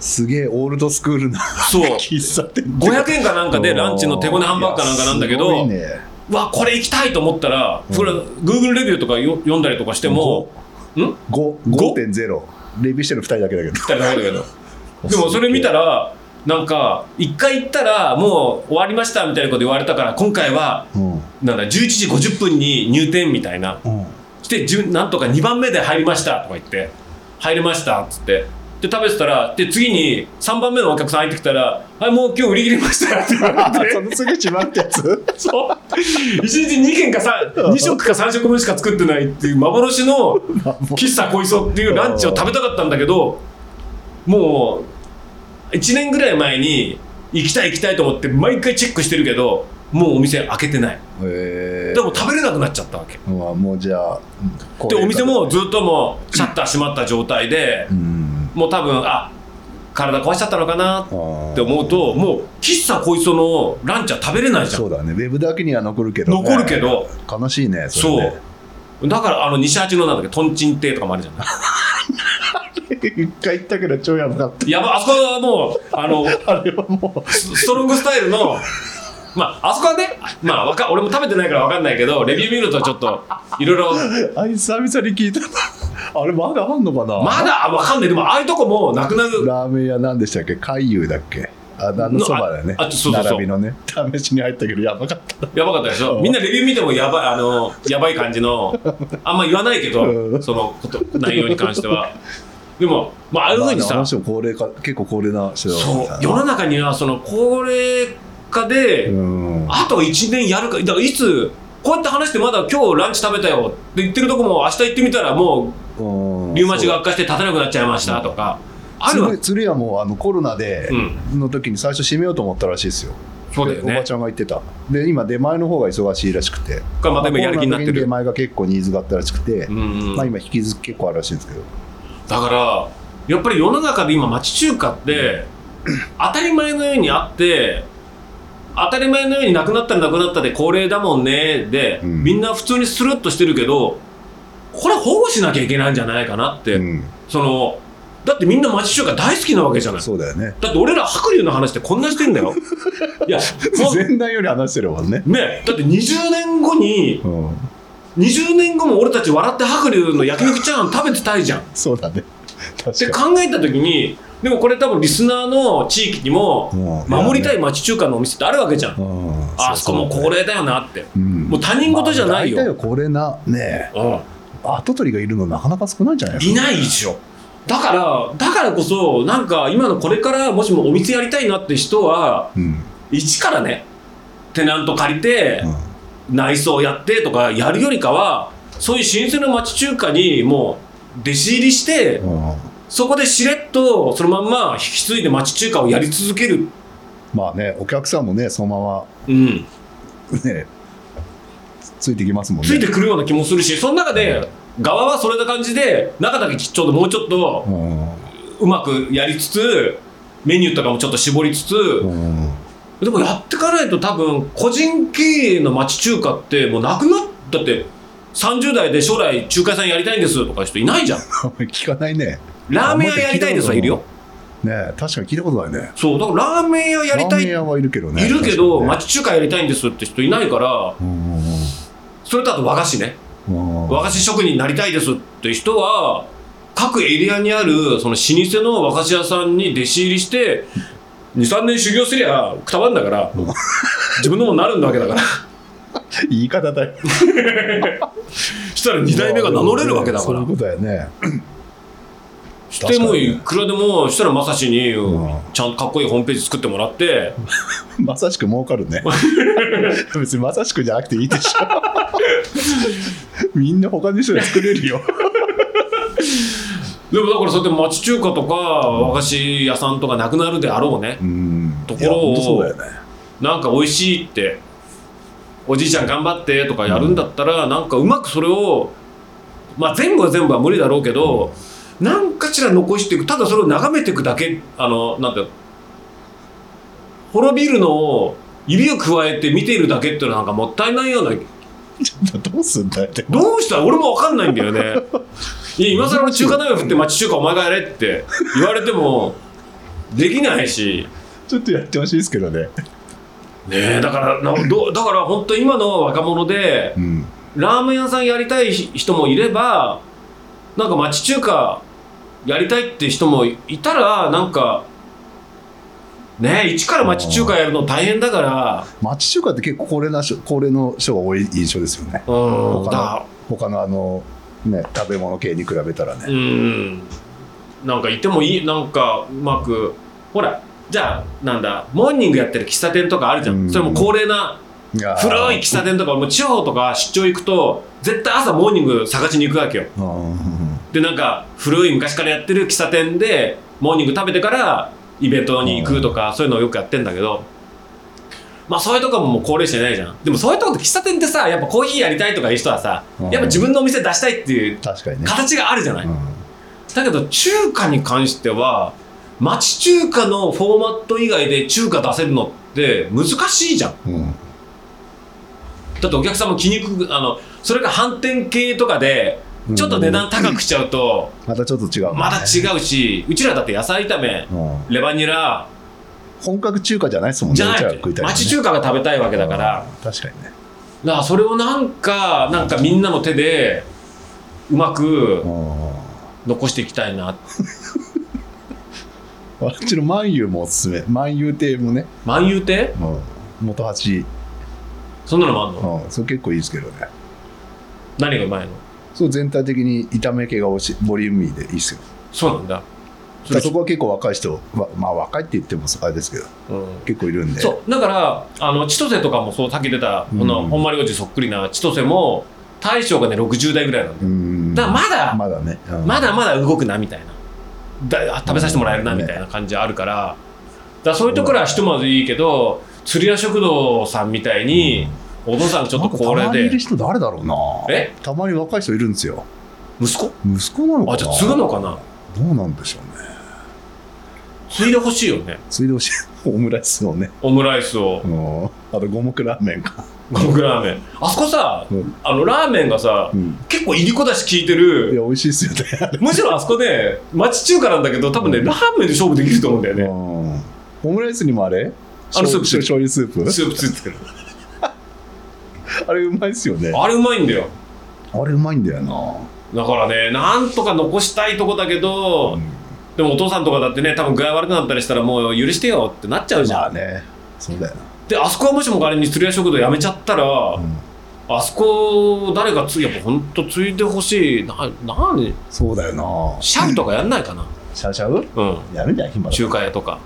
S2: すげえオールドスクールな
S1: そう
S2: 喫茶店
S1: 500円かなんかでランチの手ごねハンバーグかなんかなんだけ
S2: いや
S1: ど、
S2: すごいね
S1: わこれ行きたいと思ったら、
S2: うん
S1: これ Google レビューとかよ読んだりとかしてもん
S2: 5 5.0レビューしてるの2人だけだけど
S1: 行ったりだけだけどでもそれ見たらなんか1回行ったらもう終わりましたみたいなこと言われたから今回は
S2: うんうん
S1: なんだ11時50分に入店みたいなして順なんとか2番目で入りましたとか言って入れましたっつってで食べてたらで次に3番目のお客さん入ってきたら「はいもう今日売り切れました」って言われ
S2: あ
S1: て
S2: そのすぐ閉まったやつ
S1: そう1日2軒か3 2食か3食分しか作ってないっていう幻の喫茶こいそっていうランチを食べたかったんだけどもう1年ぐらい前に行きたい行きたいと思って毎回チェックしてるけどもうお店開けてない
S2: へえ
S1: でも食べれなくなっちゃったわけ
S2: まあもうじゃあ
S1: でお店もずっともうシャッター閉まった状態で
S2: うん
S1: もう多分あ体壊しちゃったのかなっ
S2: あー
S1: て思うともう喫茶こいそのランチは食べれないじゃ
S2: そ
S1: ん
S2: うだねウェブだけには残るけどね、
S1: 残るけど
S2: 悲しいね
S1: そ
S2: そうれね
S1: だからあの西八のなんだっけとんちん亭とかもあるじゃない
S2: 一回行ったけど超やばかっ
S1: やばあそこはもうあの
S2: たあれはも
S1: スストロングスタイルのまああそこはねまあわか俺も食べてないからわかんないけどレビュー見るとちょっといろいろ
S2: うあいつ久々に聞いたなあれまだあんのかな
S1: まだあわかんないでもああいうとこもなくなる
S2: ラーメン屋なんでしたっけ海遊だっけああのそばだよね
S1: ああそうそうそう
S2: 並びのね試しに入ったけどやばかった
S1: やばかったでしょ
S2: うん
S1: みんなレビュー見てもやばいあのやばい感じ のあんま言わないけ
S2: う
S1: ど
S2: ん
S1: そのこと内容に関してはでも、まあああいうふうに
S2: まああ
S1: さ
S2: の人も高齢化結構高齢な人だから
S1: そう
S2: さ
S1: 世の中にはその高齢化で、
S2: うん
S1: あと1年やるかだからいつこうやって話してまだ今日ランチ食べたよって言ってるとこも明日行ってみたらも
S2: うん
S1: うリウマチが悪化して立てなくなっちゃいましたとか、あるわ
S2: 鶴鶴屋もあのコロナで
S1: うん
S2: の時に最初閉めようと思ったらしいですよ、
S1: そうだよ
S2: でお
S1: ね
S2: ばちゃんが言ってたで今出前の方が忙しいらしくて
S1: がまた今やる気になってる、
S2: コロナの時に出前が結構ニーズがあったらしくて、
S1: うんうん
S2: まあ、今引き続き結構あるらしいんですけど
S1: だからやっぱり世の中で今町中華って当たり前のようにあって当たり前のようになくなったらなくなったで高齢だもんねで、
S2: うん
S1: みんな普通にスルッとしてるけどこれ保護しなきゃいけないんじゃないかなって、
S2: うん、
S1: そのだってみんな町中華大好きなわけじゃない
S2: そうだよね
S1: だって俺ら白龍の話ってこんなしてん だよいやもう
S2: 前段より話してるもんね、
S1: ねだって20年後に
S2: うん、
S1: 20年後も俺たち笑って白龍の焼肉チャーハン食べてたいじゃん
S2: そうだね
S1: で
S2: 確か
S1: 考えた時にでもこれ多分リスナーの地域にも
S2: に、
S1: 守りたい町中華のお店ってあるわけじゃん、
S2: うん
S1: あそこも高齢だよなって、
S2: うん
S1: もう他人事じゃないよ、
S2: まあ大体はこれなねえ後取りがいるのなかなか少ないんじゃない
S1: うんいないでしょだからだからこそなんか今のこれからもしもお店やりたいなって人は
S2: うん、うん
S1: 一からねテナント借りて内装やってとかやるよりかはそういう老舗の町中華にもう弟子入りして
S2: うん
S1: そこでしれっとそのまんま引き継いで町中華をやり続ける
S2: まあねお客さんもねそのま
S1: うん
S2: まねついてきますもんね
S1: ついてくるような気もするしその中で側はそれな感じで中だけちょっともうちょっと
S2: うん
S1: うまくやりつつメニューとかもちょっと絞りつつ
S2: うん
S1: でもやっていかないと多分個人経営の町中華ってもうなくなったって30代で将来中華屋さんやりたいんですとか人いないじゃん
S2: あんまり聞かないね
S1: ラーメン屋やりたいですはいるよ
S2: ねえ確かに聞いたことないね
S1: そうだからラーメン屋やり
S2: ラ
S1: た
S2: ー
S1: い
S2: メン
S1: い
S2: 屋はいるけどね
S1: るけど
S2: 確か
S1: 町中華やりたいんですって人いないから
S2: にねうんうん
S1: それとあと和菓子ね
S2: うん
S1: 和菓子職人になりたいですって人は各エリアにあるその老舗の和菓子屋さんに弟子入りして23年修行すりゃくたばんだ から
S2: うん
S1: 自分のものになるんだわけだから
S2: 言い方だよ
S1: したら2代目が名乗れるわけだか
S2: そうい
S1: ら
S2: うことだよね
S1: してもい
S2: 確
S1: くらでもしたらまさしに
S2: うん
S1: ちゃんとかっこいいホームページ作ってもらって
S2: まさしく儲 かるね別にまさしくじゃなくていいでしょ みんな他の人で作れるよ
S1: でもだからそうやって町中華とか和菓子屋さんとかなくなるであろうね
S2: うん
S1: ところを
S2: いや本当そうだよね
S1: なんか美味しいっておじいちゃん頑張ってとかやるんだったら、なんかうまくそれをまあ全部は全部は無理だろうけど、なんかしら残していくただそれを眺めていくだけあのなんか滅びるのを指を加えて見ているだけっていうのはなんかもったいないような
S2: どうすんだよって
S1: どうしたら俺もわかんないんだよね いや今更俺中華鍋振って町中華お前がやれって言われてもできないし
S2: ちょっとやってほしいですけどね
S1: ねえだからなどうだから本当今の若者で
S2: うん
S1: ラーメン屋さんやりたい人もいればなんか町中華やりたいって人もいたらなんかねえ一から町中華やるの大変だから
S2: 町中華って結構高齢な人高齢の人が多い印象ですよね
S1: うん
S2: 他
S1: だ
S2: の他のあのね食べ物系に比べたらね
S1: うんなんかいてもいいなんかうまくほらじゃあなんだモーニングやってる喫茶店とかあるじゃん、
S2: うん
S1: それも高齢な古い喫茶店とかもう地方とか出張行くと絶対朝モーニング探しに行くわけよ
S2: うんうんうん
S1: でなんか古い昔からやってる喫茶店でモーニング食べてからイベントに行くとかそういうのをよくやってんだけどまあそういうとこももう高齢者いないじゃんでもそういうとこって喫茶店ってさやっぱコーヒーやりたいとかいう人はさ
S2: うん
S1: やっぱ自分のお店出したいっていう
S2: 確かにね
S1: 形があるじゃない
S2: うん
S1: だけど中華に関しては町中華のフォーマット以外で中華出せるのって難しいじゃん
S2: うん
S1: だってお客さんも気にくあのそれが反転系とかでちょっと値段高くしちゃうと
S2: またちょっと違うもんね
S1: また違うしうちらだって野菜炒め
S2: うん
S1: レバニラ
S2: 本格中華じゃないですもんね
S1: じゃな
S2: うちらが
S1: い
S2: 食いたいのね
S1: 町中華が食べたいわけだからだか
S2: うん確かにね
S1: らそれをなんかなんかみんなの手でうまく
S2: う
S1: 残していきたいな
S2: んあっちの万有もおすすめ万有亭もね
S1: 万有亭
S2: うん元八
S1: そんなのもあんの、
S2: うんそれ結構いいですけどね
S1: 何がうまいの
S2: そう全体的に炒め系がおいしいボリューミーでいいですよ
S1: そうなんだ
S2: だからそこは結構若い人ままあ若いって言ってもあれですけど
S1: うん
S2: 結構いるんで
S1: そうだからあの千歳とかもそうさっき出たこの
S2: うん
S1: 本丸王子そっくりな千歳も大将がね60代ぐらいなんだよ
S2: うん
S1: だからまだ、
S2: まだね、うん
S1: まだまだ動くなみたいなだあ食べさせてもらえるなみたいな感じあるからだからそういうところはひとまずいいけど釣り屋食堂さんみたいに、お父さんがちょっと高
S2: なんかたま
S1: 齢
S2: に
S1: で
S2: いる人誰だろうな
S1: え
S2: たまに若い人いるんですよ
S1: 息子
S2: 息子なのかな
S1: あじゃあ継ぐのかな
S2: どうなんでしょうね
S1: 継いでほしいよね
S2: ついでほしいオムライスをね
S1: オムライスを
S2: うんあと五目ラーメンか、
S1: 僕ラーメンあそこさ、
S2: うん
S1: あのラーメンがさ
S2: うん、
S1: 結構いりこだし効いて
S2: いや
S1: る
S2: 美味しいですよね
S1: むしろあそこで町中華なんだけど多分ね、
S2: うん
S1: ラーメンで勝負できると思うんだよ
S2: う
S1: ね、
S2: んオムライスにもあれ
S1: あのスープ
S2: しょ醤油スープ
S1: スープついてる
S2: あれうまいですよね
S1: あれうまいんだよ
S2: あれうまいんだよな、
S1: だからねなんとか残したいとこだけど、
S2: うん
S1: でもお父さんとかだってね多分具合悪くなったりしたらもう許してよってなっちゃうじゃん、
S2: まあねそうだよな、
S1: であそこはもしも仮に釣り屋食堂やめちゃったら、
S2: うん
S1: あそこ誰がつやっぱ本当ついでほしいな何
S2: そうだよな
S1: シャンとかやんないかな
S2: シャウシャウ
S1: うん
S2: やるんじゃない暇だ
S1: 中華屋とか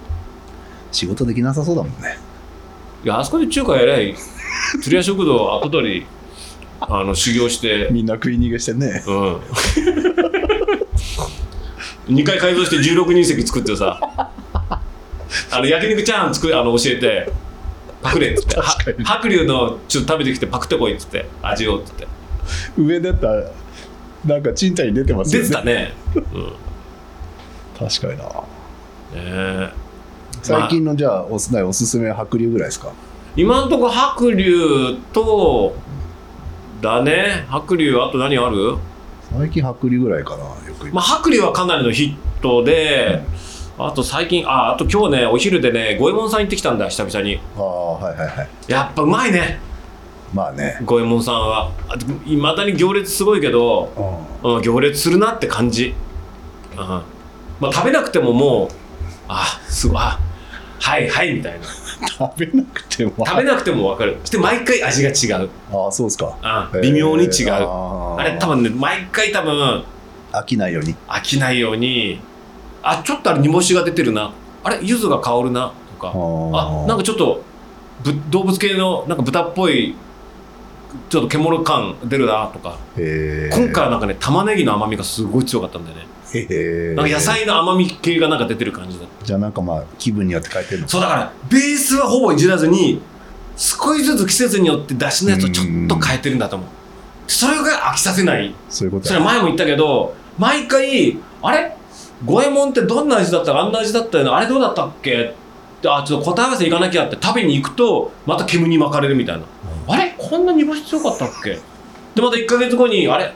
S2: 仕事できなさそうだもんね
S1: いやあそこで中華やりゃいい釣り屋食堂跡取りあの修行して
S2: みんな食い逃げしてね
S1: うん2回改造して16人席作ってさあの焼肉ちゃん作るあの教えてパクれっつっては
S2: 確かに
S1: 白龍のちょっと食べてきてパクってこいっつって味をっつって
S2: 上だったらなんか賃貸に出てますよ
S1: 出
S2: ね
S1: てたね、うん、ね
S2: 確かにな
S1: え
S2: 最近のじゃあおすないおすすめは白龍ぐらいですか
S1: 今んとこ白龍とだね白龍あと何ある、
S2: 最近白龍ぐらいかなよく、
S1: まあ、白龍はかなりのヒットで、あと最近ああと今日ねお昼でね五右衛門さん行ってきたんだ久々に
S2: ああはいはいはい
S1: やっぱうまいね
S2: まあね
S1: 五右衛門さんはいまだに行列すごいけど、
S2: うん
S1: うん、行列するなって感じ、うんまあ、食べなくてももうあすごいあはいはいみたいな
S2: 食べなくても
S1: 食べなくても分かるそして毎回味が違う、
S2: ああそうですか
S1: あ微妙に違う、
S2: えーあー
S1: あれ多分ね毎回多分
S2: 飽きないように
S1: 飽きないようにあちょっとあれ煮干しが出てるなあれ柚子が香るなとかあなん
S2: か
S1: かちょっとぶ動物系のなんか豚っぽいちょっと獣感出るなとか今回はなんかね玉ねぎの甘みがすごい強かったんだよねなんか野菜の甘み系がなんか出てる感じだ
S2: じゃあなんかまあ気分によって変えてるの
S1: そうだからベースはほぼいじらずに少しずつ季節によって出汁のやつをちょっと変えてるんだと思うそれが飽きさせない
S2: そういうこと
S1: それ
S2: や
S1: 前も言ったけど毎回あれ五右衛門ってどんな味だったかあんな味だったよねあれどうだったっけってあちょっと答え合わせ行かなきゃって食べに行くとまた煙に巻かれるみたいな、あれこんな煮干し強かったっけでまた1か月後にあれ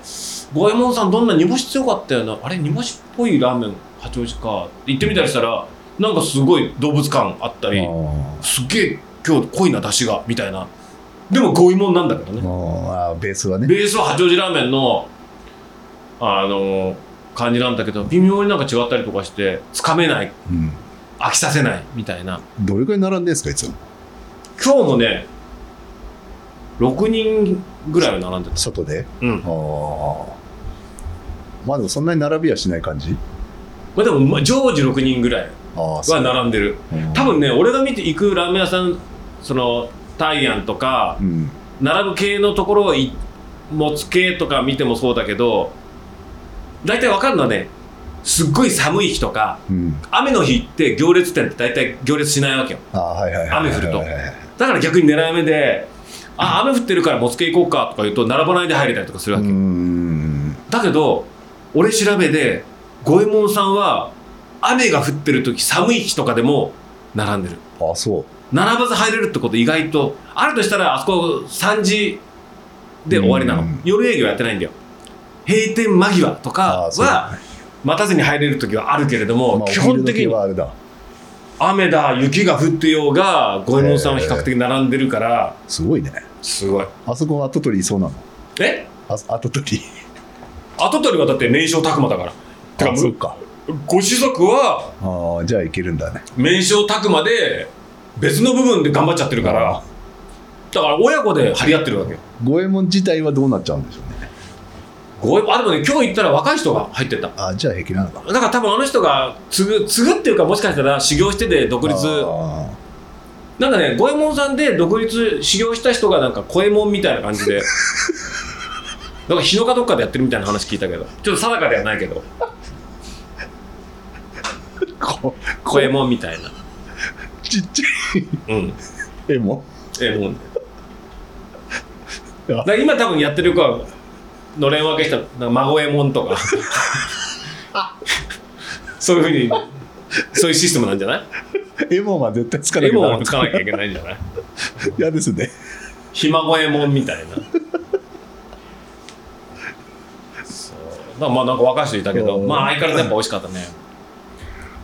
S1: 五右衛門さんどんな煮干し強かったよなあれ煮干しっぽいラーメン八王子かって行ってみたりしたらなんかすごい動物感あったり
S2: あ
S1: すっげえ今日濃いな出汁がみたいなでも五右衛門なんだけどね
S2: ーあーベースはね
S1: ベースは八王子ラーメンのあの感じなんだけど微妙になんか違ったりとかしてつかめない
S2: うん
S1: 飽きさせないみたいな
S2: どれくらい並んでんですかいつも
S1: 今日もね6人ぐらいは並んでた
S2: 外で
S1: うん
S2: ああまあでもそんなに並びはしない感じ
S1: まあでもまあ常時6人ぐらい
S2: ああそ
S1: は
S2: う
S1: 並んでる
S2: うん
S1: 多分ね俺が見て行くラーメン屋さんそのタイアンとか
S2: うん
S1: 並ぶ系のところをい持つ系とか見てもそうだけど大体わかるのはねすっごい寒い日とか
S2: うん
S1: 雨の日って行列店って大体行列しないわけよ
S2: ああはいはいはいはい
S1: 雨降ると
S2: はいはいはい
S1: だから逆に狙い目で「あ雨降ってるからもつけ行こうか」とか言うと並ばないで入れたりとかする
S2: う
S1: わ
S2: ー
S1: け、
S2: ん
S1: だけど俺調べで五右衛門さんは雨が降ってる時寒い日とかでも並んでる
S2: ああそう
S1: 並ばず入れるってこと意外とあるとしたらあそこ3時で終わりなの、
S2: うん
S1: 夜営業やってないんだよ閉店間際と
S2: あ
S1: か
S2: ーそう
S1: は待たずに入れる時はあるけれども、
S2: まあ
S1: 基本的
S2: お昼時
S1: に
S2: はあれだ
S1: 雨だ雪が降ってようが五右衛門さんは比較的並んでるから
S2: すごいね
S1: すごい
S2: あそこは後取りいそうなの
S1: え
S2: あ後取り
S1: 跡取りはだって名将拓磨だから てか
S2: あ
S1: む
S2: そうか
S1: ご子息は
S2: ああじゃあいけるんだね
S1: 名将拓磨で別の部分で頑張っちゃってるからだから親子で張り合ってるわけよ
S2: 五右衛門自体はどうなっちゃうんでしょうね
S1: ごあでもね今日行ったら若い人が入ってた
S2: ああじゃあ平気なのか
S1: だから多分あの人が継ぐ継ぐっていうかもしかしたら修行してで独立
S2: あ
S1: なんかね五右衛門さんで独立修行した人がなんか五右衛門みたいな感じでなんか日野かどっかでやってるみたいな話聞いたけどちょっと定かではないけど
S2: ーこ
S1: 五右衛門みたいな
S2: ちっちゃ
S1: うん
S2: い絵も
S1: えもう
S2: いや
S1: だから今多分やってる子はのれん分けしたなんか孫右衛門とか そういうふうにそういうシステムなんじゃない
S2: エモンは絶対つかな
S1: エ
S2: く
S1: モン
S2: な
S1: を
S2: る
S1: つかなきゃいけないんじゃない
S2: 嫌ですね
S1: ひ孫えもんみたいなそうだからまあなんか若い人いたけど
S2: うん
S1: まあ相変わらずやっぱ美味しかったね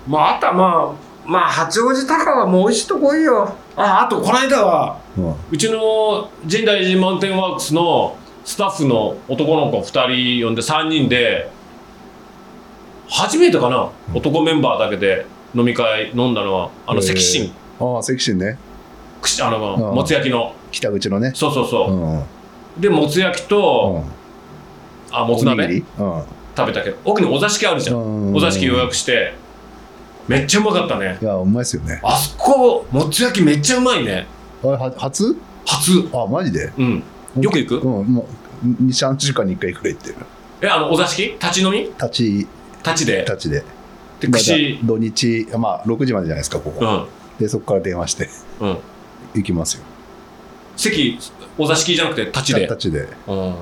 S1: まああとはまあまあ八王子高はもう美味しいとこいいよああとこの間は
S2: うん
S1: うちの神代寺マウンテンワークスのスタッフの男の子2人呼んで3人で初めてかな男メンバーだけで飲み会飲んだのはあの
S2: へえ
S1: 関心
S2: ああ関心ね
S1: くしあの
S2: うん
S1: もつ焼きの
S2: 北口のね
S1: そうそうそうう、
S2: んうん
S1: でもつ焼き
S2: う
S1: と、
S2: ん
S1: あもつ
S2: おにぎ
S1: 鍋
S2: りうん
S1: 食べたけど奥にお座敷あるじゃん、
S2: うん
S1: お座敷予約してめっちゃうまかったね
S2: いやうまいっすよね
S1: あそこもつ焼きめっちゃうまいね
S2: あれは初
S1: 初
S2: あマジで
S1: うんよく行く
S2: うんもう23週間に1回くらい行ってる
S1: えあのお座敷立ち飲み
S2: 立ち
S1: 立ちで
S2: 立ちで
S1: で
S2: まあ
S1: 串
S2: 土日まあ6時までじゃないですかこ
S1: う
S2: こ
S1: ん
S2: でそこから電話して
S1: うん
S2: 行きますよ
S1: 席お座敷じゃなくて立ちで
S2: 立ちで
S1: うん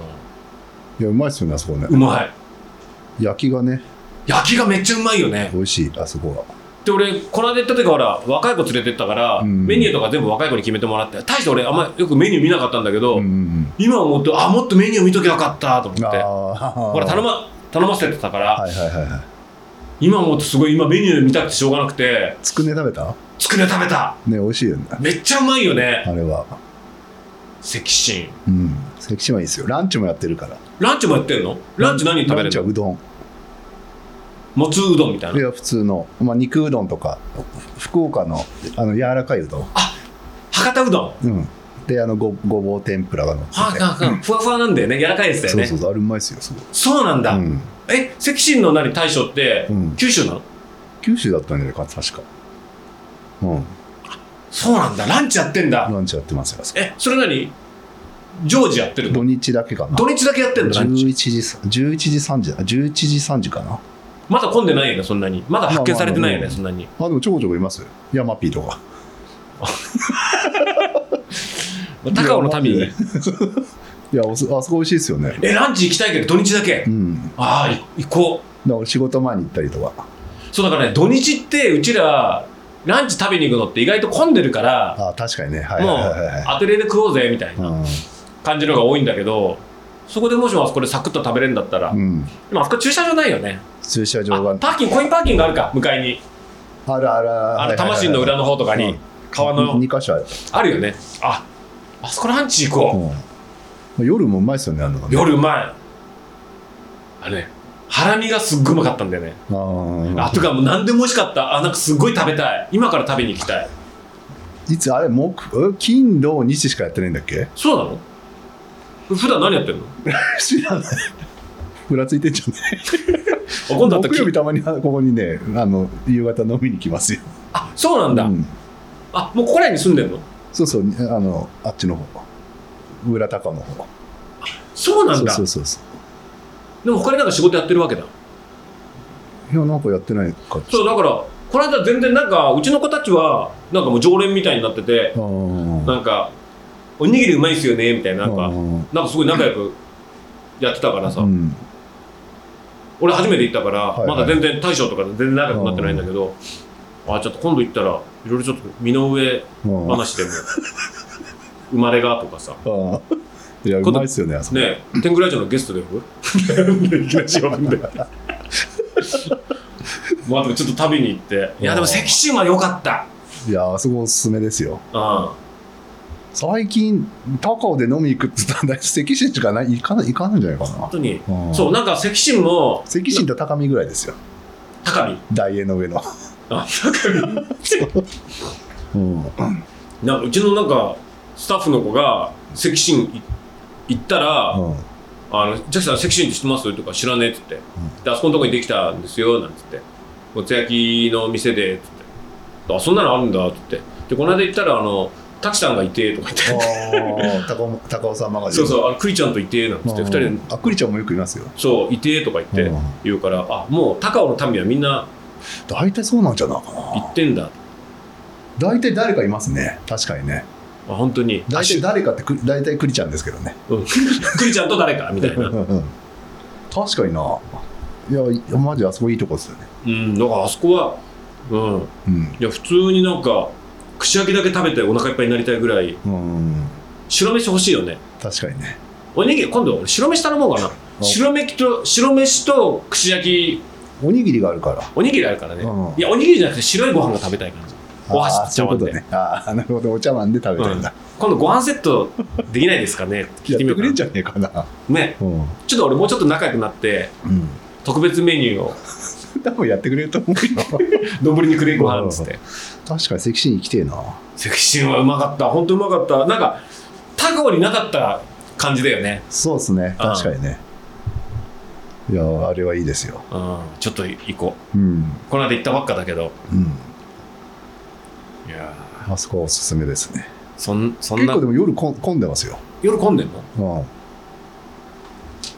S2: いやうまいっすよねあそこね
S1: うまい
S2: 焼きがね
S1: 焼きがめっちゃうまいよね
S2: 美味しいあそこは
S1: で俺この間行った時はほら若い子連れてったから、
S2: うん
S1: メニューとか全部若い子に決めてもらって大して俺あんまよくメニュー見なかったんだけど、
S2: うんうん
S1: 今思ってあもっとメニュー見ときゃよかったと思
S2: うん
S1: って
S2: あー
S1: ほら頼ま頼ませてたから、
S2: はいはいはいはい
S1: 今思うとすごい今メニュー見たくてしょうがなくて
S2: つくね食べた
S1: つくね食べた
S2: ね美味しいよね
S1: めっちゃうまいよね
S2: あれは
S1: 関心
S2: うん関島いいですよランチもやってるから
S1: ランチもやってんのランチ何食べ
S2: ラ
S1: れ
S2: ンチ
S1: る
S2: は
S1: の
S2: うどん
S1: もつうどんみたい
S2: い
S1: な
S2: や普通の、まあ、肉うどんとか福岡のあの柔らかいうどん、
S1: 博多うどんは
S2: うん、であのごごぼう天ぷらがのってて
S1: あはあはあふわふわなんだよね柔らかいですよ
S2: そう
S1: ねそ
S2: そ
S1: う
S2: うそうあれうまいですよすごい、
S1: なんだ、
S2: うん
S1: え関心の何大将って、
S2: うん、
S1: 九州なの
S2: 九州だったんじゃないか確かうん
S1: そうなんだランチやってんだ、
S2: ランチやってますよあそこ
S1: えそれ何常時やってるの
S2: 土日だけかな
S1: 土日だけやってんのランチ
S2: 11時さ11時3時あ11時3時かな
S1: まだ混んでないよねそんなにまだ発見されてないよね、
S2: まあまあまあ
S1: そんなに
S2: あでもちょこちょこいますよヤマピーとか
S1: 高尾の民
S2: いや
S1: に
S2: いやおそあそこ美味しいですよね
S1: えランチ行きたいけど土日だけ、
S2: うんだか
S1: ああい行こう
S2: ら俺仕事前に行ったりとか
S1: そうだからね土日ってうちらランチ食べに行くのって意外と混んでるから
S2: あ確かにねはい
S1: もう
S2: はいはいはい
S1: アトリエで食おうぜみたいな
S2: う
S1: 感じのが多いんだけどそこでもしもあそこでサクッと食べれるんだったら、
S2: ん、うん
S1: でもあそこ駐車場ないよね
S2: 駐車場
S1: あ
S2: が
S1: パーキングコインパーキングあるか向かいに
S2: あるあるあ
S1: あの魂の裏の方とか
S2: う
S1: に
S2: ん
S1: 川の
S2: 2箇所ある、
S1: あるよねああそこランチ行こう、
S2: うん、夜もうまいっすよねあのがね
S1: 夜うまいあれねハラミがすっごいうまかったんだよね、
S2: あー
S1: あとかもう何でも美味しかったあなんかすっごい食べたい今から食べに行きたい
S2: いつあれ木え金土日しかやってないんだっけ
S1: そうなの普段何やってんの
S2: 知らないふらついてんじゃない
S1: あ今度あったら
S2: 木曜
S1: き
S2: 日たまにあのここにねあの夕方飲みに来ますよ、
S1: あそうなんだ、
S2: うん
S1: あもうここら辺に住んでんの
S2: そうそうあのあっちの方裏高の方
S1: そうなん
S2: そう
S1: だ
S2: そうそうそう
S1: でも他になんか仕事やってるわけだ
S2: いやなんかやってないか
S1: そうだからこの間全然なんかうちの子たちはなんかもう常連みたいになってて
S2: あー
S1: なんかおにぎりうまいっすよねみたいななん
S2: あ
S1: か
S2: ー
S1: なんかすごい仲良く やってたからさ、
S2: うん
S1: 俺初めて行ったから、
S2: はいはい
S1: まだ全然大将とか全然仲良くなってないんだけど、あちょっと今度行ったらいろいろちょっと身の上
S2: うんあ
S1: 話でも生まれがとかさ
S2: ー いやうまいっすよねあそこ
S1: ねえ天狗ラジオのゲストで呼ぶいきなり呼ぶんでまあでもちょっと旅に行っていやでも関島良かった
S2: いやあそこおすすめですよ
S1: うん
S2: 最近高尾で飲み行くって言ったら関心しかない行かない行かないんじゃないか
S1: 本当に
S2: な、
S1: そううんなんか関心も
S2: 関心と高見ぐらいですよ
S1: 高見
S2: 大栄の上の、
S1: あ高見
S2: うん、
S1: なんかうちのなんかスタッフの子が関心い行ったら、 あのジャックさん、セクシーに知ってますとか知らねえっつって、であそこのとこにできたんですよなんつって、もつ焼きの店でっつって、あそんなのあるんだっつって、でこの間行ったら、あの滝さんがいてとか言って、
S2: あー高尾高尾さんマガジ
S1: そ
S2: ン
S1: うそう、あの栗ちゃんといてなんつって、
S2: ん
S1: 二人で、
S2: あ栗ちゃんもよくいますよ
S1: そう、いてとか言って
S2: うん
S1: 言うから、あもう高尾の民はみんな
S2: 大体そうなんじゃないかな
S1: 行ってんだ、あ
S2: 大体誰かいますね確かにね
S1: 本当に、
S2: 大体誰かってく大体栗ちゃんですけどね
S1: うん栗ちゃんと誰かみたい な、
S2: 確かにないやいやマジあそこいいとこですよね
S1: うん、だからあそこは、うん、
S2: うん
S1: いや普通になんか串焼きだけ食べてお腹いっぱいになりたいぐらい
S2: うん
S1: 白飯欲しいよね
S2: 確かにね
S1: おにぎり今度俺白飯頼もうかな白飯と白飯と串焼き
S2: おにぎりがあるから
S1: おにぎりあるからね、
S2: うん
S1: いやおにぎりじゃなくて白いご飯が食べたい感じお箸
S2: あー
S1: 茶
S2: そうい
S1: 碗
S2: うこ
S1: で
S2: とねああなるほどお茶碗で食べたいんだ、
S1: 今度ご飯セットできないですかね聞い
S2: やってて
S1: みよう
S2: く
S1: か
S2: れ
S1: なん
S2: じゃねえかな
S1: ね
S2: うん、うん
S1: ちょっと俺もうちょっと仲良くなって特別メニューを
S2: 多分やってくれると思うよ
S1: 丼にくれご飯っつって
S2: 確かに関心行きてえな
S1: セクシーはうまかった本当うまかったなんか他校になかった感じだよね、
S2: そうですね
S1: うん
S2: 確かにねいやーあれはいいですよ
S1: うん、ちょっと行こ
S2: うん
S1: うこの間行ったばっかだけど
S2: うん
S1: いや
S2: あそこはおすすめですね
S1: ーそんそん
S2: 結
S1: な
S2: 構でも夜こん混んでますよ、
S1: 夜混んでんの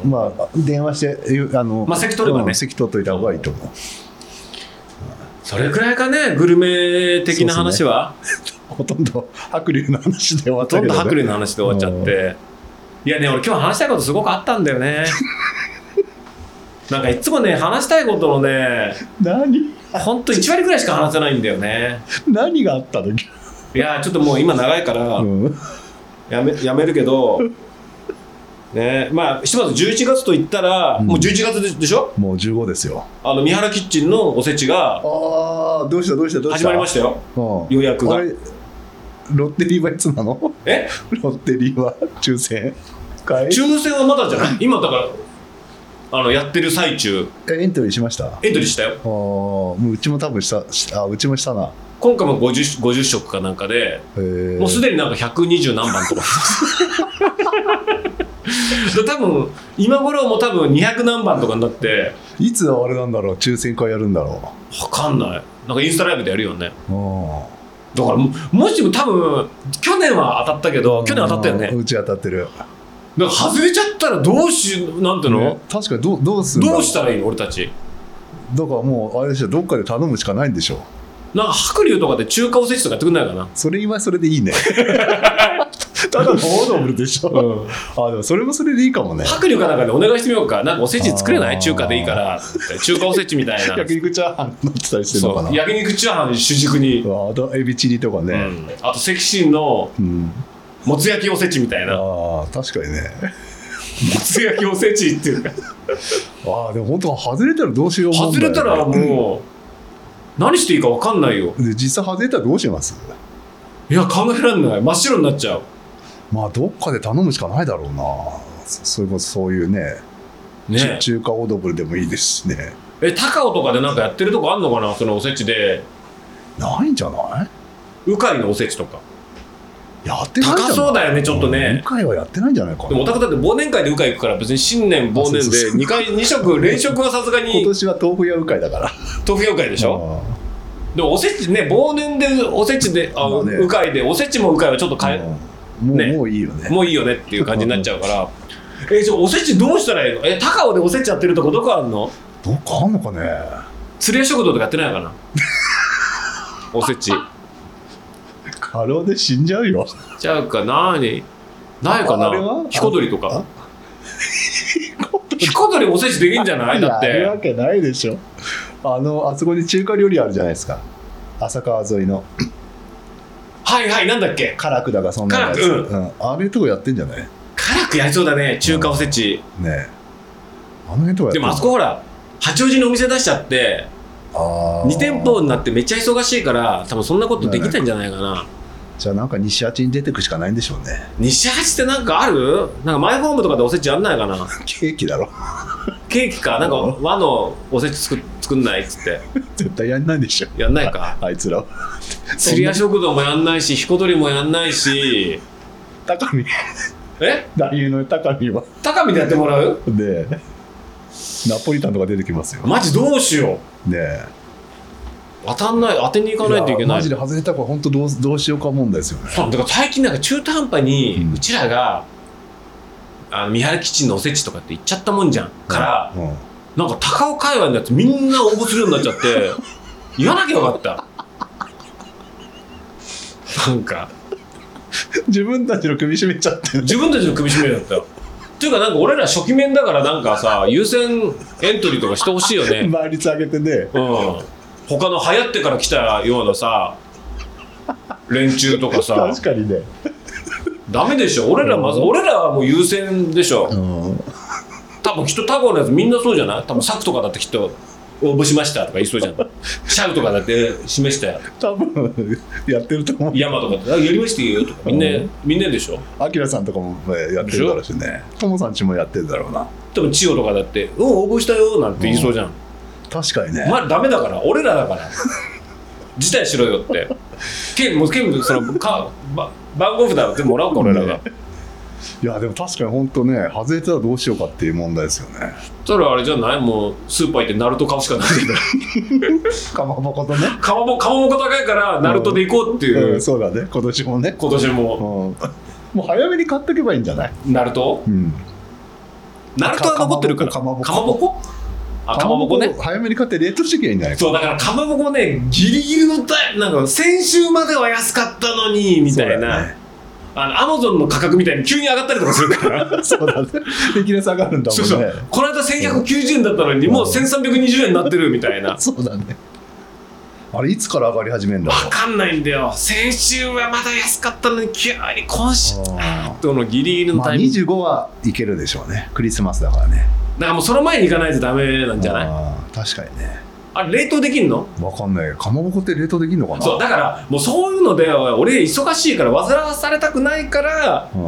S2: うん、まあ電話してゆあの、
S1: まあ席取ればね
S2: うん席取っといた方がいいと思う
S1: それくらいかねグルメ的な話は、
S2: ほとんど白龍の話で終わっ
S1: ほと
S2: た
S1: ん
S2: けど、
S1: ど
S2: ね、
S1: 白龍の話で終わっちゃっていやね俺今日話したいことすごくあったんだよ ねなんかいつもね話したいことのね
S2: 何
S1: ほんと1割くらいしか話せないんだよね
S2: 何があったの、
S1: いやーちょっともう今長いから
S2: うん、
S1: やめやめるけど ねまあひとまず11月と言ったら、
S2: うん
S1: もう11月ででしょ
S2: もう15ですよ
S1: あの三原キッチンのおせちが
S2: ああどうしたどうしたどうした
S1: 始まりましたよ
S2: た、うん、
S1: 予約
S2: あ
S1: が
S2: れロッテリーはいつなの
S1: え
S2: ロッテリーは抽選かい
S1: 抽選はまだじゃない今だからあのやってる最中
S2: えエントリーしましたあ
S1: エントリーしたよ
S2: あもううちも多分したしあうちもしたな
S1: 今回も 50, 50食かなんかで、
S2: えー
S1: もうすでになんか120何番とかで多分今頃も多分200何番とかになって
S2: いつあれなんだろう抽選会やるんだろ
S1: わかんないなんかインスタライブでやるよね
S2: ううん
S1: だからももしも多分去年は当たったけど去年当たったよね
S2: うんうち当たって
S1: だ
S2: る
S1: から外れちゃったらどうしなんていうの、
S2: ね確かにどうどうするんだろ
S1: どうしたらいいの俺たち
S2: だからもうあれでしょどっかで頼むしかないんでしょ
S1: なんか白龍とかで中華おせちとかやってくんないかな
S2: それ今それで いいねただのオードブルでしょ、あでもそれもそれでいいかもね
S1: 白龍かなんかでお願いしてみようかなんかおせち作れな
S2: あ
S1: い
S2: ー
S1: 中華でいいからって中華おせちみたいな
S2: 焼肉チャーハンになってたりしてるのか
S1: そう
S2: な
S1: 焼肉チャーハン主軸に、
S2: あとエビチリとか
S1: う
S2: ね、
S1: んあとセクシーの
S2: うん、
S1: もつ焼きおせちみたいなも
S2: ああ確かにね
S1: つ焼きおせちっていうか
S2: ああでも本当 外れたらどうしよう問
S1: 外
S2: 題
S1: れたらもう何していいか分かんないよ
S2: で実際外れたらどうします
S1: いや考えられない真っ白になっちゃう
S2: まあどっかで頼むしかないだろうなそそれこそそういうね
S1: ね
S2: ち中華オードブルでもいいですしね
S1: え高尾とかでなんかやってるとこあんのかなそのおせちで
S2: ないんじゃな
S1: 鵜飼のおせちとか
S2: いやってないんじゃない
S1: 高そうだよねちょっとね
S2: 今回はやってないんじゃないかな
S1: でもおたくだって忘年会で鵜飼行くから別に新年忘
S2: あそ
S1: 年
S2: うそうそ
S1: で2回二食連食はさすが
S2: 今
S1: に
S2: 年は豆腐屋うかいだから
S1: 豆腐業会でしょ
S2: あ
S1: でもおせちね忘年でおせちであ
S2: まあね
S1: 鵜飼、でおせちも鵜飼はちょっと変
S2: あ
S1: え、
S2: うんもう
S1: ね
S2: もういいよね
S1: もういいよねっていう感じになっちゃうからえじゃあおせちどうしたらいいのえ高尾でおせちやってるとこどこあんの
S2: どっかあんのかね
S1: 釣り屋食堂とかやってないのか なおせち
S2: 過労で死んじゃうよ
S1: ちゃうかなにないか
S2: ああれは
S1: な彦鳥と か
S2: あ
S1: 彦鳥おせちできんじゃないだっ
S2: やる
S1: て
S2: わけないでしょあのあそこに中華料理あるじゃないですか浅川沿いの
S1: はいはいなんだっけ
S2: 辛くだがそんなやつ、
S1: 辛く
S2: うんあれとかやってんじゃないね
S1: 辛くやりそうだね中華おせち、
S2: えあの辺とかやって
S1: で
S2: ん
S1: もあそこほら八王子にお店出しちゃって
S2: あ
S1: 2店舗に
S2: な
S1: なってめっちゃ忙しいから多分そんなことできないんじゃないかな
S2: じゃあなんか西八に出てくしかないんでしょうね
S1: 西八ってなんかあるなんかマイホームとかでおせちやんないかな
S2: ケーキだろ
S1: ケーキかなんか和のおせち作作んないっつって
S2: 絶対やんないでしょ
S1: やんない か
S2: あいつら
S1: 釣り屋食堂もやんないし彦取りもやんないし
S2: 高見
S1: え
S2: 男優の高見は
S1: 高見でやってもらう
S2: でナポリタンとか出てきますよね
S1: マジどうしよう
S2: え
S1: 当たんない当てに行かないといけ
S2: や
S1: ない
S2: マジで外れたから本当どうどうしようか問題ですよね
S1: そうだから最近なんか中途半端に
S2: うん
S1: うちらが、あの三原キッチンのおせちとかって行っちゃったもんじゃんから、
S2: うん
S1: なんか高尾界隈のやつみんな応募するようになっちゃ って、言わなきゃよかった。なんか、
S2: 自分たちの首絞めちゃって
S1: 自分たちの首絞めだったよ。っていうかなんか俺ら初期面だからなんかさ、優先エントリーとかしてほしいよね。
S2: 倍率上げてね
S1: うん。他の流行ってから来たようなさ連中とかさ
S2: 確かにね、
S1: ダメでしょ俺らまず、
S2: うん
S1: 俺らはもう優先でしょ
S2: うん、
S1: 多分きっと他校のやつみんなそうじゃない多分クとかだってきっと応募しましたとか言い そうじゃんシャウとかだって示したよ
S2: 多分やってると思う
S1: 山とかだってあやりましたよとかみんな、
S2: うん
S1: みんなでしょ
S2: アキラさんとかもねやってるだろうしねともさんちもやってるだろうな
S1: 多分千代とかだって「うん応募したよ」なんて言いそうじゃん、
S2: 確かにね、
S1: まあダメだから俺らだから辞退しろよ って県もう県もそのかば番号札でもらおうか俺らが、
S2: ねいやでも確かに本当ね外れたらどうしようかっていう問題ですよね
S1: それはあれじゃないもうスーパー行ってナルト買うしかない
S2: かまぼことね、
S1: かまぼかまぼこ高いからナルトで行こうっていう、
S2: うん、そうだね今年もね、
S1: 今年
S2: うん、
S1: も
S2: もう早めに買っとけばいいんじゃない、
S1: ナルト
S2: うん、
S1: ナルトは残ってるから
S2: かまぼこ
S1: かまぼこあかまぼこね
S2: 早めに買って冷凍してきゃいいんじゃないか
S1: そうだからかまぼこねギリギリのタイなんか先週までは安かったのにみたい
S2: そうだ
S1: な、
S2: よね
S1: あのアマゾンの価格みたいに急に上がったりとかするから
S2: そうだね。 できなさがあるんだもん
S1: そう
S2: ね。
S1: そうこの間1190円だったのに
S2: うん
S1: もう1320円になってるみたいな
S2: そうだね。あれ、いつから上がり始めるんだろ
S1: 分
S2: う。
S1: かんないんだよ先週はまだ安かったのに急に今週
S2: あ
S1: とのギリギリ
S2: ー
S1: の
S2: まあ、
S1: タイミング、
S2: 25はいけるでしょうね。クリスマスだからね。
S1: だからもうその前に行かないとダメなんじゃないあ
S2: あー確かにね。
S1: れ冷凍できんの
S2: わかんないけど、かまぼこって冷凍できるのかな
S1: そうだからもうそういうので俺忙しいから煩わされたくないから
S2: う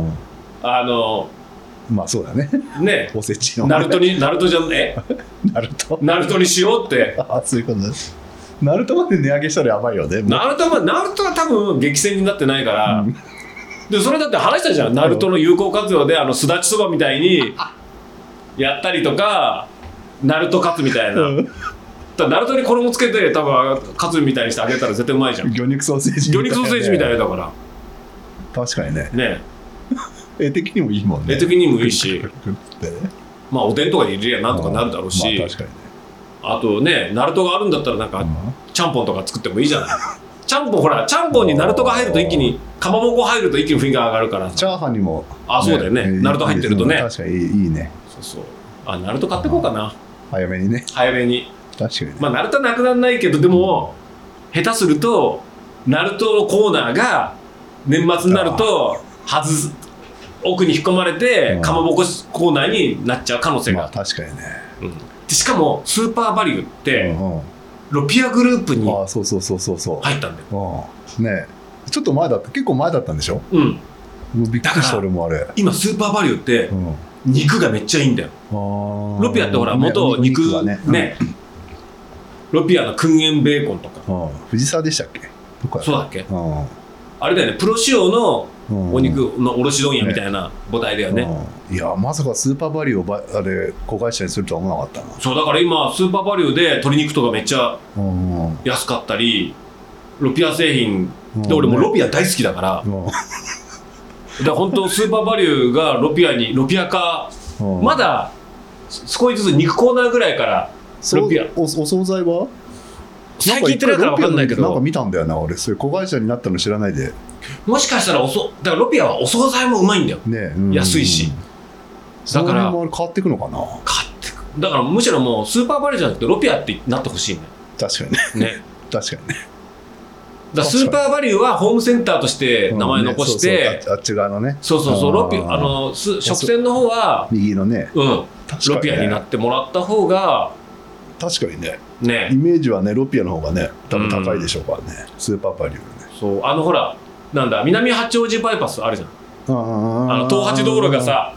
S1: あの
S2: ん。まあ、そうだね。
S1: ね
S2: おせちの、ね。
S1: ナルトにナルトじゃんえ
S2: ナルト。
S1: ナルトにしようって
S2: あーそういうことです。ナルトまで値上げしたらやばいよね。もう
S1: ナルトはナルトは多分激戦になってないから、
S2: うん
S1: でそれだって話したじゃん、ナルトの有効活用であのすだちそばみたいにやったりとかナルトカツみたいな、だ
S2: うん
S1: からナルトに衣つけて多分カツみたいにしてあげたら絶対うまいじゃん
S2: 魚肉ソーセージみ
S1: 魚
S2: たいなね
S1: 肉ソーセージみたいだから
S2: 確かにね
S1: ね
S2: 絵的にもいいもんね
S1: 絵的にもいいし
S2: くるくるくるってね
S1: まあおでんとかに入れりゃなんとかなるだろうし、
S2: まあ、確か
S1: あ、とねナルトがあるんだったらなんか、
S2: にね、うん
S1: ちゃんぽんとか作ってもいいじゃないちゃんぽんほらちゃんぽんにナルトが入ると一気にかまぼこ入ると一気に雰囲気が上がるから
S2: チャーハンにも、
S1: あそうだよねナルト入ってるとね
S2: いいです確かにいいいいね
S1: そうそうあナルト買ってこうかな
S2: 早めにね
S1: 早めに
S2: 確かにね
S1: まあナルトはなくならないけどでも下手するとナルトのコーナーが年末になると外す奥に引っ込まれて
S2: うん
S1: かまぼこコーナーになっちゃう可能性
S2: ま
S1: が
S2: あ
S1: ある、
S2: 確かにね、
S1: うんでしかもスーパーバリューっ
S2: う
S1: て
S2: んうん
S1: ロピアグループに
S2: ああそうそうそうそうそう、
S1: 入ったんだよ、
S2: うんねちょっと前だった結構前だったんでしょ
S1: うん、
S2: もうびっくり
S1: だ
S2: し
S1: か
S2: た
S1: ら
S2: 俺もあれ、
S1: 今スーパーバリューって
S2: うん、あ
S1: 肉がめっちゃいいんだよ
S2: ー
S1: ロピアってほら
S2: ね
S1: 元
S2: お
S1: 肉
S2: 肉がね
S1: ねロピアの燻煙ベーコンとか
S2: うん、うん藤沢でしたっけどこや
S1: そうだっけ
S2: うん
S1: あれだよねプロ仕様の
S2: うん
S1: お肉のおろし問屋みたいな母体だよね、
S2: うんいやまさかスーパーバリューをばあれ子会社にするとは思わなかったな
S1: そうだから今スーパーバリューで鶏肉とかめっちゃ
S2: うんうん
S1: 安かったりロピア製品
S2: うん
S1: で俺もうロピア大好きだから
S2: うん
S1: だから本当スーパーバリューがロピアにロピア化
S2: うん
S1: まだ少しずつ肉コーナーぐらいから
S2: そう
S1: ロピア
S2: おお惣菜は
S1: 最近言ってないから分かんないけ
S2: なんか
S1: ど
S2: 見たんだよな俺それ子会社になったの知らないで
S1: もしかしたらおそだからロピアはお惣菜もうまいんだよ
S2: ね、
S1: 安いしだ
S2: だか
S1: からら
S2: もあれ変わっていくのかな
S1: 買ってくだからむしろもうスーパーバリューじゃなくてロピアってなってほ しいね
S2: 確かにね
S1: ね
S2: 確かにね
S1: だからスーパーバリューはホームセンターとして名前残して、
S2: そうそうああっち側のね
S1: そうそうそうロピ
S2: あー
S1: あのす食洗の方は
S2: 右のね
S1: うん
S2: 確か
S1: ロ
S2: に
S1: ピ
S2: ね
S1: アになってもらった方が
S2: 確かにねイ
S1: ね
S2: メージはねロピアの方がね多分高いでしょうからね、スーパーバリューね
S1: そうあのほらなんだ南八王子バイパスあるじゃんあ
S2: あ
S1: の東八道路がさ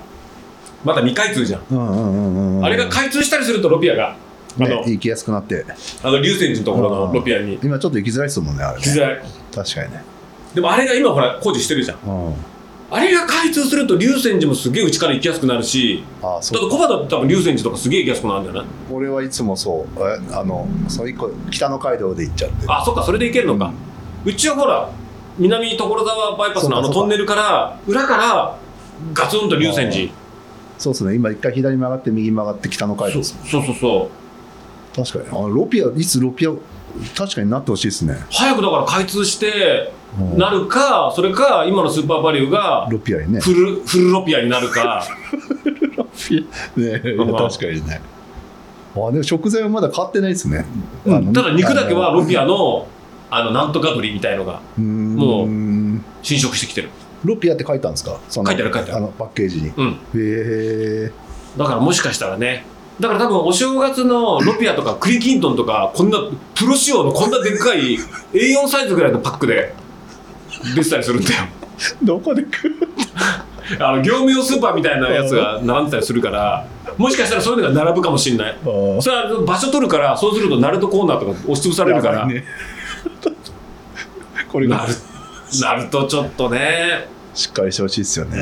S1: まだ未開通じゃん
S2: うんうんうんうん
S1: あれが開通したりするとロピアがあ
S2: ね
S1: の
S2: 行きやすくなって
S1: あの竜泉寺のところのロピアに
S2: 今ちょっと行きづらいですもんねあれ
S1: 機
S2: ね
S1: 材
S2: 確かにね
S1: でもあれが今ほら工事してるじゃん
S2: うん
S1: あれが開通すると竜泉寺もすげえうちから行きやすくなるし
S2: ああ
S1: だって
S2: そう
S1: 小畑って多分竜泉寺とかすげえ行きやすくなるんじゃない
S2: 俺はいつもそうえあのその一個北の街道で行っちゃって
S1: あそっかそれで行けるのか、うちはほら南所沢バイパスのあの
S2: そうかそうか
S1: トンネルから裏からガツンと竜泉寺
S2: そうですね今一回左曲がって右曲がって北の街道
S1: そう
S2: です
S1: そうそうそう
S2: 確かにあロピアいつロピア確かになってほしいですね、
S1: 早くだから開通して
S2: うん
S1: なるかそれか今のスーパーバリューが
S2: ロピアにね
S1: フルフルロピアになるか
S2: ねいや
S1: うん
S2: 確かにねあでも食材はまだ買ってないですね、
S1: う
S2: あ
S1: ん
S2: の
S1: ただ肉だけはロピアのあのなんとかぶりみたいのが
S2: うーん
S1: も侵食してきてる
S2: ロピアって書いたんですか書
S1: 書いてある書いてある
S2: のパッケージにへ
S1: うん
S2: え
S1: だからもしかしたらねだから多分お正月のロピアとか栗きんとんとかこんなプロ仕様のこんなでっかい A4 サイズぐらいのパックで出てたりするんだよ
S2: どこで食う
S1: あの業務用スーパーみたいなやつが並んでたりするからもしかしたらそういうのが並ぶかもしれない
S2: あ
S1: それは場所取るからそうするとナルトコーナーとか押しつぶされるか
S2: や
S1: ら、
S2: ばいねこれ
S1: な
S2: が
S1: るなるとちょっとね
S2: しっかりしてほしいですよね、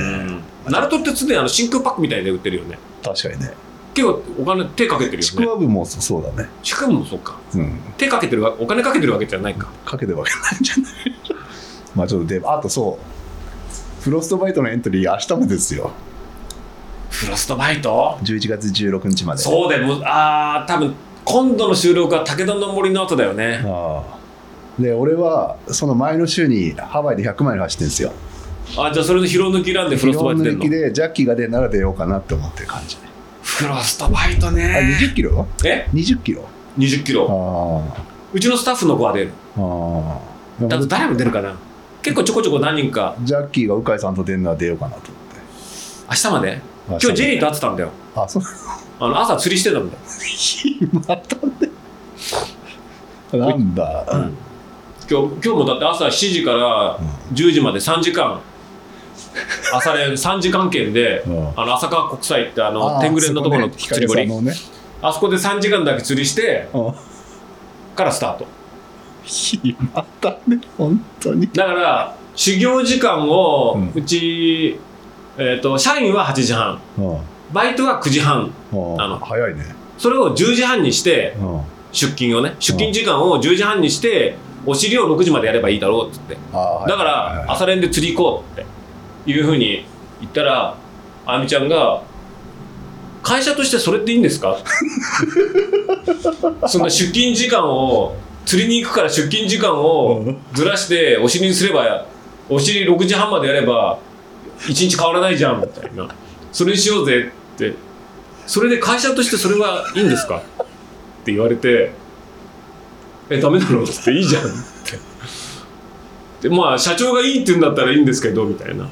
S1: ナルトって常にあの真空パックみたいで売ってるよね
S2: 確かにね
S1: 結構お金手かけてる
S2: ちく
S1: よね
S2: わぶもそそうだね、
S1: ちくわもそうか
S2: うん、
S1: 手かけてるわお金かけてるわけじゃないか
S2: かけてわけないんじゃない まあちょっとであとそうフロストバイトのエントリー明日もですよ
S1: フロストバイト
S2: 11月16日まで
S1: そうだよもうああ多分今度の収録は武田の森の後だよね
S2: ああで俺はその前の週にハワイで100マイル走ってるんですよ
S1: あじゃあそれの疲労抜きなんでフロストバイト出
S2: 抜
S1: る
S2: き
S1: の
S2: でジャッキーが出るなら出ようかなって思ってる感じ
S1: フロストバイト
S2: あ
S1: ね
S2: 20キロ
S1: え
S2: 20キロ
S1: 二2 0キロ
S2: あ
S1: うちのスタッフの子は出る
S2: あああ
S1: だと誰も出るかな結構ちょこちょこ何人か
S2: ジャッキーが鵜飼さんと出るなら出ようかなと
S1: 明日まで
S2: 思って
S1: 今日ジェ
S2: リ
S1: リーと会ってたんだよ
S2: あそう
S1: あの朝釣りしてたんだよ、
S2: またねなんだ、
S1: うん今日今日もだって朝7時から10時まで3時間朝練3時間圏で
S2: うん
S1: あの浅川国際ってあ
S2: あ
S1: の
S2: あ
S1: 天狗連のところの
S2: そね
S1: 釣り堀
S2: 光さんのね
S1: あそこで3時間だけ釣りして
S2: うん
S1: からスタート
S2: またね本当に
S1: だから修行時間を
S2: うん
S1: うち、えー、と社員は8時半
S2: うん
S1: バイトは9時半
S2: うん
S1: あの
S2: 早いね、
S1: それを10時半にして
S2: うん、あ
S1: 出勤をね出勤時間を10時半にしてお尻を6時までやればいいだろうって言って
S2: あはい
S1: だか
S2: はいはい
S1: ら朝練で釣り行こうっていうふうに言ったらあゆみちゃんが「会社としてそれっていいんですか? 」そんな出勤時間を釣りに行くから出勤時間を
S2: うん
S1: ずらしてお尻にすればお尻6時半までやれば1日変わらないじゃんみたいなそれにしようぜってそれで会社としてそれはいいんですかって言われて「えダメなの?」って「いいじゃん」ってでまあ社長がいいって言うんだったらいいんですけどみたいな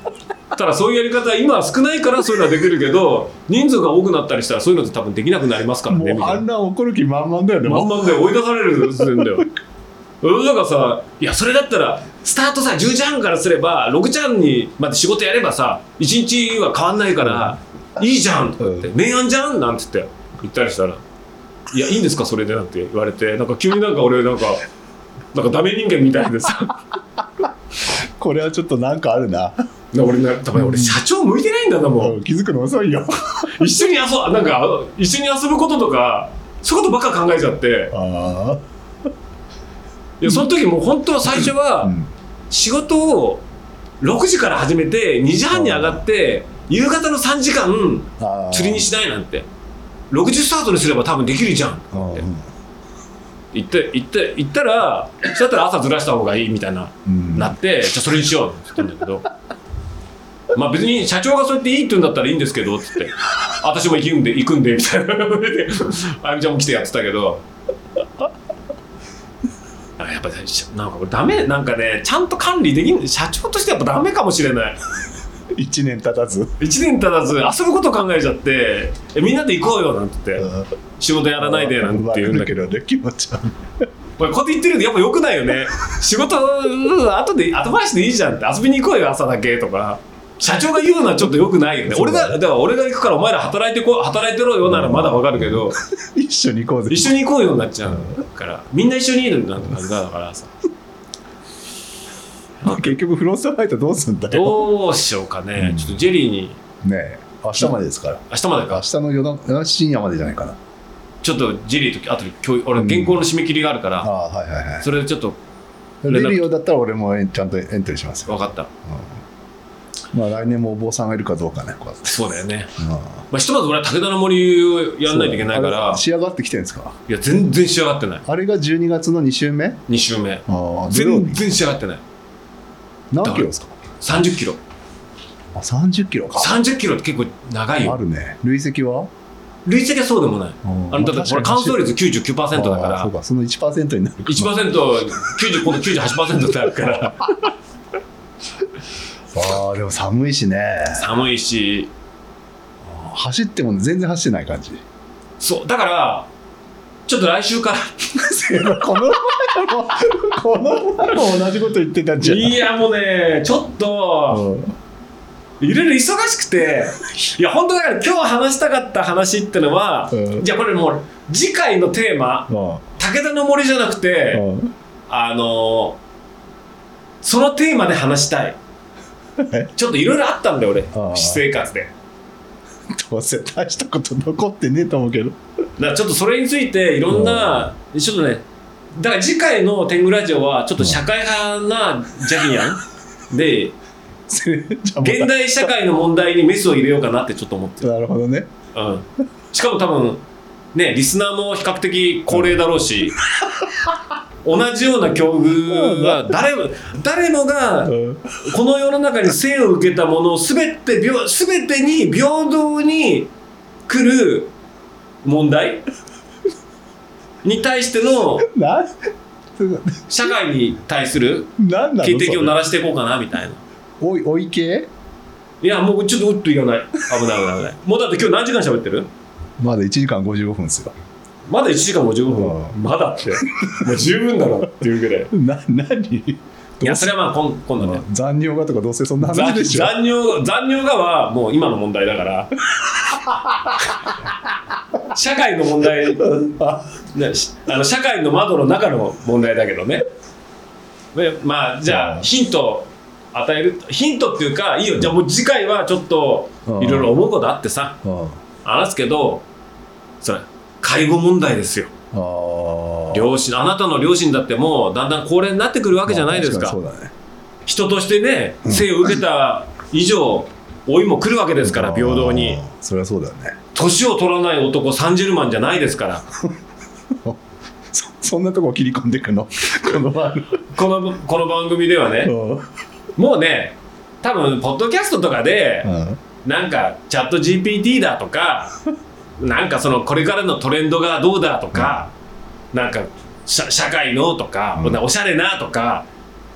S1: ただそういうやり方は今は少ないからそういうのはできるけど人数が多くなったりしたらそういうのって多分できなくなりますからねみ
S2: もう
S1: た
S2: あ
S1: い
S2: ん
S1: な
S2: な怒る気満々だよね、
S1: まんまんで追い出されるするん だよだからさいやそれだったらスタートさ10時半からすれば6時半にまで仕事やればさ1日は変わんないからいいじゃんとか言って
S2: う
S1: 明暗じゃんなんて言って言ったりしたらいやいいんですかそれでなんて言われてなんか急になんか俺なんかなんかダメ人間みたいで さ
S2: これはちょっとなんかあるな
S1: な俺な多分俺社長向いてないんだなも
S2: 気づくの遅いよ
S1: う一緒に遊ぶなんか一緒に遊ぶこととかそういうことばっか考えちゃって
S2: あ
S1: いやその時もう本当は最初は、
S2: あ、うん、
S1: 仕事を6時から始めて2時半に上がって夕方の3時間
S2: あー
S1: 釣りにしないなんて6時スタートにすれば多分できるじゃん
S2: うんうん
S1: 言って言って言ったらそうやったら朝ずらした方がいいみたいな
S2: うん
S1: なってじゃあそれにしようって言ったんだけどまあ別に社長がそうやっていいって言うんだったらいいんですけどっつって私も行くんで行くんでみたいな であゆみちゃんも来てやってたけどあやっぱなんかこれダメなんかねちゃんと管理できん社長としてやっぱダメかもしれない
S2: 1年経たず、
S1: 1年経たず遊ぶこと考えちゃってえみんなで行こうよなんて言って仕事やらないでなんて言うんだけど
S2: どね気持ち悪い
S1: これこうやって言ってるとやっぱ良くないよ ね仕事うん後で後回しでいいじゃんって遊びに行こうよ朝だけとか社長が言うのはちょっと良くないよね
S2: そう
S1: 俺
S2: だ
S1: がだから俺が行くからお前ら働いてこう働いてろよならまだわかるけど
S2: 一緒に行こうぜ
S1: 一緒に行こうよになっちゃうからみんな一緒にいるなんて感じだからさ
S2: 結局フロストバイトどうすんだよ
S1: どうしようかねちょっとジェリーに
S2: ねえ明日までですから
S1: 明日まで
S2: 明
S1: か
S2: 日の夜な深夜までじゃないかな
S1: ちょっとジェリーとあと今日俺原稿の締め切りがあるから
S2: ああーはいはいはい
S1: それでちょっと
S2: 出るようだったら俺もえんちゃんとエントリーしますよ、
S1: 分かった
S2: うんまあ、来年もお坊さんがいるかどうかねこうやって
S1: そうだよね
S2: うん
S1: まあひとまず俺は武田の森をやんないといけないか
S2: あ
S1: ら
S2: れ仕上がってきてるんですか
S1: いや全然仕上がってない
S2: あれが12月の2週目
S1: 2週目
S2: ああ
S1: 全然仕上がってない
S2: 何キロですか
S1: 3 0キロ
S2: あ30キロか
S1: 3 0キロって結構長い
S2: あ
S1: よ
S2: るね累積は
S1: 累積はそうでもない。
S2: うん
S1: あのだってこれ乾燥率99%だか
S2: あーそう
S1: ら、
S2: か、その1%になるか。
S1: 1%、90、今度98%になるから、
S2: ああ、でも寒いしね。
S1: 寒いし、
S2: 走っても全然走ってない感じ。
S1: そう、だから、ちょっと来週から、
S2: この前も、この前も同じこと言ってたんじゃない
S1: いやもうね、ちょっと、
S2: うん
S1: いろいろ忙しくて、いや、本当だから今日話したかった話ってのは、
S2: うん
S1: じゃあこれもう、次回のテーマ、
S2: うん
S1: 武田の森じゃなくて、
S2: うん
S1: あのそのテーマで話したい
S2: え。
S1: ちょっといろいろあったんだよ俺
S2: ー
S1: 私生活で
S2: どうせ大したこと残ってねえと思うけど。
S1: だからちょっとそれについていろんなちょっとねだから次回の天狗ラジオはちょっと社会派なジャギア ンで
S2: それじゃあまた
S1: 現代社会の問題にメスを入れようかなってちょっと思ってる、
S2: なるほどね。
S1: うん、しかも多分ねリスナーも比較的高齢だろう し同じような境遇が誰も誰もが
S2: うん
S1: この世の中に生を受けたものを全て平全てに平等に来る問題に対しての
S2: な、
S1: 社会に対する
S2: なんなの
S1: 警笛を鳴
S2: それ
S1: らしていこうかなみたいな。
S2: おい、おい系
S1: いやもうちょっとうっと言わない危ない危ない危ないもうだって今日何時間喋ってる
S2: まだ1時間55分ですよ。
S1: まだ1時間55分
S2: う
S1: まだってもう十分だろっていうぐらい
S2: な、何
S1: いやそれはまあ今今度ね
S2: うん残尿がとかどうせそんな話
S1: 残
S2: でしょ。
S1: 残尿残尿がはもう今の問題だから 社会の問題
S2: あ
S1: ね、しあの社会の窓の中の問題だけどね。でまあじゃ
S2: う
S1: あ
S2: ん
S1: ヒントを与えるヒントっていうかいいよじゃあもう次回はちょっと
S2: うん
S1: いろいろ思うことあってさ
S2: うん
S1: 話すけどそれ介護問題ですよ
S2: あー
S1: 両親あなたの両親だってもうだんだん高齢になってくるわけじゃないです
S2: ま
S1: か,、
S2: あ確にそうだね。
S1: 人としてね生を受けた以上老いも来るわけですから平等に
S2: あー。それはそうだよね。
S1: 年を取らない男サンジェルマンじゃないですから
S2: そそんなとこ切り込んでいくのこの番組
S1: このこの番組ではね
S2: うんうん
S1: もうね多分ポッドキャストとかで、なんかチャット GPT だとか なんかそのこれからのトレンドがどうだとか、なんか社社会のとか、
S2: うん
S1: おしゃれなとか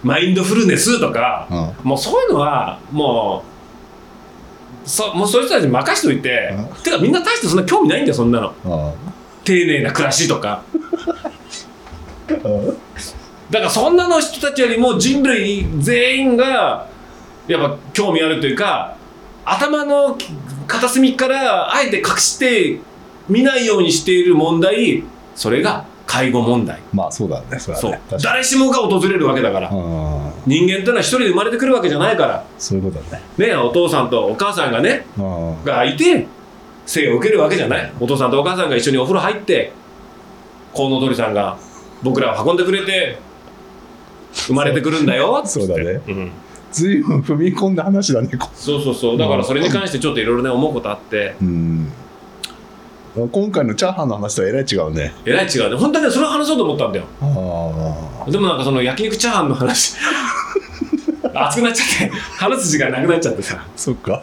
S1: マインドフルネスとか、
S2: うん
S1: もうそういうのはもうそもうそういう人たちに任しといて、
S2: う
S1: てかみんな大してそんな興味ないんだよそんなの
S2: うん
S1: 丁寧な暮らしとか
S2: うん
S1: だからそんなの人たちよりも人類全員がやっぱ興味あるというか頭の片隅からあえて隠して見ないようにしている問題それが介護問題
S2: まあそうだね、それは
S1: そ
S2: ね
S1: う。
S2: 確か
S1: 誰しもが訪れるわけだから
S2: にうん
S1: 人間ってのは一人で生まれてくるわけじゃないから
S2: そういうことだね。
S1: ねお父さんとお母さんがね
S2: うん
S1: がいて生を受けるわけじゃないお父さんとお母さんが一緒にお風呂入ってコウノトリさんが僕らを運んでくれて生まれてくるんだよ
S2: そうだね。
S1: うん、
S2: ずいぶん踏み込んだ話だね、こ
S1: そうそうそうだからそれに関してちょっといろいろね思うことあって
S2: うん。今回のチャーハンの話とはえらい違うね。
S1: えらい違うね本当はねそれを話そうと思ったんだよ
S2: あ
S1: でもなんかその焼肉チャーハンの話 熱くなっちゃって話す時間なくなっちゃってさ
S2: あ、そっか。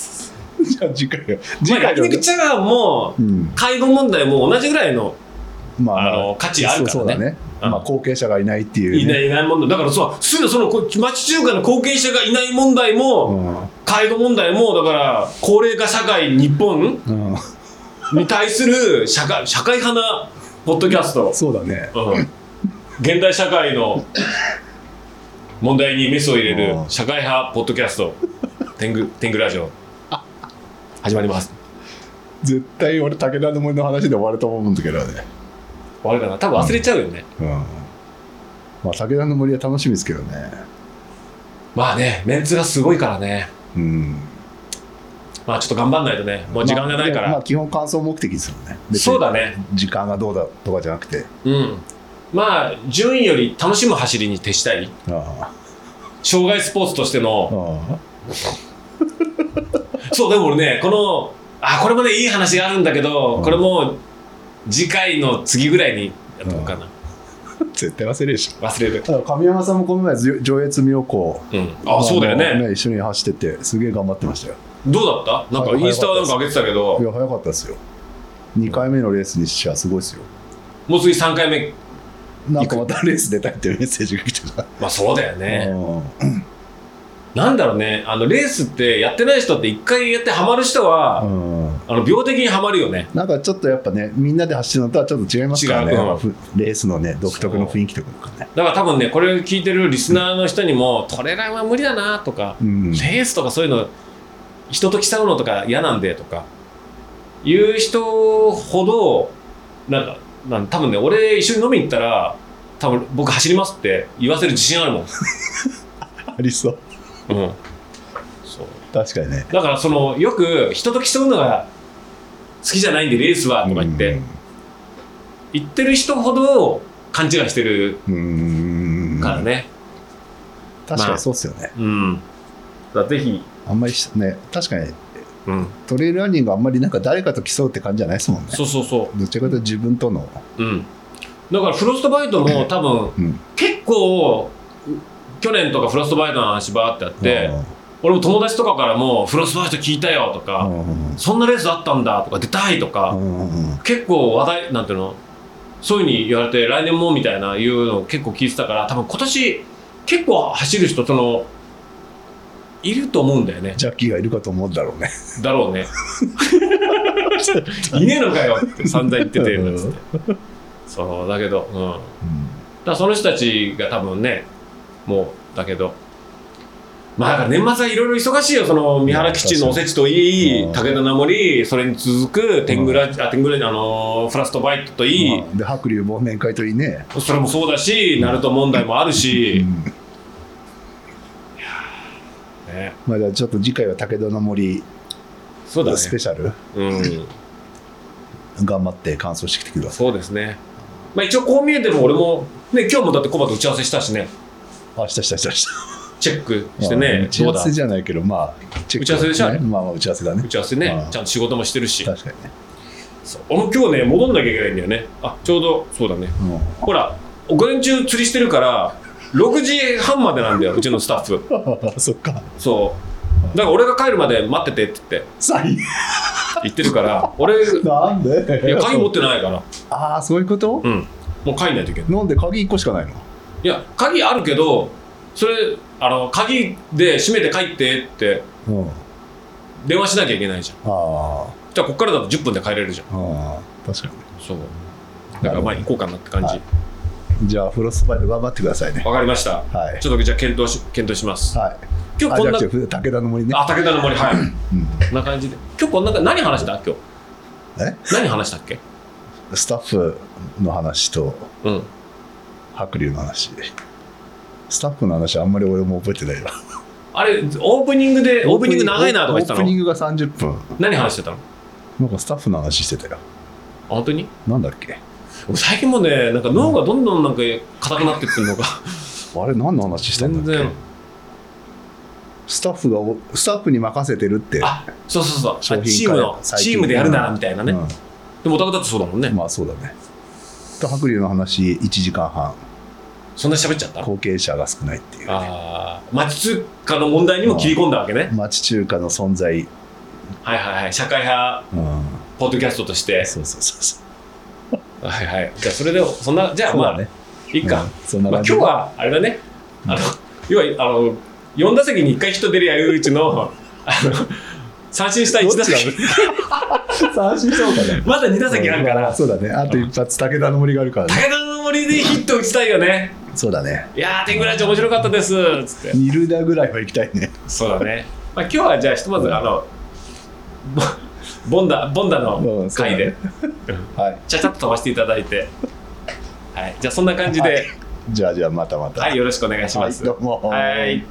S2: じゃあ次回は。
S1: まあ
S2: 次回
S1: 焼
S2: の
S1: 肉チャーハンも
S2: うん。
S1: 介護問題も同じぐらいの
S2: ま
S1: あ
S2: あ、
S1: の価値あるか
S2: そうそう
S1: ら
S2: だ
S1: ね
S2: ね。
S1: うん
S2: まあ後継者がいないっていう、ね。
S1: いないいない問題だからそうすぐそのこ町中華の後継者がいない問題
S2: う
S1: も
S2: ん。
S1: 介護問題もだから高齢化社会日本
S2: うん。
S1: に対する社会社会派なポッドキャスト
S2: そうだね。
S1: うん現代社会の問題にメスを入れる社会派ポッドキャスト天狗天狗ラジオ始まります
S2: 絶対俺、武田の森の話で終わると思うんだけどね。
S1: 終わるかな多分忘れちゃうよね、
S2: うん。まあ、武田の森は楽しみですけどね。
S1: まあねメンツがすごいからね
S2: うん。
S1: まあちょっと頑張んないとねもう時間がないか
S2: まあ、でもまあ
S1: ら、
S2: 基本感想目的ですよね。別に
S1: そうだね
S2: 時間がどうだとかじゃなくて。
S1: うんまあ順位より楽しむ走りに徹したい
S2: あ
S1: 障害スポーツとして
S2: あ。
S1: の
S2: あ
S1: そうでも俺ねこのあこれもねいい話があるんだけど、
S2: うん
S1: これも次回の次ぐらいにやっとこうかな、
S2: あ。絶対忘れるでしょ。
S1: 忘れる
S2: ただ神山さんもこの前上上越妙高
S1: うんあそうだよね
S2: あの一緒に走っててすげえ頑張ってましたよ
S1: どうだったなんかインスタはなんか上げてたけ
S2: い
S1: ど、
S2: や早かったですよ2回目のレースにしてはすごいですよ。
S1: もう次3回目
S2: なんかまたレース出たいっていうメッセージが来てた。
S1: まあそうだよね、
S2: うん
S1: なんだろうねあのレースってやってない人って一回やってハマる人は、
S2: うん
S1: あの病的にはまるよね
S2: なんかちょっとやっぱね、みんなで走るのとはちょっと違いますからね、
S1: 違う
S2: やっぱふレースのね、独特の雰囲気とかね。
S1: だから多分ねこれ聞いてるリスナーの人にも、トレランは無理だなとか、
S2: うん、
S1: レースとかそういうの人と競うのとか嫌なんでとかいう人ほどなんかなん多分ね俺一緒に飲みに行ったら多分僕走りますって言わせる自信あるもん、
S2: ありそう。
S1: うん、そう
S2: 確かにね。
S1: だからそのよく人と競うのが好きじゃないんでレースはとか言って、言ってる人ほど勘違いしてる
S2: うん。うん
S1: からね
S2: 確かにそうっすよね。
S1: うんだからぜひ、
S2: あんまりしね、確かに
S1: うん、
S2: トレイルランニングあんまりなんか誰かと競うって感じじゃないですもんね。
S1: そうそうそ
S2: どちらかというと自分との。
S1: ううんだからフロストバイトも多分
S2: うん、
S1: 結構去年とかフロストバイトの話ばーってあって、俺も友達とかからも「フロストバイト聞いたよ」と
S2: う
S1: か、
S2: ん、うん
S1: そんなレースあったんだ」とか「出たい」とか、
S2: うん
S1: 結構話題なんていうのそういうふうに言われて来年もみたいないうのを結構聞いてたから多分今年結構走る人そのいると思うんだよね
S2: ジャッキーがいるかと思うんだろうね。
S1: だろう ねいねえのかよって散々言っててなんつってそうだけどうんだからその人たちが多分ねもうだけどまあだから年末はいろいろ忙しいよその三原基地のおせちといい
S2: うん
S1: 武田名盛それに続く天狗ラジあ天狗ラジあのーフラストバイトといい、
S2: うんで、白龍忘年会といいね。
S1: それもそうだし鳴門問題もあるし、
S2: うん
S1: ね、
S2: まあ、じゃあちょっと次回は武田の森
S1: そうだね
S2: スペシャル、
S1: うん
S2: 頑張って完走してきてくださ
S1: そうですねまあ一応こう見えても俺もね今日もだってコバと打ち合わせしたしね
S2: い。あ、したしたしたした。
S1: チェック してね
S2: 打ち合
S1: どう
S2: わ
S1: だ
S2: せじゃないけど、まあ、チ
S1: 打ち合わせでしょあ
S2: ね
S1: れ
S2: まあまあ、打ち合わせだ
S1: 打
S2: ね。
S1: ち合わせね
S2: うん
S1: ちゃんと仕事もしてるし
S2: 確かにね。
S1: そう俺も今日ね戻んなきゃいけないんだよねあちょうどそうだね
S2: うん
S1: ほら、午前中釣りしてるから、6時半までなんだよ、うちのスタッフ。
S2: そっか。
S1: そう。だから俺が帰るまで待っててって
S2: 最
S1: 言ってるから、俺、い
S2: 悪なんで
S1: や、鍵持ってないから、
S2: ああ、そういうこと、
S1: うん。もう帰んないといけない。
S2: なんで鍵1個しかないの
S1: いや、鍵あるけど、それ、あの、鍵で閉めて帰ってって
S2: うん。あ
S1: 電話しなきゃいけないじゃん。
S2: あ、
S1: じゃあ、こっからだと10分で帰れるじゃん。
S2: ああ、確か
S1: そう。だから、まあ、行こうかなって感じ。
S2: に。じゃあ、フロストバイト頑張ってくださいね。
S1: わかりました。
S2: はい。
S1: ちょっと、じゃあ、検討し、検討します。
S2: はい。
S1: 今
S2: あ、
S1: 日こ
S2: じゃ
S1: ん
S2: な
S1: な
S2: く、て武田の森ね。
S1: あ、武田の森、はい。
S2: うん
S1: こんな感じで。今日こんな、何話した今日。
S2: え
S1: 何話したっけ
S2: スタッフの話と
S1: うん。
S2: 白龍の話。スタッフの話、あんまり俺も覚えてないわ。
S1: あれ、オープニングで、オープニング長いなとか言って
S2: オー
S1: た
S2: プニン
S1: の
S2: グが30分。
S1: 何話してたのあ
S2: なんかスタッフの話してたよ。
S1: 本当に
S2: なんだっけ
S1: 俺最近もね、なんか脳がどんどんなんか硬くなってってるのか。
S2: あれ何の話したん
S1: 全
S2: だっけ
S1: 然。
S2: スタッフがおスタッフに任せてるって、
S1: あ、そうそうそう。
S2: 商
S1: あ
S2: 品
S1: チームの、
S2: 開発最近
S1: チームでやるならみたいなね。でもお宅だとそうだもん
S2: うん
S1: ね。
S2: まあそうだねと白龍の話1時間半
S1: そんな喋っちゃった
S2: 後継者が少ないっていう
S1: ああ、町通貨の問題にも切り込んだわけね。
S2: 町中華の存在、うん、
S1: はいはいはい。社会派ポッドキャストとして。
S2: そうそうそうそう
S1: はいはい。じゃあそれで、そんな、じゃあ
S2: そう
S1: ま
S2: だ
S1: あ、
S2: ね、
S1: いいか
S2: うん。そんな
S1: まあ、今
S2: 感
S1: 日
S2: じ
S1: はあれだね、あの要はあの4打席に1回人出るやいううちのあの三振した1打
S2: どっ
S1: 席、
S2: ちだ三振しそうかね
S1: まだ2打席あるか
S2: う
S1: ら、
S2: んそうだねあと一発武田の森があるから
S1: 武
S2: ね
S1: 田の森でヒット打ちたいよね、
S2: そうだね
S1: いやー、天狗ラジオ面白かったですつって、
S2: 二塁打ぐらいは行きたいね
S1: そうだね、まあ今日はじゃあ、ひとまずあのぼボンダボンダ
S2: う
S1: の
S2: んそう
S1: 回
S2: だね
S1: で、
S2: はい
S1: ちゃちゃっと飛ばしていただいて、はい、じゃあそんな感じで、
S2: じゃあじゃあまたまた
S1: はい、よろしくお願いしま
S2: はい
S1: す。
S2: どうも
S1: はい